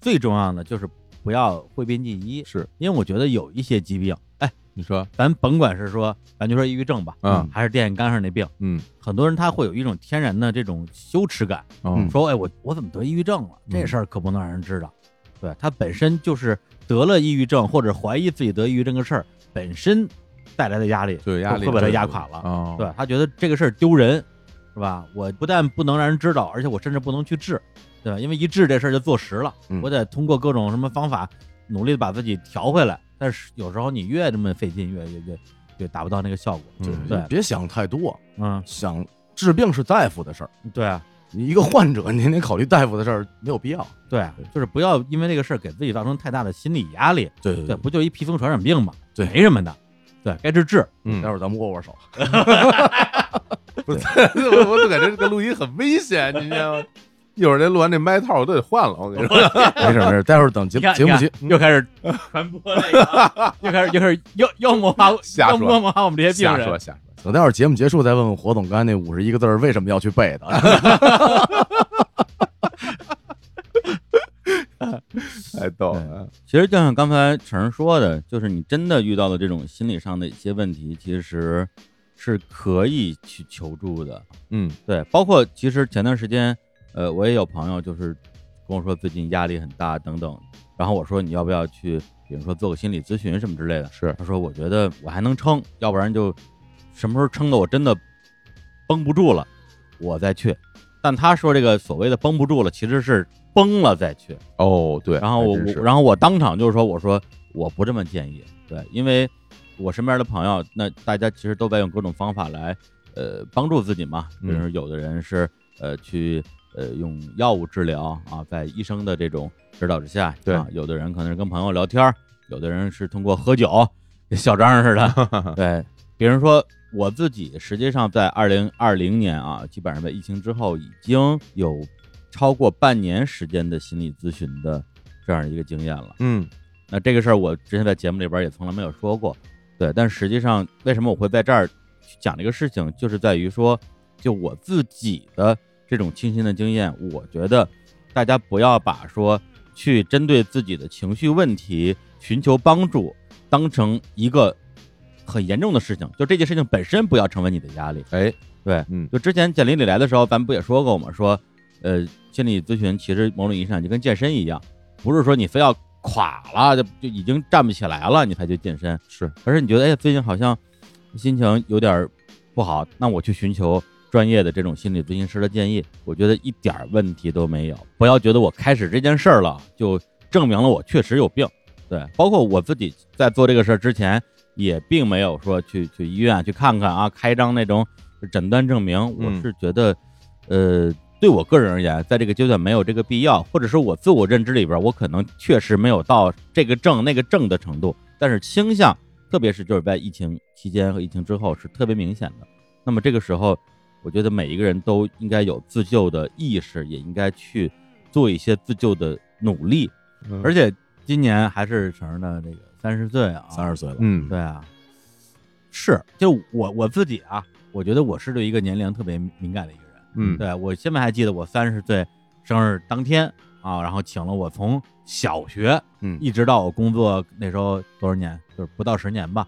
最重要的就是不要汇编记一，是因为我觉得有一些疾病，哎，你说，咱甭管是说，咱就说抑郁症吧，嗯还是电线杆上那病，嗯，很多人他会有一种天然的这种羞耻感，哦嗯，说，哎，我我怎么得抑郁症了？这事儿可不能让人知道。对他本身就是得了抑郁症或者怀疑自己得抑郁症的事儿，本身带来的压力就有压力会把他压垮了。哦，对他觉得这个事儿丢人，是吧？我不但不能让人知道，而且我甚至不能去治，对吧？因为一治这事儿就坐实了，嗯我得通过各种什么方法努力的把自己调回来。但是有时候你越这么费劲，越越越越达不到那个效果。嗯对别想太多，嗯，想治病是大夫的事儿，对啊，你一个患者，你得考虑大夫的事儿，没有必要。对啊，就是不要因为这个事儿给自己造成太大的心理压力。对对，不就一皮肤传染病嘛，对没什么的。对，该治治。嗯待，会儿咱们握握手。 我我就感觉这个录音很危险，你知道吗？一会儿这录完这麦套我都得换了，我跟你说。 没事没事，待会儿等节你看节目你看结又开始传播 那个，又开始又开始又又抹化，瞎又说摸摸我们这些病瞎人说。瞎说，等待会儿节目结束再问问火总刚才那五十一个字儿为什么要去背 的。太逗了。啊其实就像刚才晨儿说的，就是你真的遇到了这种心理上的一些问题，其实是可以去求助的。嗯对，包括其实前段时间，呃，我也有朋友就是跟我说最近压力很大等等，然后我说你要不要去，比如说做个心理咨询什么之类的。是他说我觉得我还能撑，要不然就什么时候撑的我真的绷不住了，我再去。但他说这个所谓的绷不住了，其实是崩了再去。哦，对。然后我还真我是然后我当场就说我说我不这么建议，对，因为我身边的朋友，那大家其实都在用各种方法来呃帮助自己嘛，比如说嗯有的人是呃去呃用药物治疗啊，在医生的这种指导之下，对啊，有的人可能是跟朋友聊天儿，有的人是通过喝酒，跟小张似 的，对，比如说。我自己实际上在二零二零年啊，基本上在疫情之后已经有超过半年时间的心理咨询的这样一个经验了。嗯那这个事儿我之前在节目里边也从来没有说过，对。但实际上，为什么我会在这儿去讲这个事情，就是在于说，就我自己的这种亲身的经验，我觉得大家不要把说去针对自己的情绪问题寻求帮助当成一个很严重的事情，就这件事情本身不要成为你的压力。哎对，嗯就之前建林里来的时候，咱们不也说过吗？说，呃，心理咨询其实某种意义上就跟健身一样，不是说你非要垮了就就已经站不起来了，你才去健身，是，而是你觉得哎呀最近好像心情有点不好，那我去寻求专业的这种心理咨询师的建议，我觉得一点儿问题都没有。不要觉得我开始这件事儿了就证明了我确实有病，对，包括我自己在做这个事儿之前。也并没有说去去医院去看看啊，开一张那种诊断证明，我嗯是觉得，呃，对我个人而言，在这个阶段没有这个必要，或者是我自我认知里边，我可能确实没有到这个症那个症的程度，但是倾向，特别是就是在疫情期间和疫情之后是特别明显的。那么这个时候，我觉得每一个人都应该有自救的意识，也应该去做一些自救的努力。嗯而且今年还是成儿的这个三十岁啊，三十岁了，嗯对啊，是就我我自己啊，我觉得我是对一个年龄特别敏感的一个人。嗯对我现在还记得我三十岁生日当天啊，然后请了我从小学嗯一直到我工作那时候多少年，就是不到十年吧，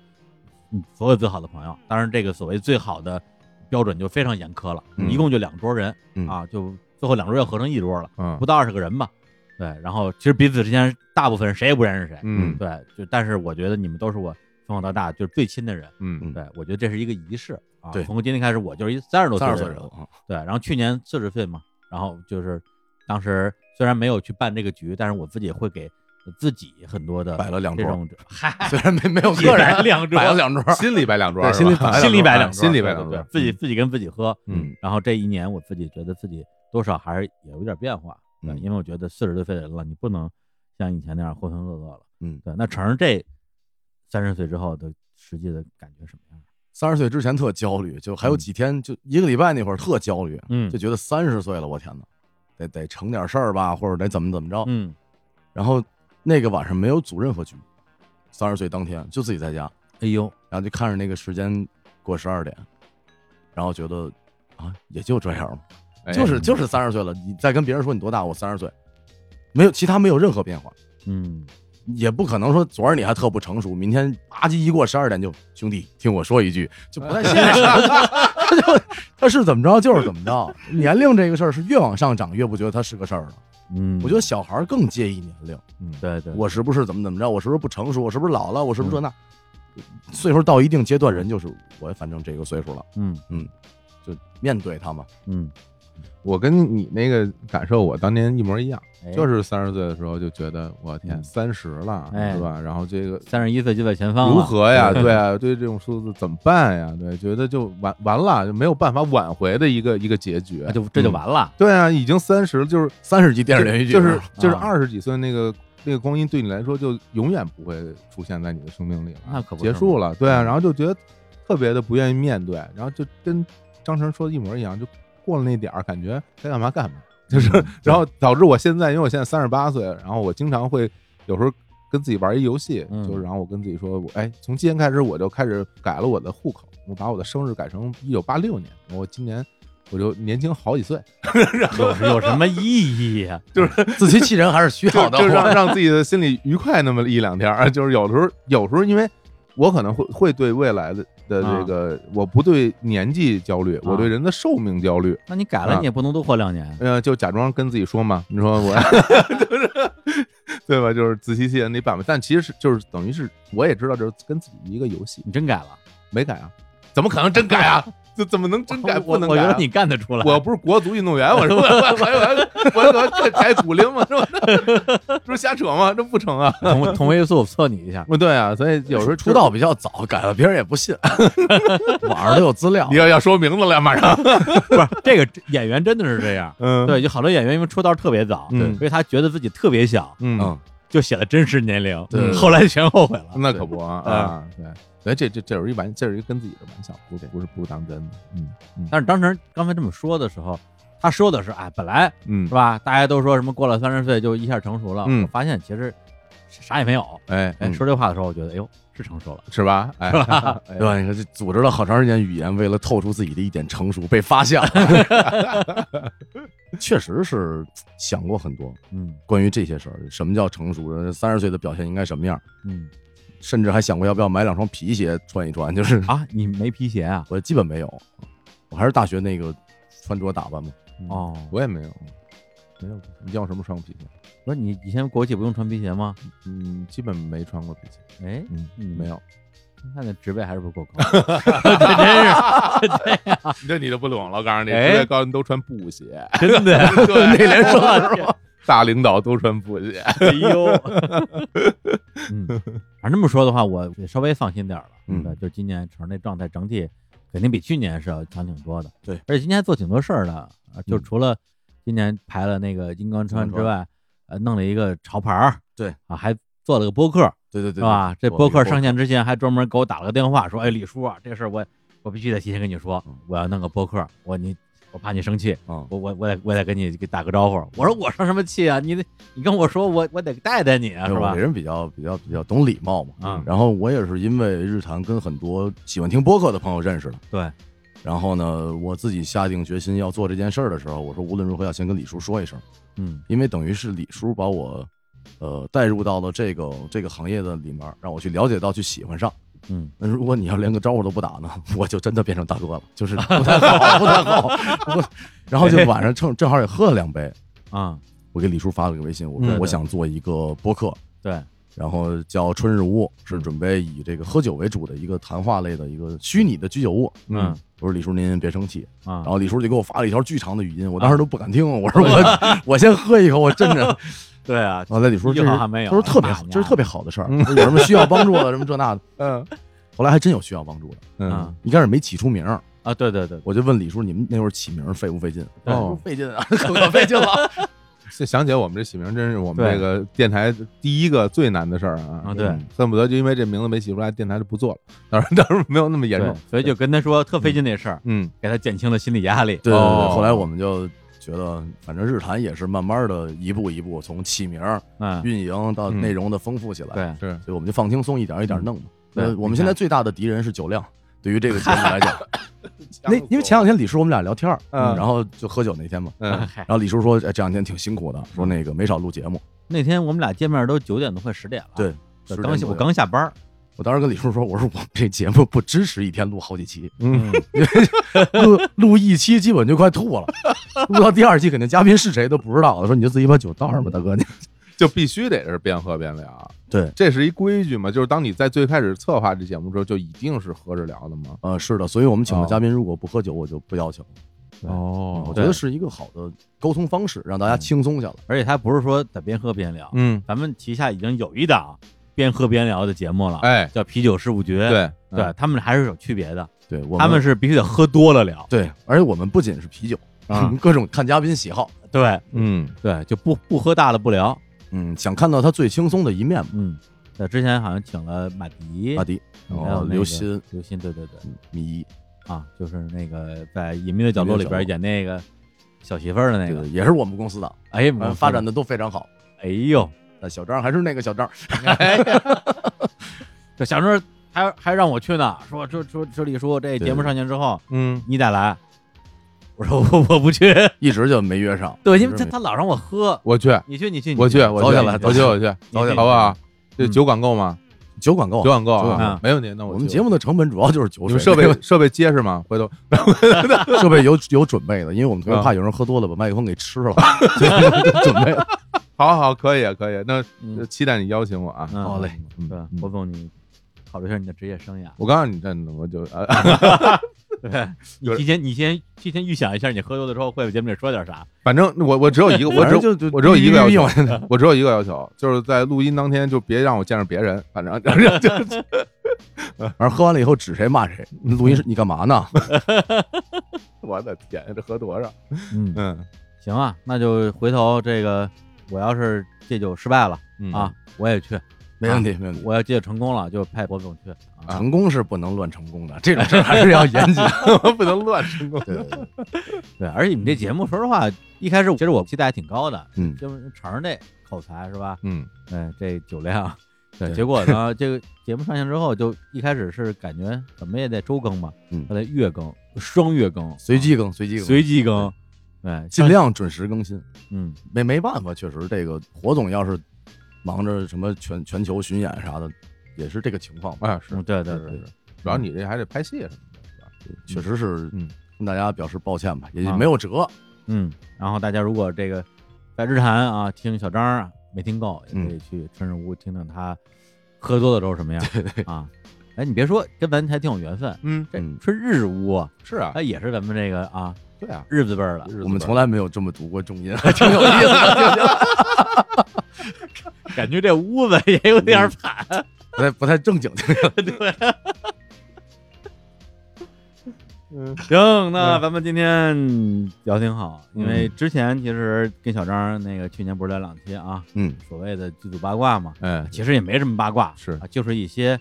嗯，所有最好的朋友。当然，这个所谓最好的标准就非常严苛了，嗯一共就两桌人嗯啊，就最后两桌要合成一桌了，嗯不到二十个人吧。对，然后其实彼此之间大部分人谁也不认识谁，嗯对，就但是我觉得你们都是我从小到大就是最亲的人，嗯对我觉得这是一个仪式啊。对从今天开始我就是一三十多岁三的十岁人了了，啊对，然后去年四十岁嘛，然后就是当时虽然没有去办这个局，但是我自己会给自己很多的摆了两这桌种，嗨，啊虽然没没有一个人人，两 桌摆，了两 桌，心里摆两桌，嗯对心里是吧摆心里摆两 桌，心里摆对两对桌对。自己自己跟自己喝，嗯然后这一年我自己觉得自己多少还是有一点变化，对，嗯因为我觉得四十多岁的人了，你不能像以前那样浑浑噩噩了，嗯对。那成这三十岁之后的实际的感觉什么样？三十岁之前特焦虑，就还有几天，就一个礼拜那会儿特焦虑，嗯就觉得三十岁了，我天哪，得得成点事儿吧，或者得怎么怎么着。嗯，然后那个晚上没有组任何局，三十岁当天就自己在家，哎呦，然后就看着那个时间过十二点，然后觉得啊，也就这样吧，哎就是就是三十岁了，你再跟别人说你多大，我三十岁，没有其他没有任何变化，嗯也不可能说昨儿你还特不成熟，明天吧唧一过十二点就兄弟听我说一句，就不太现实。 他就他是怎么着就是怎么着，年龄这个事儿是越往上涨越不觉得它是个事儿了。嗯，我觉得小孩儿更介意年龄，嗯对对，我是不是怎么怎么着，我是不是不成熟，我是不是老了，我是嗯不是这那。岁数到一定阶段，人就是我，反正这个岁数了，嗯就面对他嘛。嗯，我跟你那个感受，我当年一模一样，哎就是三十岁的时候就觉得我天嗯三十了，哎是吧？然后这个三十一岁就在前方了如何呀？对啊，对这种数字怎么办呀？对，觉得就完完了，就没有办法挽回的一个一个结局那。就这就完了，对啊，已经三十了，就是三十集 电视连续剧就是就是啊二十几岁那个那个光阴对你来说就永远不会出现在你的生命里了，那可不是嗯结嘛束了，对啊，然后就觉得特别的不愿意面对，然后就跟张成说的一模一样，就过了那点儿，感觉该干嘛干嘛， 就是，嗯然后导致我现在，因为我现在三十八岁，然后我经常会有时候。跟自己玩一游戏，嗯就是然后我跟自己说，我哎，从今天开始我就开始改了我的户口，我把我的生日改成一九八六年，我今年我就年轻好几岁，有 有什么意义呀？自欺欺人还是需就要的。就让让自己的心里愉快那么一两天儿，就是有时候有时候因为我可能会会对未来的的啊这个，我不对年纪焦虑，我对人的寿命焦虑，那你改了，啊你也不能多活两年。呃，就假装跟自己说嘛，你说我，就是对吧？就是自欺欺人的一办法，但其实是就是等于是我也知道，就是跟自己一个游戏，你真改了？没改啊，怎么可能真改啊？这怎么能真改？不我能我改觉啊、得你干得出来。我要不是国足运动员，我说我我我我我我改骨龄嘛，是吧？这不瞎扯吗？这不成啊！ 同同位素测你一下， 不对啊，所以有时候出道比较早，改了别人也不信， 网上都有资料你。要要说名字了，马 上。不是这个演员真的是这样。嗯，对，有好多演员因为出道特别早，嗯因为他觉得自己特别小，嗯，嗯，就写了真实年龄，对后来全后悔了。那可不啊啊，对，所以这这这是一玩，这是一跟自己的玩笑，不是不是不是当真的。嗯但是当时刚才这么说的时候，他说的是，哎，本来嗯是，吧，大家都说什么过了三十岁就一下成熟了，嗯我发现其实啥也没有。哎哎，嗯说这话的时候，我觉得，哎呦，是成熟了。 是吧？哎，对吧？你看，这组织了好长时间语言，为了透出自己的一点成熟，被发现了。 确实是想过很多嗯关于这些事儿，什么叫成熟？三十岁的表现应该什么样？嗯甚至还想过要不要买两双皮鞋穿一穿。就是啊，你没皮鞋啊？ 我基本没有，我还是大学那个穿着打扮嘛。哦，我也没有，没有。你见过什么双皮鞋？不是你以前国企不用穿皮鞋吗？嗯，基本没穿过皮鞋，哎，嗯，没有。看那职位还是不够高，这真是啊这你就不懂了，我告诉你，哎现在高人都穿布鞋，真的。 对，那连说的是吧大领导都穿布鞋。哎呦，嗯，反正这么说的话，我稍微放心点儿了。嗯对，就今年成那状态整体肯定比去年是要强挺多的。对，而且今年还做挺多事儿的，啊就除了今年排了那个金刚川之外，呃，弄了一个潮牌儿，对啊，还做了个播客，对对对是吧？这播播客上线之前还专门给我打了个电话，说：“哎，李叔啊，这事儿我我必须得提前跟你说，我要弄个播客，我你我怕你生气，啊，我我我得我得跟你给打个招呼。”我说：“我生什么气啊？你得你跟我说，我我得带带你啊，对是我吧这？”人比较比较比较懂礼貌嘛。嗯然后我也是因为日坛跟很多喜欢听播客的朋友认识的。对，然后呢，我自己下定决心要做这件事儿的时候，我说无论如何要先跟李叔说一声，嗯因为等于是李叔把我，呃，带入到了这个这个行业的里面，让我去了解到，去喜欢上。嗯，那如果你要连个招呼都不打呢， 我就真的变成大哥了， 就是不太好，不太好。我然后就晚上正正好也喝了两杯，啊，我给李叔发了个微信，我说嗯我想做一个播客，对，嗯然后叫春日屋，是准备以这个喝酒为主的一个谈话类的一个虚拟的居酒屋。嗯我说李叔您别生气，啊然，后李叔就给我发了一条巨长的语音，我当时都不敢听，我说我 我先喝一口，我镇 着。对啊，后来李叔一句这是话还没有他说特别好，哎呀这是特别好的事儿，有什么需要帮助的，什么这那的。嗯后来还真有需要帮助的，嗯啊，一开始没起出名儿，啊，对对对，哦我就问李叔你们那会儿起名儿费不费劲？对费劲啊，可费劲了。这想起来我们这起名真是我们对这个电台第一个最难的事儿啊！啊对嗯，恨不得就因为这名字没起出来，电台就不做了。当然，当然没有那么严对重，，所以就跟他说特费劲那事儿，嗯，给他减轻了心理压力。对对对，哦后来我们就觉得，反正日坛也是慢慢的一步一步从起名、嗯，运营到嗯内容的丰富起来，对，是所以我们就放轻松一点一点弄嘛。对呃，我们现在最大的敌人是酒量，对于这个节目来讲， 那那因为前两天李叔我们俩聊天儿，嗯然后就喝酒那天嘛，嗯嗨然后李叔说哎这两天挺辛苦的，说那个没少录节目，那天我们俩见面都九点多，快十点了。对对， 10刚点下左我右刚下班儿，我当时跟李叔说，我说我们这节目不支持一天录好几期，嗯，录录一期基本就快吐了，录到第二期肯定嘉宾是谁都不知道了，说你就自己把酒倒上吧，大哥你。 就必须得是边喝边聊，对，这是一规矩嘛？就是当你在最开始策划这节目的时候，就一定是喝着聊的嘛。呃，是的，所以我们请的哦嘉宾如果不喝酒，我就不要求。哦嗯我觉得是一个好的沟通方式，让大家轻松下来。而且他不是说在边喝边聊，嗯，咱们旗下已经有一档边喝边聊的节目了，哎，叫《啤酒事务局》。对对，他们还是有区别的，对我他们是必须得喝多了聊。对，而且我们不仅是啤酒， 啊各种看嘉宾喜好，对嗯，对，就不不喝大了不聊。嗯，想看到他最轻松的一面嘛。嗯，对，之前好像请了马迪，阿迪，嗯然还有后那个哦刘鑫、刘鑫，对对对，米一，啊，就是那个在《隐秘的角落》里边演那个小媳妇儿的那对个，也是我们公司的，哎，嗯呃我发展，的都非常好。哎呦，但小张还是那个小张，这小时候还还让我去呢，说说说说李叔，这节目上线之后嗯，你得来， 我说我我不去，一直就没约上。对，因一为他直没他老让我喝，我去，你去你去，你我去，我走去，起来我走起去，来我去，走起来好不好？这嗯酒管够吗？酒管够酒啊，管够酒管啊，没问题。那我我们去节目的成本主要就是酒你水们，设备设备结实吗？回头 设备有有准备的，因为我们特别啊怕有人喝多了把麦克风给吃了， 所以我们就准备了。好好可以可以，那嗯就期待你邀请我啊。嗯好嘞，嗯对，嗯我总你考虑一下你的职业生涯，我告诉你，真的，我就啊，对你有提前你先提前预想一下，你喝多了之后会在节目里说点啥，反正我我只有一个，我反正只有就就我只有一个要逼逼求逼逼逼我只有一个要求，就是在录音当天就别让我见着别人，反正就是反正喝完了以后指谁骂谁。录音师，你干嘛呢？我的天，这喝多少？嗯，嗯行啊，那就回头这个我要是戒酒失败了嗯啊，，我也去，啊没问题，没问题。我要戒酒成功了就派博总去啊，成功是不能乱成功的，这种事儿还是要严谨。不能乱成功。对对对，对，而且你们这节目说实话，一开始其实我期待还挺高的， 嗯，就是尝尝这口才是吧？嗯，嗯，这酒量，对，对结果呢，这个节目上线之后，就一开始是感觉怎么也得周更吧，嗯后来月更、双月更、随机更，随机更，随机更，对，尽量准时更新。嗯，没没办法，确实这个火总要是忙着什么全全球巡演啥的，也是这个情况吧。啊是嗯，对对是对是，，主要你这还得拍戏什么的，是吧？确实是嗯跟大家表示抱歉吧，也啊没有辙。嗯，然后大家如果这个在日坛啊听小张啊没听够，也可以去春日屋听听他喝多的时候什么样啊。哎，你别说，跟咱还挺有缘分。嗯，这嗯春日屋啊，是啊它，也是咱们这个啊对啊，日子辈儿的，日子我们本从来没有这么读过重音，还挺有意思的，感觉这屋子也有点惨。不太不太正经。 行，那咱们今天聊挺好，因为之前其实跟小张那个去年不是聊两期啊，嗯，所谓的剧组八卦嘛，哎，嗯其实也没什么八卦，是啊，就是一些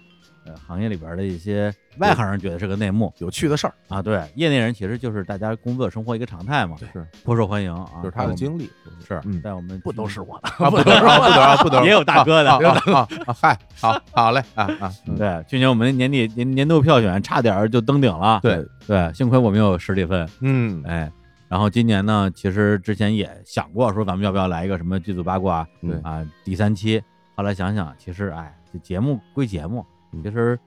呃行业里边的一些外行人觉得是个内幕有趣的事儿，啊，对，业内人其实就是大家工作生活一个常态嘛，是颇受欢迎啊，就是他的经历，历是嗯，在我们不都是我的？啊，不得啊，不得啊，不得啊，也有大哥的啊啊啊啊！嗨，好，好嘞，啊啊，嗯对，去年我们年底年年度票选差点儿就登顶了，对对，幸亏我们有十几分，嗯，哎，然后今年呢，其实之前也想过说咱们要不要来一个什么剧组八卦对啊第三期，后来想想，其实哎，这节目归节目，其实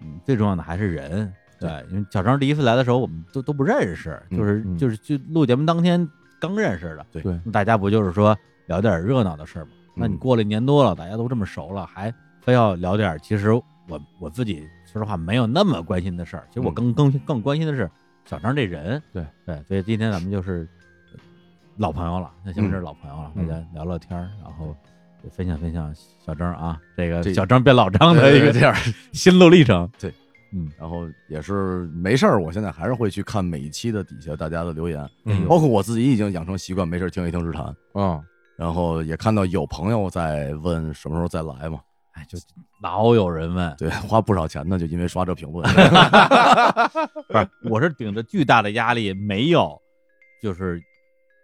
嗯最重要的还是人。对，因为小张第一次来的时候，我们都都不认识，就是、嗯嗯就是就录节目当天刚认识的。对对那大家不就是说聊点热闹的事儿吗？嗯那你过了一年多了，大家都这么熟了，还非要聊点儿其实我我自己说实话没有那么关心的事儿。其实我更更更关心的是小张这人。嗯对对，所以今天咱们就是老朋友了，那前面是老朋友了，嗯大家聊聊天儿，然后也分享分享小张啊，这个这小张变老张的对一个这样。心路历程。然后也是没事儿，我现在还是会去看每一期的底下大家的留言，嗯包括我自己已经养成习惯，没事儿听一听日坛。哦，然后也看到有朋友在问什么时候再来嘛，哎，就老有人问，对，花不少钱呢，就因为刷这评论。 不是， 我是顶着巨大的压力，没有就是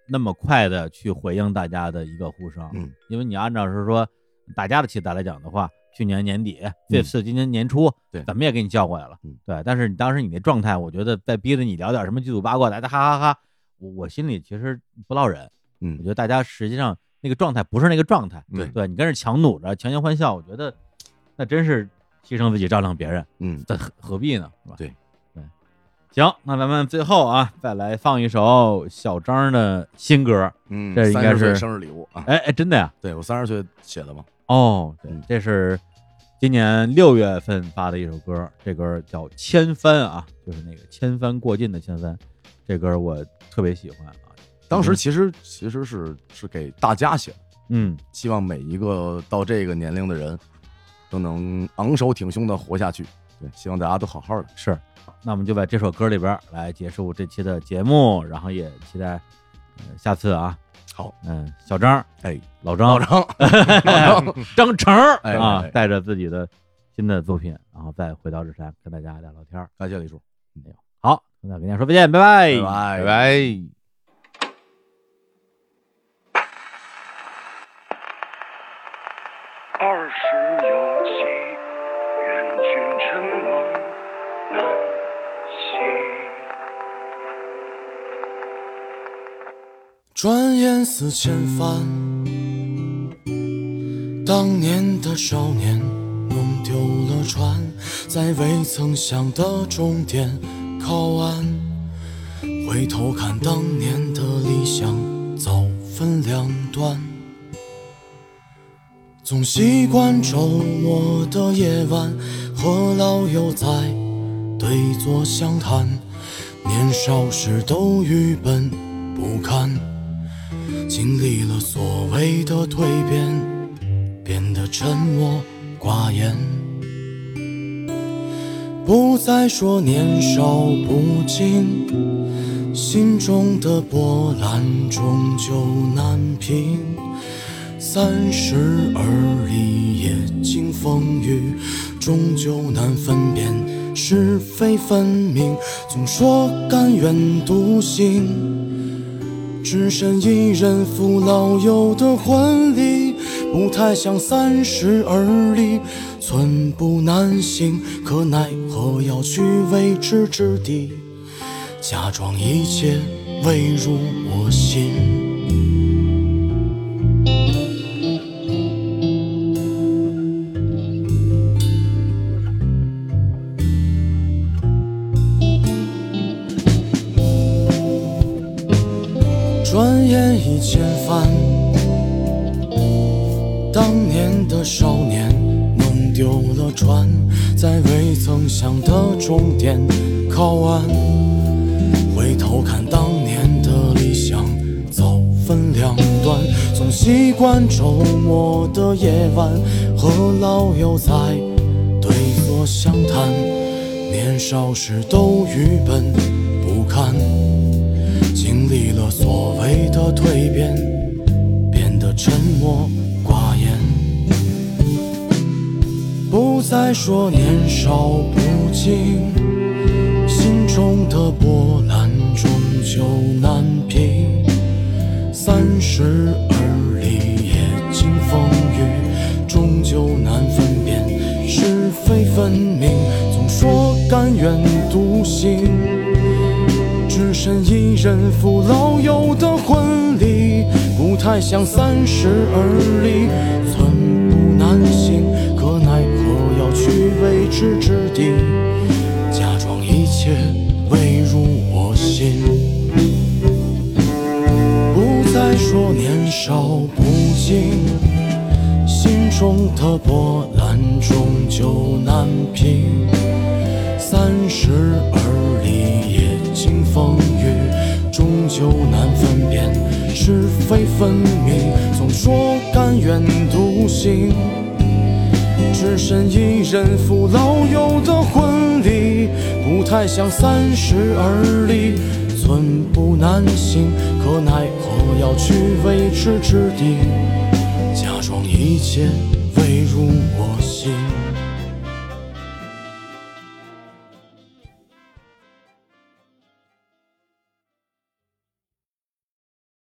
那么快的去回应大家的一个呼声，嗯，因为你按照是说打架的起打来讲的话，去年年底这次今年年初，嗯对怎么也给你叫过来了，嗯对，但是你当时你那状态，我觉得在逼着你聊点什么剧组八卦，大家哈哈哈，我我心里其实不落忍，嗯我觉得大家实际上那个状态不是那个状态，对对你跟着强弩着，强颜欢笑，我觉得那真是牺牲自己照亮别人，嗯，这何何必呢？是吧？对对，行，那咱们最后啊，再来放一首小张的新歌，嗯，这应该30岁是生日礼物啊！哎哎，真的呀？对我三十岁写的嘛，哦，对嗯，这是今年六月份发的一首歌，这歌叫《千帆》啊，就是那个千帆过尽的千帆，这歌我特别喜欢啊，当时其实其实是是给大家写的，嗯希望每一个到这个年龄的人都能昂首挺胸的活下去。对，希望大家都好好的。是，那我们就在这首歌里边儿来结束这期的节目，然后也期待、呃下次啊。好，嗯，小张，哎，老老张，张， 张成儿哎啊哎，带着自己的新的作品，然后再回到日山跟大家聊聊天儿。感谢李叔，好，那跟大家说再见，拜拜，拜拜哎拜拜。二十有七，愿君臣亡难行。转眼似千帆，当年的少年弄丢了船，在未曾想的终点靠岸。回头看当年的理想，早分两端。总习惯周末的夜晚和老友在对坐相谈，年少时都愚笨不堪，经历了所谓的蜕变，变得沉默寡言，不再说年少不经，心中的波澜终究难平。三十而已，也经风雨，终究难分辨是非分明。总说甘愿独行，只身一人赴老友的婚礼，不太想三十而立，寸步难行。可奈何要去未知之地，假装一切未入我心。转眼已千帆。当年的少年弄丢了船，在未曾想的终点靠岸。回头看当年的理想，早分两端。总习惯周末的夜晚和老友在对坐相谈，年少时都愚笨不堪。经历了所谓的蜕变，变得沉默寡言，不再说年少不经，心中的波澜终究难平。三十而立，也经风雨，终究难分辨是非分明。总说甘愿独行。只身一人赴老友的婚礼，不太想三十而立，寸步难行。可奈何要去未知之地，假装一切未入我心。不再说年少不经，心中的波澜终究难平。三十而立，也经风雨，终究难分辨是非分明。总说甘愿独行，只身一人赴老友的婚礼，不太想三十而立，寸寸步难行，可奈何要去为之之地，假装一切。